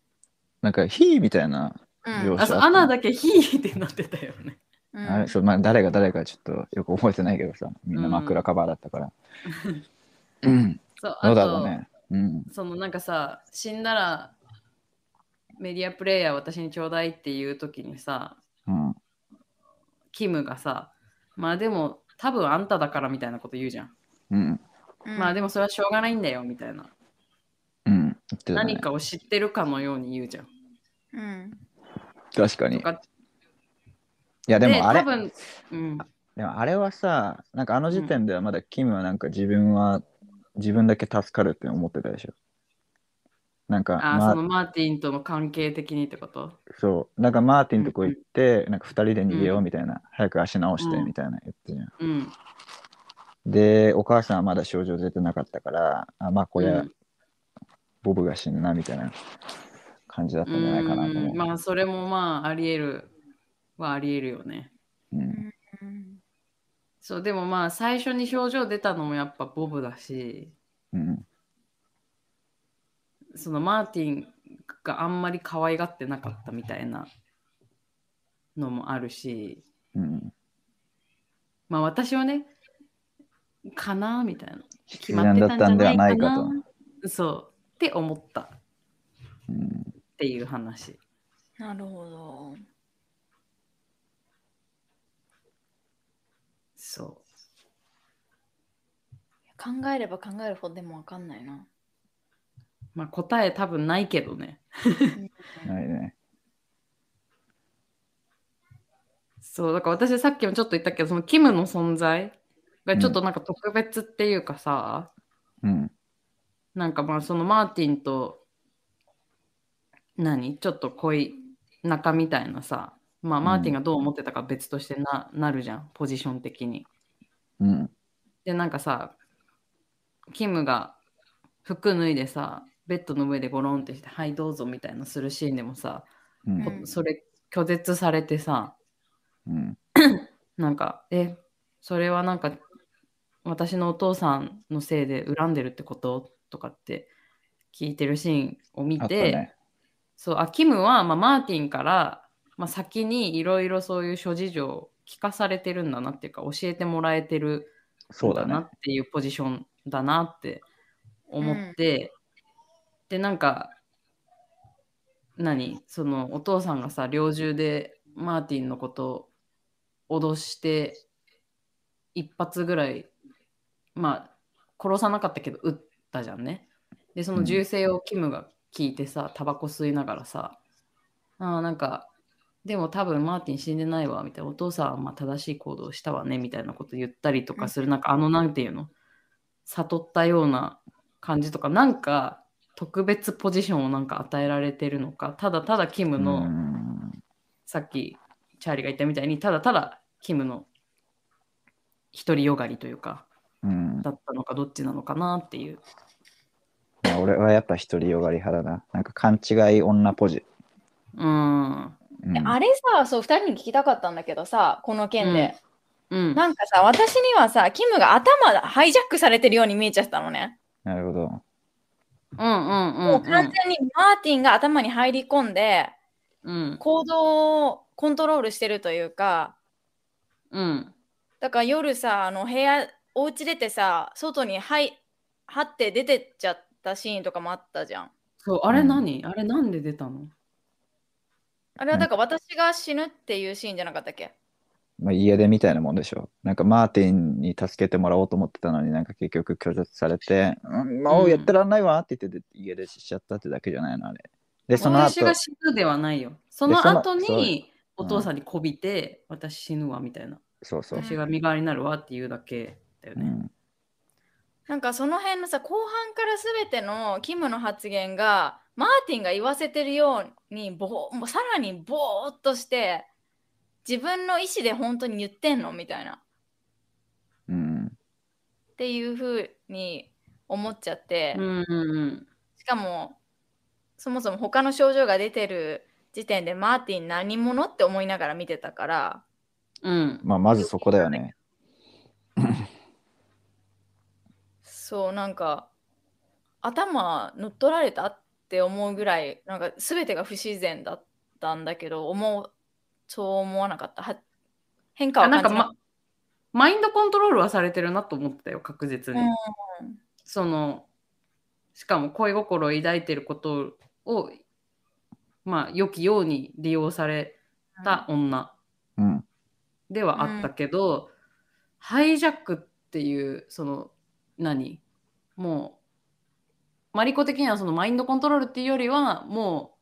なんか「ヒー」みたいな、うん。あそうアナだけヒーってなってたよね。うんあれそうまあ、誰が誰かちょっとよく覚えてないけどさみんなうん枕カバーだっ (laughs) たから、うん、そうどあうだろうと、ねうんそのなんかさ、死んだらメディアプレイヤー私にちょうだいっていう時にさ、うんキムがさ、まあでも多分あんただからみたいなこと言うじゃん。うんうんまあでもそれはしょうがないんだよみたいな。うん言ってたね何かを知ってるかのように言うじゃん。うん確かにといかやでもあれ多分、うん、でもあれはさ、なんかあの時点ではまだキムはなんか自分は、自分だけ助かるって思ってたでしょ。なんか、あー、まそのマーティンとの関係的にってことそう、なんかマーティンとこ行って、なんか二人で逃げよううんみたいな、早く足直してみたいな言ってたじゃん。うん。で、お母さんはまだ症状出てなかったから、あまあこりゃ、うんボブが死ぬなみたいな感じだったんじゃないかなと思うう。んまあそれもまあありえるはありえるよね。うんうんそうでもまあ最初に表情出たのもやっぱボブだし、うんそのマーティンがあんまり可愛がってなかったみたいなのもあるし、うん、まあ私はね、かなみたいな。必然だったんではないかと。と。そう。って思ったっうん、ていう話。なるほど。そう。考えれば考えるほどでもわかんないな。まあ答え多分ないけどね。ないね。そう、だから私さっきもちょっと言ったけど、そのキムの存在がちょっとなんか特別っていうかさ、うん。なんかまあそのマーティンと、何ちょっと濃い仲みたいなさ、まあマーティンがどう思ってたか別としてな,、なるじゃん、ポジション的に。うん。で、なんかさ、キムが服脱いでさ、ベッドの上でゴロンってして、はいどうぞみたいなするシーンでもさ、うん。こそれ拒絶されてさ、うん。なんか、え、それはなんか、私のお父さんのせいで恨んでるってこととかって聞いてるシーンを見あったて、ね。そう、あ、キムは、まあ、マーティンから、まあ、先にいろいろそういう諸事情を聞かされてるんだなっていうか、教えてもらえてるそうだだなねっ。ていうポジションだなって思って、でなんか何そのお父さんがさ猟銃でマーティンのことを脅して一発ぐらいまあ殺さなかったけど撃ったじゃんねでその銃声をキムが聞いてさタバコ吸いながらさあーなんかでも多分マーティン死んでないわみたいなお父さんはまあ正しい行動をしたわねみたいなこと言ったりとかする、なんかあのなんていうの悟ったような感じとかなんか特別ポジションをなんか与えられてるのかただただキムの、うんさっきチャーリーが言ったみたいにただただキムの独りよがりというかうん。だったのかどっちなのかなっていうまあ俺はやっぱ独りよがり派だな。なんか勘違い女ポジ。うんうんあれさ、そう、二人に聞きたかったんだけどさ、この件で。うんなんかさ、私にはさ、キムが頭ハイジャックされてるように見えちゃったのね。なるほうんど。うんうんもう完全にマーティンが頭に入り込んで、うん行動をコントロールしてるというか、うんだから夜さ、あの部屋、お家出てさ、外にはい、張って出てっちゃったシーンとかもあったじゃん。そうあれ何、あれなんで出たのあれはだから私が死ぬっていうシーンじゃなかったっけ、まあ、家出みたいなもんでしょ。なんかマーティンに助けてもらおうと思ってたのになんか結局拒絶されて、うん、まあ、うんやってらんないわって言って家出しちゃったってだけじゃないのあれ。で、その私後が、死ぬではないよその後にお父さんにこびて、私死ぬわみたいなそうそう。私が身代わりになるわっていうだけだようねん、なんかその辺のさ後半から全てのキムの発言がマーティンが言わせてるようにぼーもうさらにぼーっとして自分の意思で本当に言ってんのみたいなっうん、ていう風に思っちゃって、うんうんしかもそもそも他の症状が出てる時点でマーティン何者って思いながら見てたからうんまあ、まずそこだよね。そうなんか頭乗っ取られたって思うぐらいなんか全てが不自然だったんだけど思うそう思わなかったは変化はあなん感か、じなま、マインドコントロールはされてるなと思ったよ確実に、うんそのしかも恋心を抱いてることをまあ良きように利用された女うん。ではあったけど、ハイジャックっていうその何もうマリコ的にはそのマインドコントロールっていうよりはもう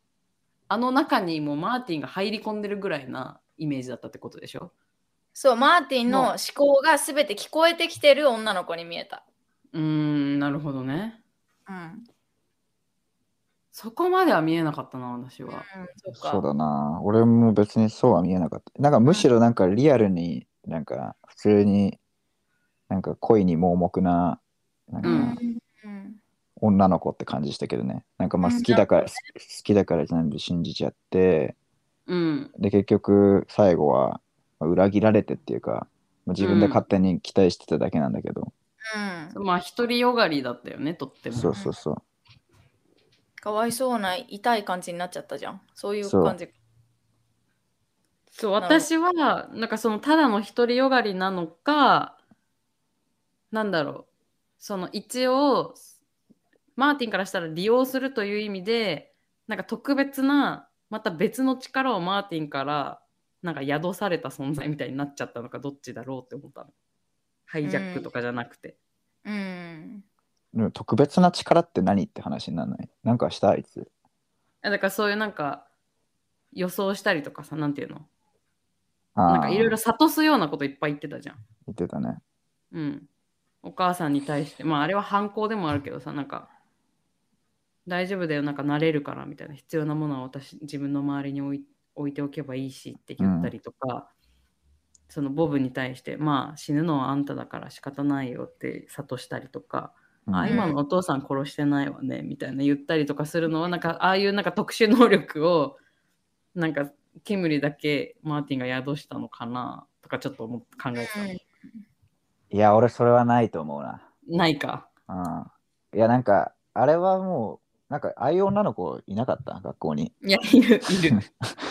あの中にもうマーティンが入り込んでるぐらいなイメージだったってことでしょそうマーティンのもう思考が全て聞こえてきてる女の子に見えた、うーんなるほどねうん、そこまでは見えなかったな私はそうかそうだな。俺も別にそうは見えなかった。なんかむしろなんかリアルに、なんか普通に、なんか恋に盲目な、なんかううんんうん女の子って感じしたけどね。なんかまあうん好きだから、なる好きだから全部信じちゃって、うんで結局最後はまあ裏切られてっていうか、まあ、自分で勝手に期待してただけなんだけど、うんまあ独りよがりだったよねとってもそうそうそうかわいそうな痛い感じになっちゃったじゃんそういうそう感じそうなるほど私はなんかそのただの独りよがりなのかなんだろうその一応マーティンからしたら利用するという意味でなんか特別なまた別の力をマーティンからなんか宿された存在みたいになっちゃったのかどっちだろうって思ったのハイジャックとかじゃなくて、うんでも特別な力って何って話にならないなんかしたあいつあだからそういうなんか予想したりとかさなんていうのあなんかいろいろ諭すようなこといっぱい言ってたじゃん。言ってたね。うん。お母さんに対して、まああれは反抗でもあるけどさ、なんか、大丈夫だよ、なんか慣れるからみたいな、必要なものは私、自分の周りに置い置いておけばいいしって言ったりとか、そのボブに対して、まあ死ぬのはあんただから仕方ないよって諭したりとか、うんあ今のお父さん殺してないわねみたいな言ったりとかするのは、なんかああいうなんか特殊能力を、なんか煙だけマーティンが宿したのかなとかちょっと思っ考えてた。いや、俺それはないと思うな。ないか。うん。いや、なんか、あれはもう、なんか、ああいう女の子いなかった学校に。いや、いる、い (laughs) る。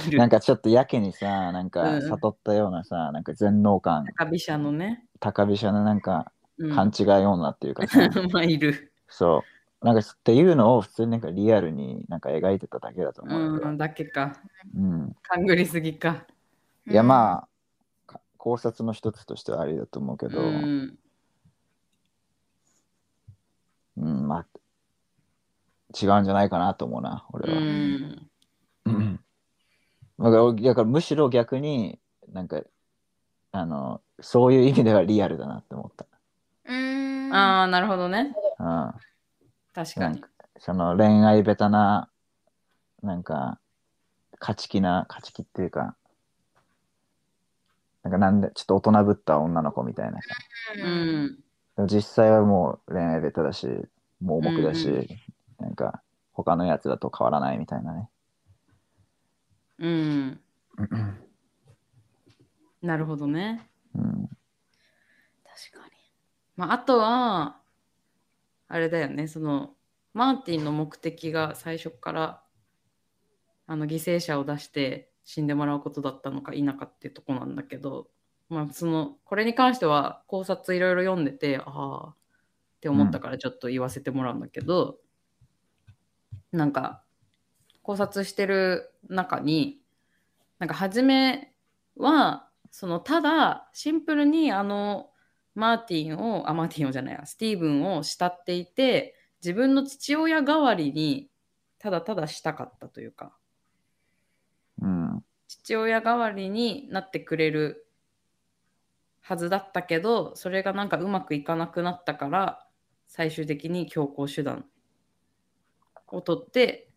いるなんかちょっとやけにさ、なんうかん悟ったようなさ、なんか全能感、高飛車のね。高飛車のなんかうん、勘違い女っていうかさ、 (laughs) まあ、いる。そう。なんかっていうのを普通になんかリアルになんか描いてただけだと思うよ、うん、だけか。うん。勘ぐりすぎか。いやあ、まあ、か考察の一つとしてはありだと思うけうど、うん、ん。まあ、違うんじゃないかなと思うな、う俺は。ん。うんだからだからむしろ逆になんかあのそういう意味ではリアルだなって思っうーん。ああ、なるほどね。た、確うん、なかんにか。その恋愛ベタななんか勝ち気な勝ち気っていうかなんかなんでちょっと大人ぶった女の子みたいなさううんん。でも実際はもう恋愛ベタだし盲目だし、うんうなんか他のやつだと変わらないみたいなねうん。なるほどね。うん確かに。まあ、あとは、あれだよね、その、マーティンの目的が最初から、あの、犠牲者を出して死んでもらうことだったのか否かっていうとこなんだけど、まあ、その、これに関しては考察いろいろ読んでて、ああ、って思ったからちょっと言わせてもらうんだけど、なんか、考察してる中に、なんか、初めは、その、ただ、シンプルに、あの、マーティンを、あ、マーティンをじゃないや、スティーブンを慕っていて、自分の父親代わりにただただしたかったというか、うん父親代わりになってくれるはずだったけど、それがなんかうまくいかなくなったから、最終的に強行手段を取って、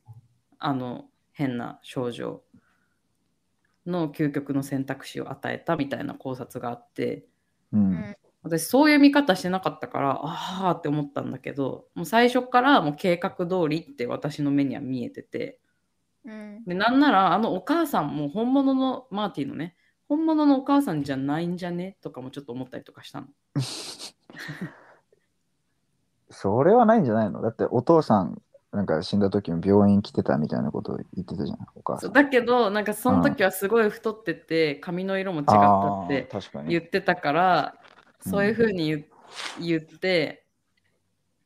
あの、変な症状の究極の選択肢を与えたみたいな考察があって、うん私そういう見方してなかったからああって思ったんだけどもう最初からもう計画通りって私の目には見えててうん。でなんならあのお母さんも本物のマーティのね本物のお母さんじゃないんじゃねとかもちょっと思ったりとかしたのそれはないんじゃないのだってお父さんなんか死んだ時も病院来てたみたいなこと言ってたじゃん、お母さそん。うだけどなんかその時はすごい太ってて髪の色も違ったあってー確かに言っ。てたから、うんそういうふうに言言って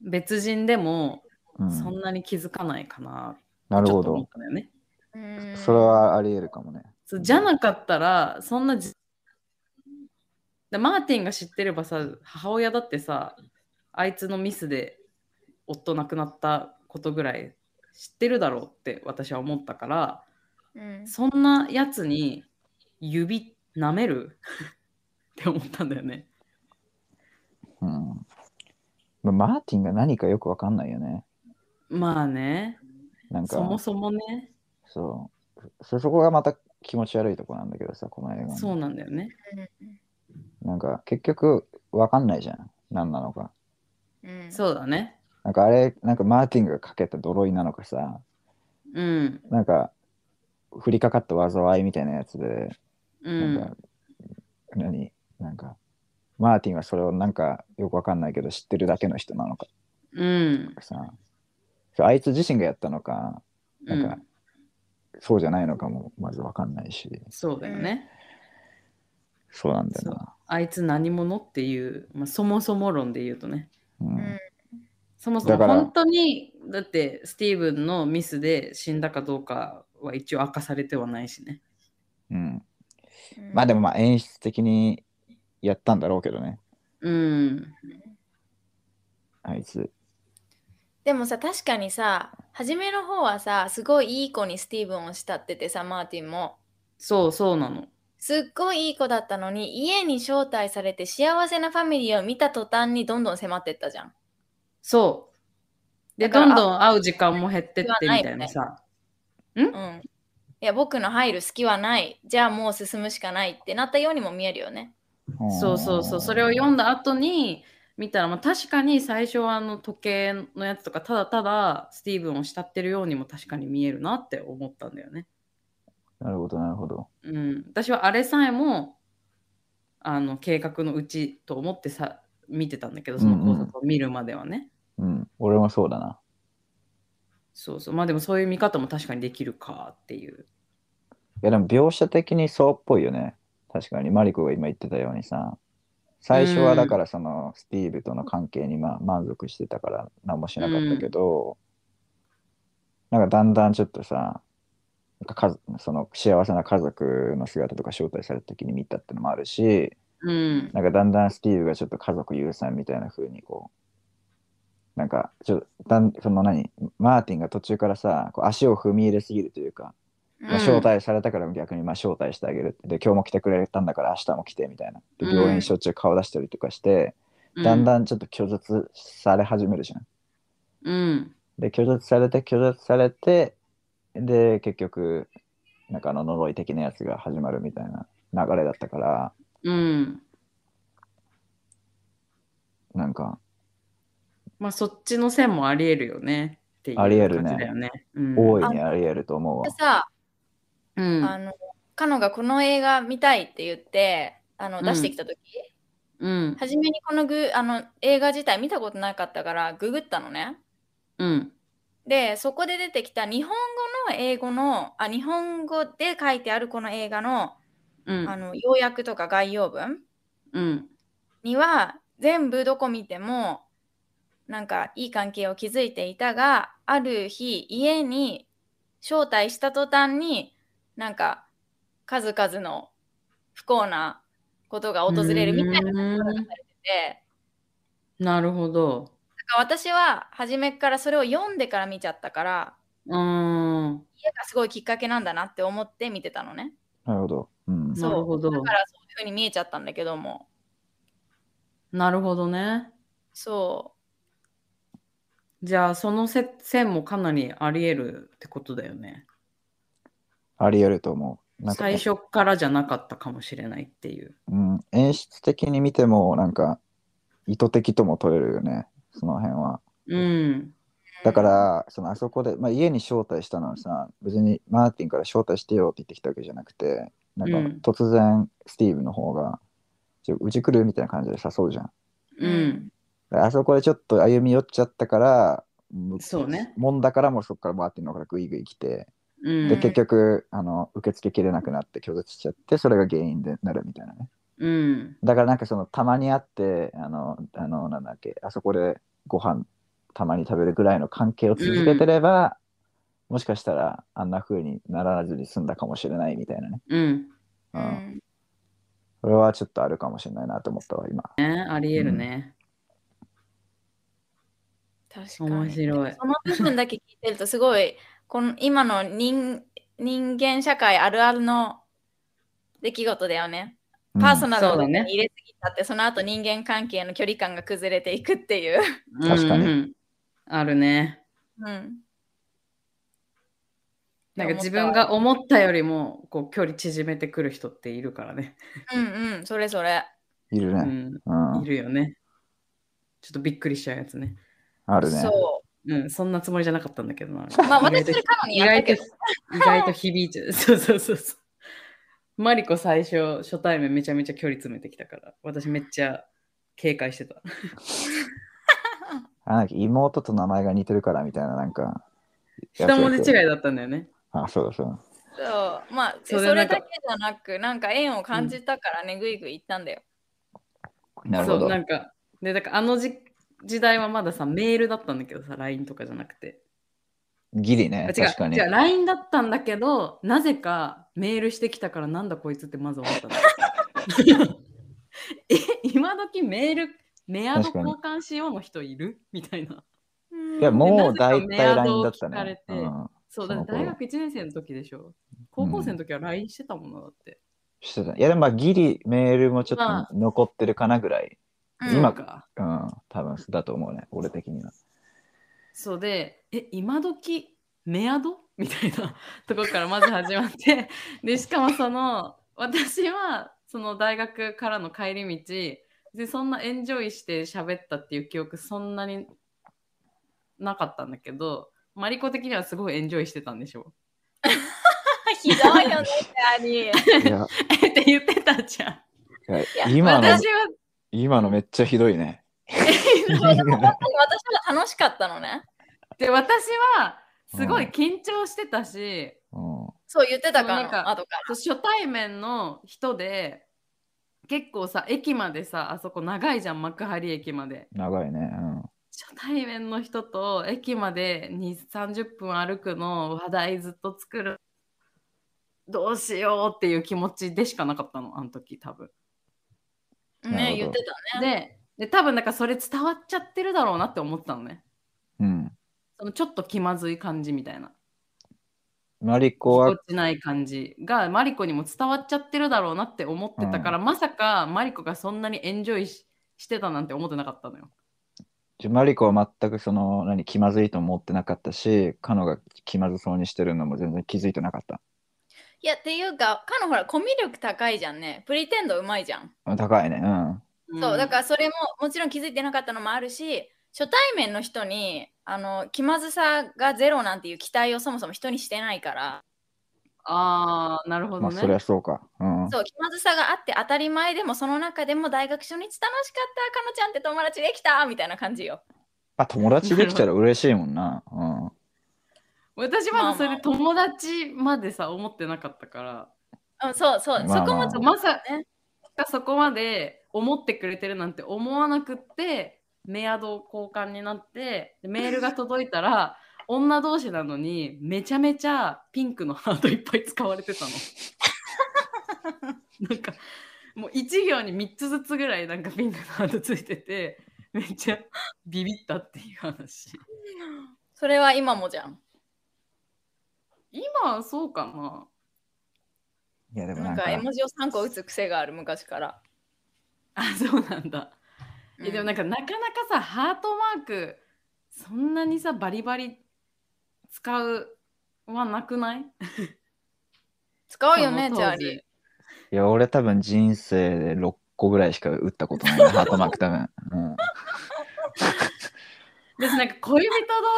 別人でもうんそんなに気づかないかな、なるちょほっと思どっ。たんだよね。うんそれ。はあり得るかもね。そうじゃなかったらそんなじだマーティンが知ってればさ母親だってさあいつのミスで夫亡くなったことぐらい知ってるだろうって私は思ったからうんそんなやつに指舐めるって思ったんだよねうん。まあマーティンが何かよくわかんないよね。まあねなんか、そもそもねそうそ。そこがまた気持ち悪いとこなんだけどさ、この映画のそうなんだよねなんか結局わかんないじゃん。何なのか。うん。そうだねなんかあれ、なんかマーティンがかけた呪いなのかさ、うんなんか降りかかった災いみたいなやつで、うなんんか、何なんか、マーティンはそれをなんかよくわかんないけど知ってるだけの人なのかうんさ、あいつ自身がやったのか、うなんかんそうじゃないのかもまずわかんないし、そうだよね、そうなんだよな。あいつ何者っていう、まあ、そもそも論で言うとねうんそもそもだから本当にだってスティーブンのミスで死んだかどうかは一応明かされてはないしねうん、うんまあでもまあ演出的にやったんだろうけどね、うんあいつ。でもさ確かにさ初めの方はさすごいいい子にスティーブンを慕っててさマーティンもそうそうなのすっごいいい子だったのに家に招待されて幸せなファミリーを見た途端にどんどん迫ってったじゃん。そう。で、だかどらんどん会う時間も減ってってみたいなさ。うん。いや僕の入る隙はないじゃあもう進むしかないってなったようにも見えるよね。そうそうそう。それを読んんだ後に見たら、まあ、確かに最初はあの時計のやつとか、ただただスティーブンを慕ってるようにも確かに見えるなって思ったんだよね。なるほど、なるほど。うん、私はあれさえもあの計画のうちと思ってさ見てたんだけどその考察を見るまではね、うん、俺もそうだな。そうそうまあでもそういう見方も確かにできるかっていういやでも描写的にそうっぽいよね。確かに、マリコが今言ってたようにさ、最初はだからそのスティーブとの関係にまあ満足してたから何もしなかったけど、なんかだんだんちょっとさ、なんか家族その幸せな家族の姿とか招待された時に見たってのもあるし、うんなんかだんだんスティーブがちょっと家族優先みたいな風にこう、なんかちょだんその何マーティンが途中からさこう足を踏み入れすぎるというかうんまあ、招待されたから逆にまあ招待してあげるってで今日も来てくれたんだから明日も来てみたいなでうん病院しょっちゅう顔出したりとかして、だんだんちょっと拒絶され始めるじゃん。うんで拒絶されて拒絶されてで結局なんかあの呪い的なやつが始まるみたいな流れだったからうんなんかまあそっちの線もありえるよねっていうありえるね感じだよねうん、大いにあり得ると思うわ。さ、うんあのカノがこの映画見たいって言ってあのうん出してきた時、うん初めにこのグあの映画自体見たことなかったからググったのね。うんでそこで出てきた日本語の英語のあ日本語で書いてあるこの映画のうんあの要約とか概要文うんには全部どこ見てもなんかいい関係を築いていたがある日家に招待した途端になんか数々の不幸なことが訪れるみたいなことが書かれててなるほどなんか私は初めからそれを読んでから見ちゃったからうん家がすごいきっかけなんだなって思って見てたのねなるほど。うん、なるほどだからそういう風に見えちゃったんだけどもなるほどねそじゃあそのせ線もかなりありえるってことだよねあり得ると思う。なんか最初からじゃなかったかもしれないっていううん、演出的に見てもなんか意図的とも取れるよねその辺はうんうだからそのあそこで、まあ、家に招待したのはさ別にマーティンから招待してよって言ってきたわけじゃなくてなうんんか突然スティーブの方が「ちょうち来る?」みたいな感じで誘うじゃんうんであそこでちょっと歩み寄っちゃったからむそうねもんだからもうそこからマーティンの方からグイグイ来てうでん結局あの受け付けきれなくなって拒絶しちゃってそれが原因でなるみたいなねうんだからなんかそのたまに会ってあのあのなんだっけあそこでご飯たまに食べるぐらいの関係を続けてれば、もしかしたらあんな風にならずに済んだかもしれないみたいなね、うんううんんそれはちょっとあるかもしれないなと思ったわ今ねありえるね、確かに面白いその部分だけ聞いてるとすごいこの今の人人間社会あるあるの出来事だよね。うんパーソナルそうだをね入れすぎたってそ,、の後人間関係の距離感が崩れていくっていう。確かにうんうんあるねうん、なんか自分が思ったよりもこう距離縮めてくる人っているからね、うんうんそれそれ。いるうね、ん、うんいるよねちょっとびっくりしちゃうやつねあるねそうんそんなつもりじゃなかったんだけどなう。まあ意外私とそ (laughs) れカノに意やった外とけ意ど。外と響いちゃう (laughs) そうそうそうそうマリコ最初初対面めちゃめちゃ距離詰めてきたから私めっちゃ警戒してたあなんか妹と名前が似てるからみたいななんかやつ二文字違いだったんだよねあそうだそうだそうまあそそれなれんかだけじゃなくなんか縁を感じたからね、ぐいぐい行ったんだよ。なるほそうどなんかでだからあのじ時代はまださメールだったんだけどさ LINE とかじゃなくてギリあね違確かうに違う LINE だったんだけどなぜかメールしてきたからなんだこいつってまず思ったんだ (laughs) え今時メールメアド交換しようの人いるみたいないうやんもう大でなぜかメア体ド LINE だったを聞かれねて、うん、そうだってその頃大学1年生の時でしょ高校生の時は LINE してたものだって、ししてた。いや、でもまあギリメールもちょまっと残ってるかなぐらい、うん今か。うん、多分だと思うね、俺的には。そうで、え、今時メアドみたいな (laughs) ところからまず始まって、で、しかもその、私はその大学からの帰り道、で、そんなエンジョイして喋ったっていう記憶、そんなになかったんだけど、マリコ的にはすごいエンジョイしてたんでしょ (laughs) (laughs) ひどいよね、チャーリー。いや、えって言ってたじゃん。いやや今の私、は、今のめっちゃひどいね。本当に私は楽しかったのね。で、私はすごい緊張してたし、うん、そう言ってたそうかなんら、か後かそう初対面の人で結構さ駅までさあそこ長いじゃん幕張駅まで長いね。初対面の人と駅まで2 30分歩くのを話題ずっと作るどうしようっていう気持ちでしかなかったのあの時多分ら。なるほね、ど言ってたでで多分なんかそれ伝わっちゃってるだろうなって思ったのねうん。うん。そのちょっと気まずい感じみたいなマリコは心地ない感じがマリコにも伝わっちゃってるだろうなって思ってたから、まさかマリコがそんなにエンジョイししてたなんて思ってなかったのよ。じゃマリコは全くその何気まずいとも思ってなかったし、カノが気まずそうにしてるのも全然気づいてなかった。いや、っていうか、かのほら、コミュ力高いじゃんね。プリテンドうまいじゃん。あ高いね。うん。そう、だかららそれも、もちろん気づいてなかったのもあるし、初対面の人に、あの、気まずさがゼロなんていう期待をそもそも人にしてないから、ああなるほどまあね。そりゃそうか。うん。そう、気まずさがあって当たり前でも、その中でも大学初日楽しかった、かのちゃんって友達できたみたいな感じよ。まあ友達できたら嬉しいもんな。うん。私まあままだあそれで友達までさ思ってなかったから、うん、そうそう、まあそこまあもそうままさかそこまで思ってくれてるなんて思わなくってメアド交換になってでメールが届いたら女同士なのにめちゃめちゃピンクのハートいっぱい使われてた (laughs) の。なんかもう1行に3つずつぐらいなんかピンクのハートついててめっちゃビビったっていう話。それは今もじゃん。今はそうかないやでもななんんかか絵文字を3個打つ癖がある昔から。あそうなんだ。えでもなんか、かなかなかさハートマークそんなにさバリバリ使うはなくない使うよね、その当チャー時リー。いや俺多分人生で6個ぐらいしか打ったこと (laughs) ないな。ハートマーク多分。うん。でなんか恋人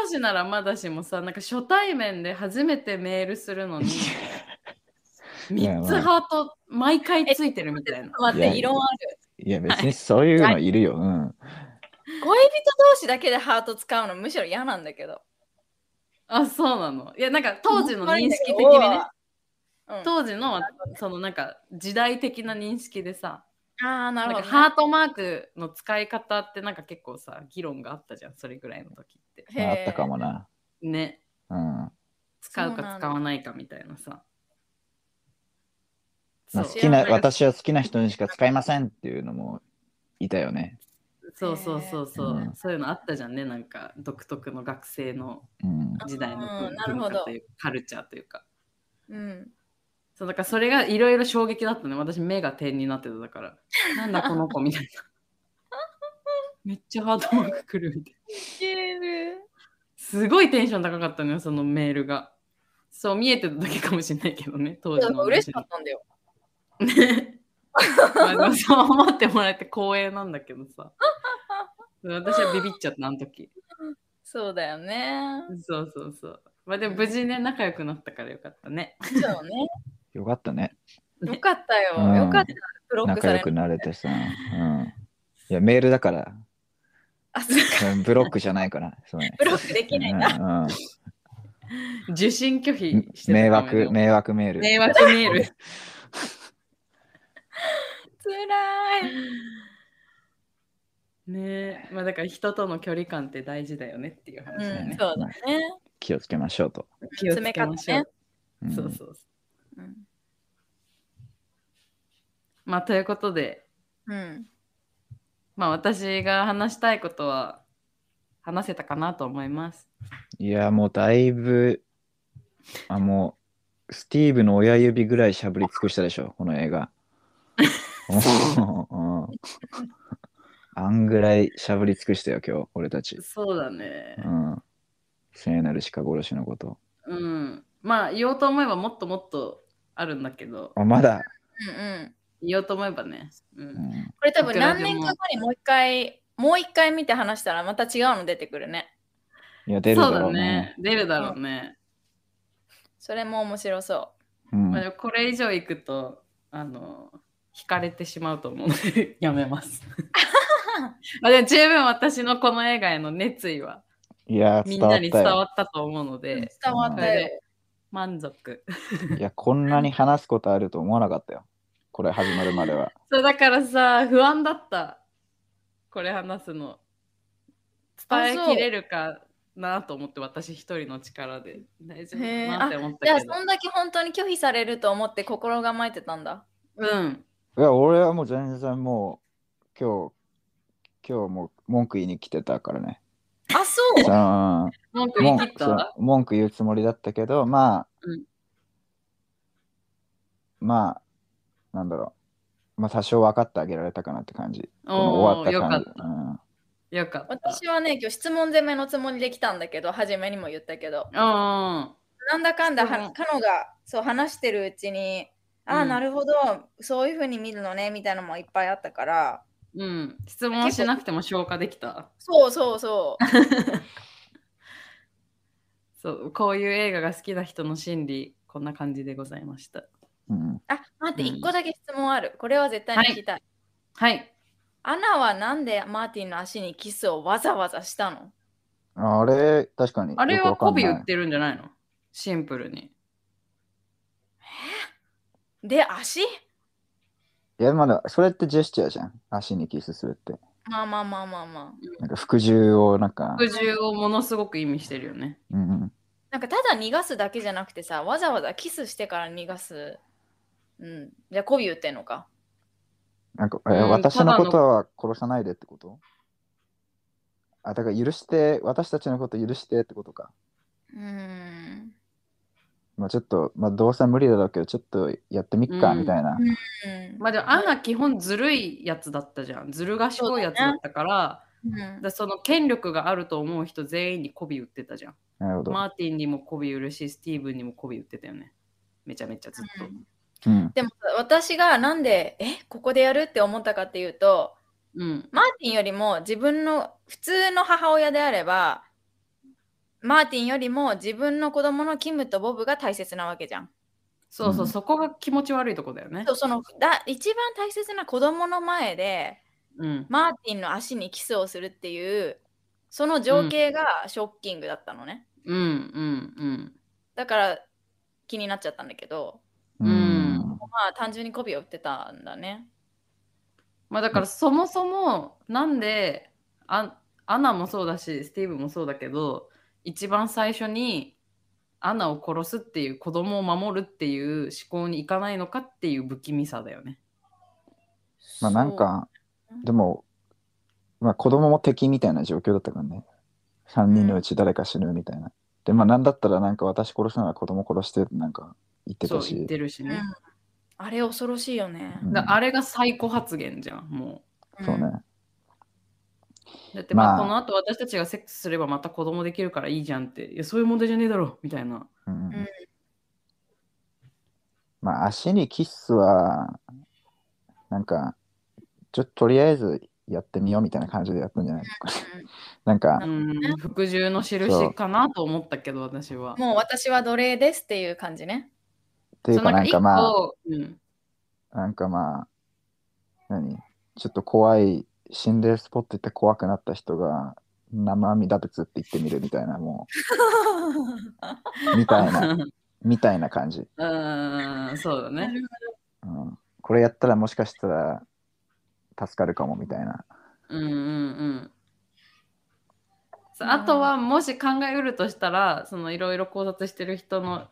同士ならまだしもさなんか初対面で初めてメールするのに (laughs) 3つハート毎回ついてるみたい (laughs) な。待っいやて、異論ある。いや別にそういうのいるよ。うん。恋人同士だけでハート使うのむしろ嫌なんだけど。あそうなの。いやなんか当時の認識的おにねー。うん当時のそのなんか時代的な認識でさああ、ななんるほかどね、ハートマークの使い方ってなんか結構さ議論があったじゃんそれぐらいの時ってへーあったかもな。ねうん。使うそうかなんだ使わないかみたいなさまあ、そう好きななんか私は好きな人にしか使いませんっていうのもいたよね。そうそうそうそう、うんそういうのあったじゃんねなんか独特の学生のうん。時代のうん文なるほ文ど化というかカルチャーというかうん。そうだからそれがいろいろ衝撃だったね私目が点になってただからなんだこの子み (laughs) たいなめっちゃハートマークくるみたいな。すごいテンション高かったのよ、そのメールが。そう見えてただけかもしれないけどね、当い時やの嬉しかったんだよ。ね (laughs) まあでもそう思ってもらえて光栄なんだけどさ。私はビビっちゃった、あの時。そうだよね。そうそうそう。まあでも無事ね、仲良くなったからよかったね。そ (laughs) うね。よかったね。よかったよ。うんよかった。ブロック仲さ良れくる。なれてさ。うん。いや、メールだから。あ、そうか。うんブロックじゃないから。そうね。ブロックできないな。うん (laughs) うん受信拒否して迷たかも惑、よ迷惑メール。迷惑メール。つらい。ねえまあだから人との距離感って大事だよねっていう話うだよん、ね。そうだね。気をつけましょうと。気をつけましょう。うんそうそうそう。うん。まあということで、うん。まあ私が話したいことは話せたかなと思います。いや、もうだいぶ、 (laughs) あ、もう、スティーブの親指ぐらいしゃぶり尽くしたでしょ、この映画。 (laughs) うんあんぐらいしゃぶり尽くしたよ、今日、俺たち。そうだねう。ん。聖なる鹿殺しのこと。うん。まあ、言おうと思えばもっともっとあるんだけど、あ、まだ。うんうん、言おうと思えばね。う。うんん、これ多分何年か後にもう一回もう一回見て話したらまた違うの出てくるね。いや、出るそうだろだうねね。。出るだろうね。それも面白そうまあ、んでもこれ以上いくと、あの、惹かれてしまうと思うので、 (laughs) やめます。まあでも十分私のこの映画への熱意はいや、み伝んわなっにた伝よわ。ったと思うのう。で、伝わったよ。満足。いや、こんなに話すことあると思わなかったよ。これ始まるまでは。そうだからさ、不安だった。これ話すの。伝えきれるかなと思って、私一人の力で大丈夫かなって思っじゃたあけどそ。んだけ本当に拒否されると思って心構えてたんだ。うん。いや、俺はもう全然もう、今日、今日もう文句言いに来てたからね。あそうその文句言い文切っ句そうた文句言うつもりだったけど、まあ、うんまあ、なんだろう。まあ、多少分かってあげられたかなって感じ。このおー終よわったかっ感じ。た。よかった。 (laughs) 私はね今日質問攻めのつもりで来たんだけど初めにも言ったけどうん。なんだかんだそうはカノがそう話してるうちにああ、うんなるほどそういう風に見るのねみたいなのもいっぱいあったからうん、質問しなくても消化できた。そうそうそう (laughs) そう、こういう映画が好きな人の心理、こんな感じでございました。うん。うんあ待ってうん一個だけ質問あるこれは絶対に聞きたい、はい。アナはなんでマーティンの足にキスをわざわざしたのあれ、確かに。あれはよくわコかんなビい売ってるんじゃないのシンプルに。で足いや、まだ、それってジェスチャーじゃん。足にキスするって。まあまあまあまあまあなんか服従を、なんか、服従をものすごく意味してるよね。うんうん、なんかただ逃がすだけじゃなくてさわざわざキスしてから逃がすうんじゃあ媚び売ってんのかなんか、えうん私たのだのことは殺さないでってことあ、だから許して、私たちのこと許してってことか。うーんまあちょっと、まあどうせ無理だろうけど、ちょっとやってみっか、うんみたいな。うんまあでも、アンは基本ずるいやつだったじゃん。ずる賢いやつだったから、うんだからその権力があると思う人全員にコビ売ってたじゃん。なるほど。マーティンにもコビ売るし、スティーブンにもコビ売ってたよね。めちゃめちゃずっと。うん。でもさ私がなんでえここでやるって思ったかっていうとうん。マーティンよりも自分の普通の母親であればマーティンよりも自分の子供のキムとボブが大切なわけじゃん。そうそう、うんそこが気持ち悪いとこだよねそ。うそのだ一番大切な子供の前でうん。マーティンの足にキスをするっていうその情景がショッキングだったのね。うんうんうん。だから気になっちゃったんだけどううんん。まあ単純に媚びを売ってたんだね。まあだからそもそもなんであアナもそうだしスティーブもそうだけど一番最初にアナを殺すっていう子供を守るっていう思考にいかないのかっていう不気味さだよね。まあなんかそう、でも、まあ子供も敵みたいな状況だったからね。3人のうち誰か死ぬみたいな。で、まあなんだったらなんか私殺すなら子供殺してってなんか言ってそうた言っし。てるしね。あれ恐ろしいよね。うんだからあれが最高発言じゃんもそうね。う。だってまあ、まあこの後私たちがセックスすればまた子供できるからいいじゃんっていやそういう問題じゃねえだろみたいな。うんうんうんまあ足にキスはなんかちょっととりあえずやってみようみたいな感じでやったんじゃないですか。うん (laughs) なんかうん服従のそう印かなと思ったけど私は。もう私は奴隷ですっていう感じね。っていうかなんかまそうなんか一個うんあなんかまあ何ちょっと怖い心霊スポット行って怖くなった人が生身だ物って言ってみるみたいなもうみた (laughs) いなみたいな感じ。うーん、そうだね。うん、これやったらもしかしたら助かるかもみたいな。うんうんうん。そうあとは、もし考えうるとしたら、そのいろいろ考察してる人の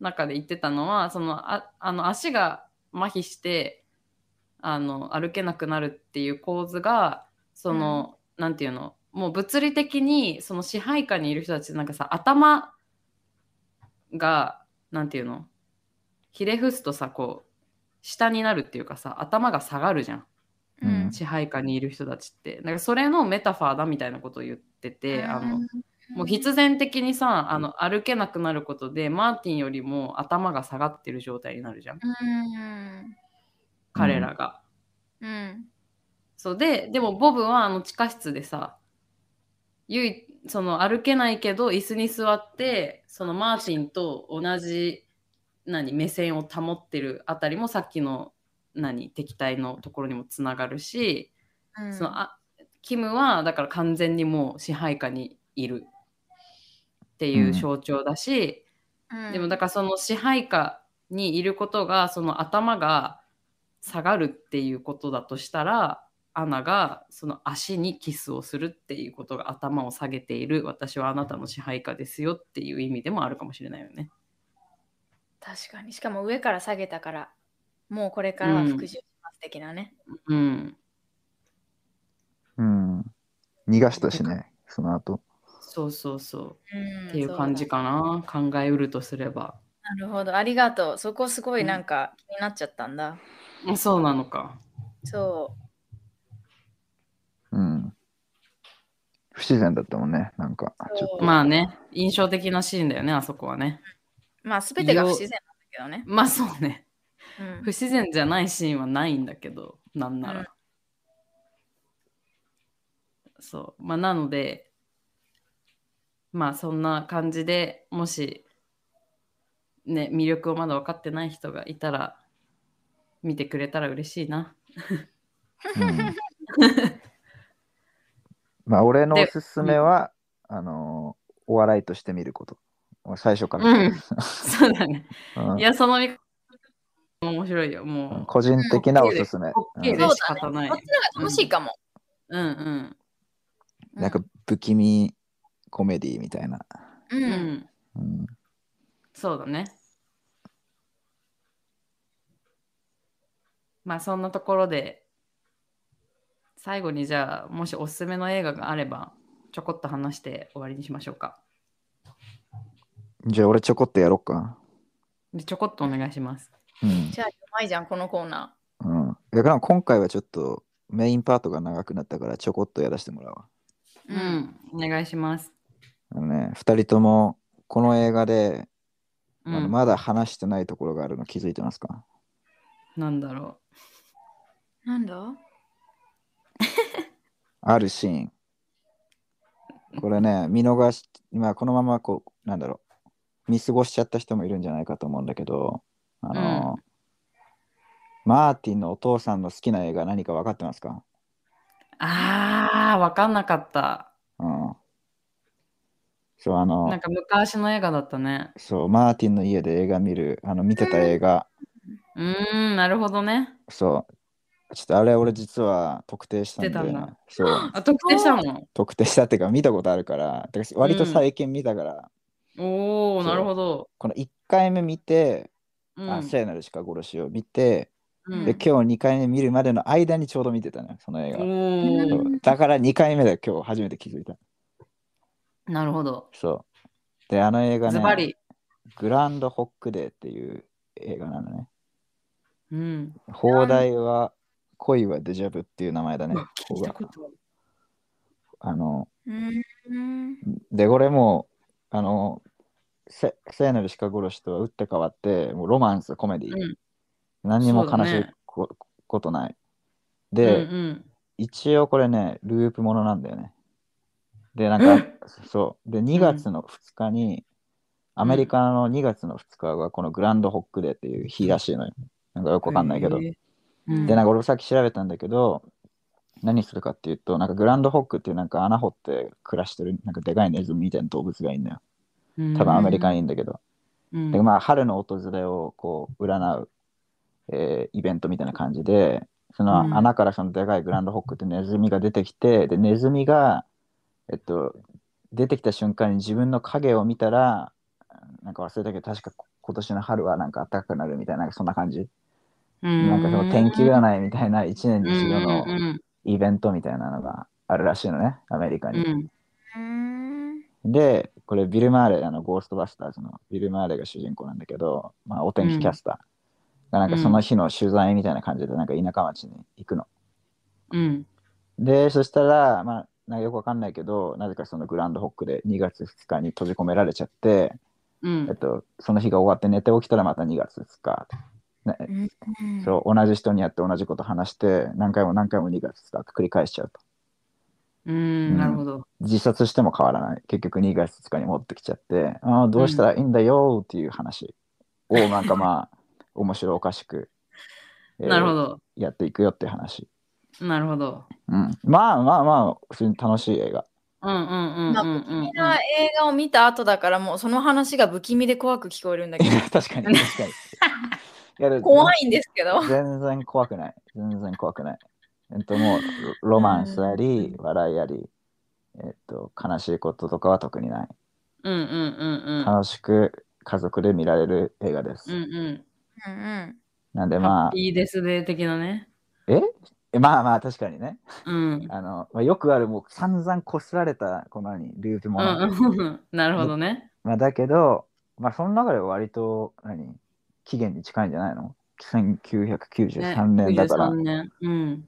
中で言ってたのは、そのああの足が麻痺してあの歩けなくなるっていう構図が、その、なんていうの、もう物理的にその支配下にいる人たちなんかさ、頭が、なんていうの、ひれ伏すとさ、こう、下になるっていうかさ頭が下がるじゃんうんうん支配下にいる人たちってなんかそれのメタファーだみたいなことを言っててあのもう必然的にさあの歩けなくなることでマーティンよりも頭が下がってる状態になるじゃんうん彼らが。うんそうででもボブはあの地下室でさ唯一その歩けないけど椅子に座ってそのマーティンと同じ何目線を保ってるあたりもさっきの何敵対のところにもつながるし、うんそのあキムはだから完全にもう支配下にいるっていう象徴だし、うんでもだからその支配下にいることがその頭が下がるっていうことだとしたらアナがその足にキスをするっていうことが頭を下げている私はあなたの支配下ですよっていう意味でもあるかもしれないよね。確かにしかも上から下げたからもうこれからは服従します的なね、うん、うん。逃がしたしね、その後。そうそうそうう。んっていう感じかな考えうるとすれば。そうだなるほどありがとうそこすごういんなんか気になっちゃったんだ、そうなのか。そうん。不自然だったもんね、なんか。うちょっそうまあね印象的なシーンだよねあそこはね。まあ全てが不自然なんだけどね、まあそうね。うん不自然じゃないシーンはないんだけどなんなら、うんそうまあなのでまあそんな感じでもしね魅力をまだ分かってない人がいたら見てくれたら嬉しいなとうん、まあ、俺のおすすめは、あのーお笑いとして見ること。最初から。うん (laughs) そうだねうんいやその見方面白いよもう個人的なおすすめ。こっきりうでんそう仕方ない、こっちの方が楽しいかも、うんうんなんか不気味コメディみたいな。うん、う、うんん、うん、そうだねまあそんなところで最後にじゃあもしおすすめの映画があればちょこっと話して終わりにしましょうかじゃあ俺ちょこっとやろうか。でちょこっとお願いしますうんじゃあうまいじゃんこのコーナうん、だから今回はちょっとメインパートが長くなったからちょこっとやらせてもらうわ。ーお願いしますあのね、2人ともこの映画で、うんあのまだ話してないところがあるの気づいてますかなんだろなんだあるシーン。これね、見逃し、まあ、このままこう、なんだろう、見過ごしちゃった人もいるんじゃないかと思うんだけど、あの、マーティンのお父さんの好きな映画何か分かってますか、うあーわかんなかったうん、そう、あの、なんか昔の映画だったねそう、マーティンの家で映画見る、あの、見てた映画、うーんなるほどねそう、ちょっとあれ、俺実は特定したんだよ知ってたんね。そう、あ特定したの特定したっていうか、見たことあるから、だから割と最近見たから、おおそうなるほど、この1回目見て、うんあ聖なる鹿殺しを見て、うんで、今日2回目見るまでの間にちょうど見てたね、その映画。おそーうだから2回目だよ、今日初めて気づいた。なるほどそう。で、あの映画ズバね、リグランドホックデーっていう映画なのね。うん放題は恋はデジャブっていう名前だね。うわ聞いたことあるあの、うんで、これもう、あの、せ聖なる鹿殺しとは打って変わって、もうロマンス、コメディ、うん何にもそうだ悲しねいこ,、ことない。で、うんうん一応これね、ループものなんだよね。で、なんか、そう。で、2月の2日に、アメリカの2月の2日がこのグランドホックデーっていう日らしいのよ。なんかよくわかんないけど。へえうんで、なんか俺もさっき調べたんだけど、何するかっていうと、なんかグランドホックっていうなんか穴掘って暮らしてる、なんかでかいネズミみたいな動物がいるのよ。多分アメリカにいるんだけど。うんで、まあ、春の訪れをこう、占う、えーイベントみたいな感じで、そうんの穴からそのでかいグランドホックってネズミが出てきて、で、ネズミが、えっと、出てきた瞬間に自分の影を見たら、なんか忘れたけど、確か今年の春はなんか暖かくなるみたいな、なんかそんな感じ。なんかその天気占いみたいな、一年に一度のうんイベントみたいなのがあるらしいのね、アメリカうんうに。んうんで、これビル・マーレ、あの、ゴーストバスターズのビル・マーレが主人公なんだけど、まあ、お天気キャスター。なんかその日の取材みたいな感じで、なんか田舎町に行くの。うん。で、そしたら、まあ、なんかよくわかんないけど、なぜかそのグランドホックで2月2日に閉じ込められちゃって、うえっん。と、その日が終わって寝て起きたらまた2月2日。ねうんそう同じ人にやって同じこと話して何回も何回も2月2日繰り返しちゃうとうん。なるほど。自殺しても変わらない結局2月2日に戻ってきちゃってああどうしたらいいんだよっていう話をなんかまあ (laughs) 面白おかしく、えーなるほど。やっていくよっていう話、なるほど。うん、まあまあまあ普通に楽しい映画うんうんうんまあうんうんうん。君の映画を見た後だからもうその話が不気味で怖く聞こえるんだけ (laughs) ど (laughs) 確かに確かにいやでも怖いんですけど全然怖くない。全然怖くない。えっと、もう、ロロマンスあり、笑いあり、えっと、悲しいこととかは特にない。うんうんうんうん。楽しく家族で見られる映画です。うんうん。うんうんなんで、ハまあッ、ピーデスデー的なね。えまあまあ、確かにね。うん。あの、まあ、よくある、もう散々こすられた、この何、ループうもんの。うんうん。 (laughs) なるほどね。まあ、だけど、まあ、その中では割と、何、期限に近いんじゃないの ?1993 年だから。 93年。うん。うん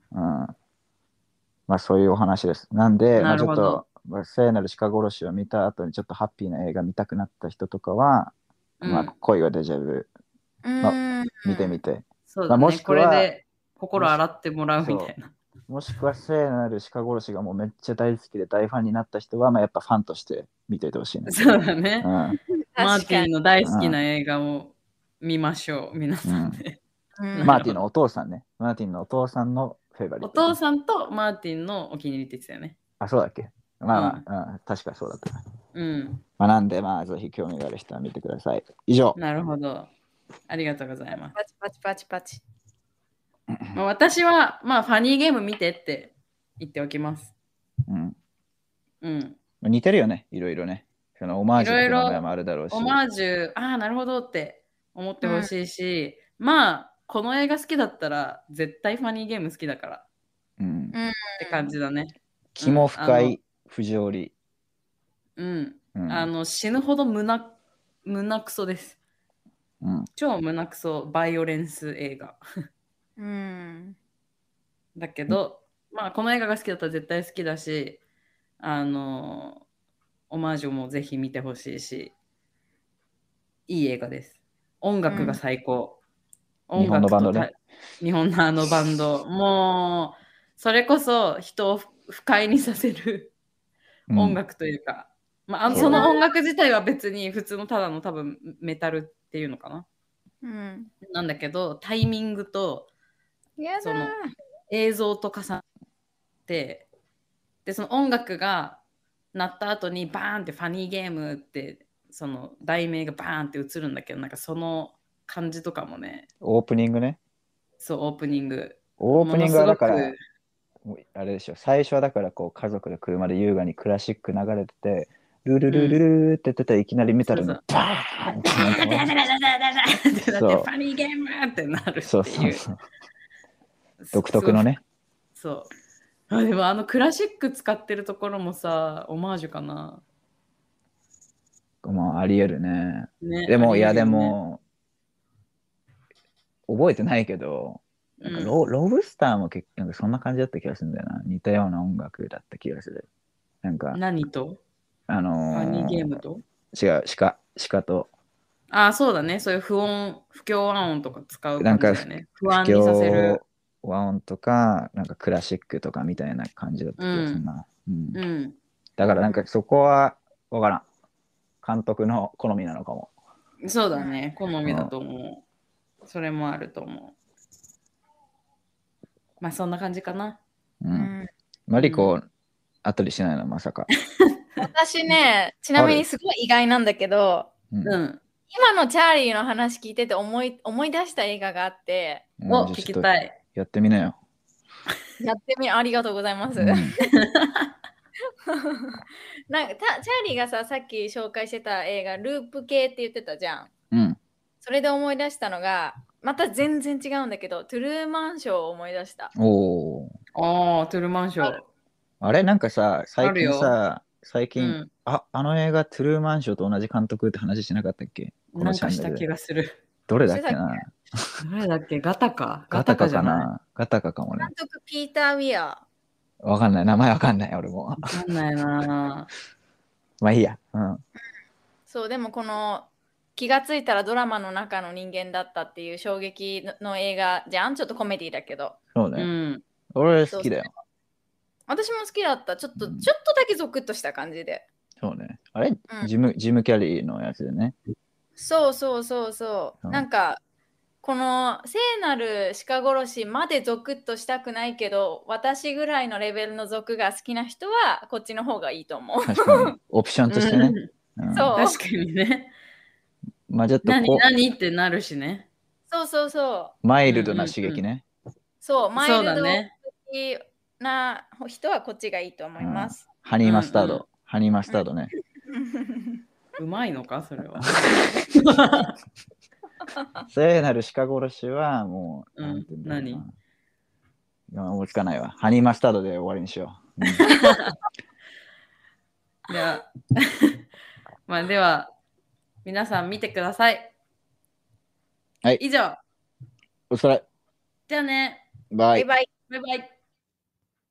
まあそういうお話です。なんで、まなあ、るちょほっどと、まあ、聖なる鹿殺しを見た後にちょっとハッピーな映画見たくなった人とかは、うんまあ恋がデジャブうん見てみて、そうまだあね。もしくこはれで心洗ってもらうみたいな。もしくは聖なる鹿殺しがもうめっちゃ大好きで大ファンになった人は、まあやっぱファンとして見ていてほしいね。 (laughs) そうだね。うん、マー確テかィにンの大好きな映画を見ましょう、皆さんで。 (laughs) うんマーティンのお父さんね。マーティンのお父さんのフェイバリおットね、父さんとマーティンのお気に入りって言ってたよね。あ、そうだっけまあ、まあうん確かそうだった。うん。まあなんで、まあぜひ興味がある人は見てください。以上。なるほど。ありがとうございます。パチパチパチパチまあ、私は、まあ、ファニーゲーム見てって言っておきます。うんうん。まあ似てるよね、いろいろね。そのオマージュいろいのろもあるだろうし。オマージュ、ああ、なるほどって思ってほしいし、まあ、この映画好きだったら、絶対ファニーゲーム好きだからっうん。て感じだね。肝深うんい不条理。うん。うん。あの、死ぬほど胸、胸クソです。うん超胸クソバイオレンス映画。うんだけど、まあこの映画が好きだったら絶対好きだしあのオマージュもぜひ見てほしいしいい映画です音楽が最高、うん日本のバンドねた日本のあのバンドもうそれこそ人を不快にさせるうん音楽というか、まああのそうその音楽自体は別に普通のただの多分メタルっていうのかなうんなんだけどタイミングとやそだのー映像と重なってでその音楽が鳴った後にバーンって「ファニーゲーム」ってその題名がバーンって映るんだけどなんかその感じとかもねオープニングね。そうオープニングオープニングはだかものらす、もうあれでしょ。最初はだから、こう、家族で車で優雅にクラシック流れてて、ルルルルルーってやってたらいきなりメタルにそうバーンってごく「ダ (laughs) ダダダダダダ」ってなってそう「ファニーゲーム!」ってなるっていうそうそうそう。独特のね。そうあでもあのクラシック使ってるところもさオマージュかなまあ、ありえるね。ねでも、いや、ありえでるよねも、覚えてないけど、なんかロ,、ロブスターも結局そんな感じだった気がするんだよな。似たような音楽だった気がする。なんかうん、何とあファニーのゲーー、ムと違う、鹿、鹿とああ、そうだね。そういう不音、不協和音とか使うな感んじだかよね。不安にさせる。和音とか、なんかクラシックとかみたいな感じだった気がするな。うんうん。だからなんかそこはわからん。監督の好みなのかも。そうだね。好みだと思う。それもあると思う。まあ、そんな感じかな。う。うんんマリコ、あったりしないの、まさか。私ねちなみにすごい意外なんだけど (laughs) うんうん。今のチャーリーの話聞いてて思い思い出した映画があってうんをじゃあち聞ょっきとたい。やってみなよ。 (laughs) やってみありがとうございます、うん (laughs) なんかたチャーリーがささっき紹介してた映画ループ系って言ってたじゃんうん。それで思い出したのがまた全然違うんだけどトゥルーマンショーを思い出したおー。ああ、トゥルーマンショー。あれなんかさ、最近さ、最う近、ん。あ、あの映画、トゥルーマンショーと同じ監督って話しなかったっけこなのんチャかンしネたル気で。がする。どれだっけな誰だっけガタか。ガタカじゃかない。なガタカかもね監。督ピーター・ウィアわかんない。名前わかんない、俺も。 (laughs) わかんないな。まあいいや。うん。ー。そう、でもこの気がついたらドラマの中の人間だったっていう衝撃のの映画じゃんちょっとコメディだけど。そううね。ん。俺好きだよ。私も好きだった。ちょっと、うんちょっとだけゾクッとした感じで。そうね。あれうんジム、ジムキャリーのやつでね。そうそうそうそう。うんなんかこの聖なる鹿殺しまでゾクッとしたくないけど私ぐらいのレベルの族が好きな人はこっちの方がいいと思う。確 (laughs) かに。オプションとしてね。んそう確かにね。まあちょっと何こ何ってなるしね。そうそうそうう、マイルドな刺激ね。そうマイそうルだドね。な人はこっちがいいと思います。ハニーマスターうんうド。ハニーマスタードね。うまいのか、それは。聖なる鹿殺しはもう、うんなんて言だろうな。いや、追いつかないわ。ハニーマスタードで終わりにしよう。うんでは、 (laughs) まあでは、皆さん見てください。はい以上。お疲れ。じゃあね。ババイ (laughs) イ。バイ。バイバイ。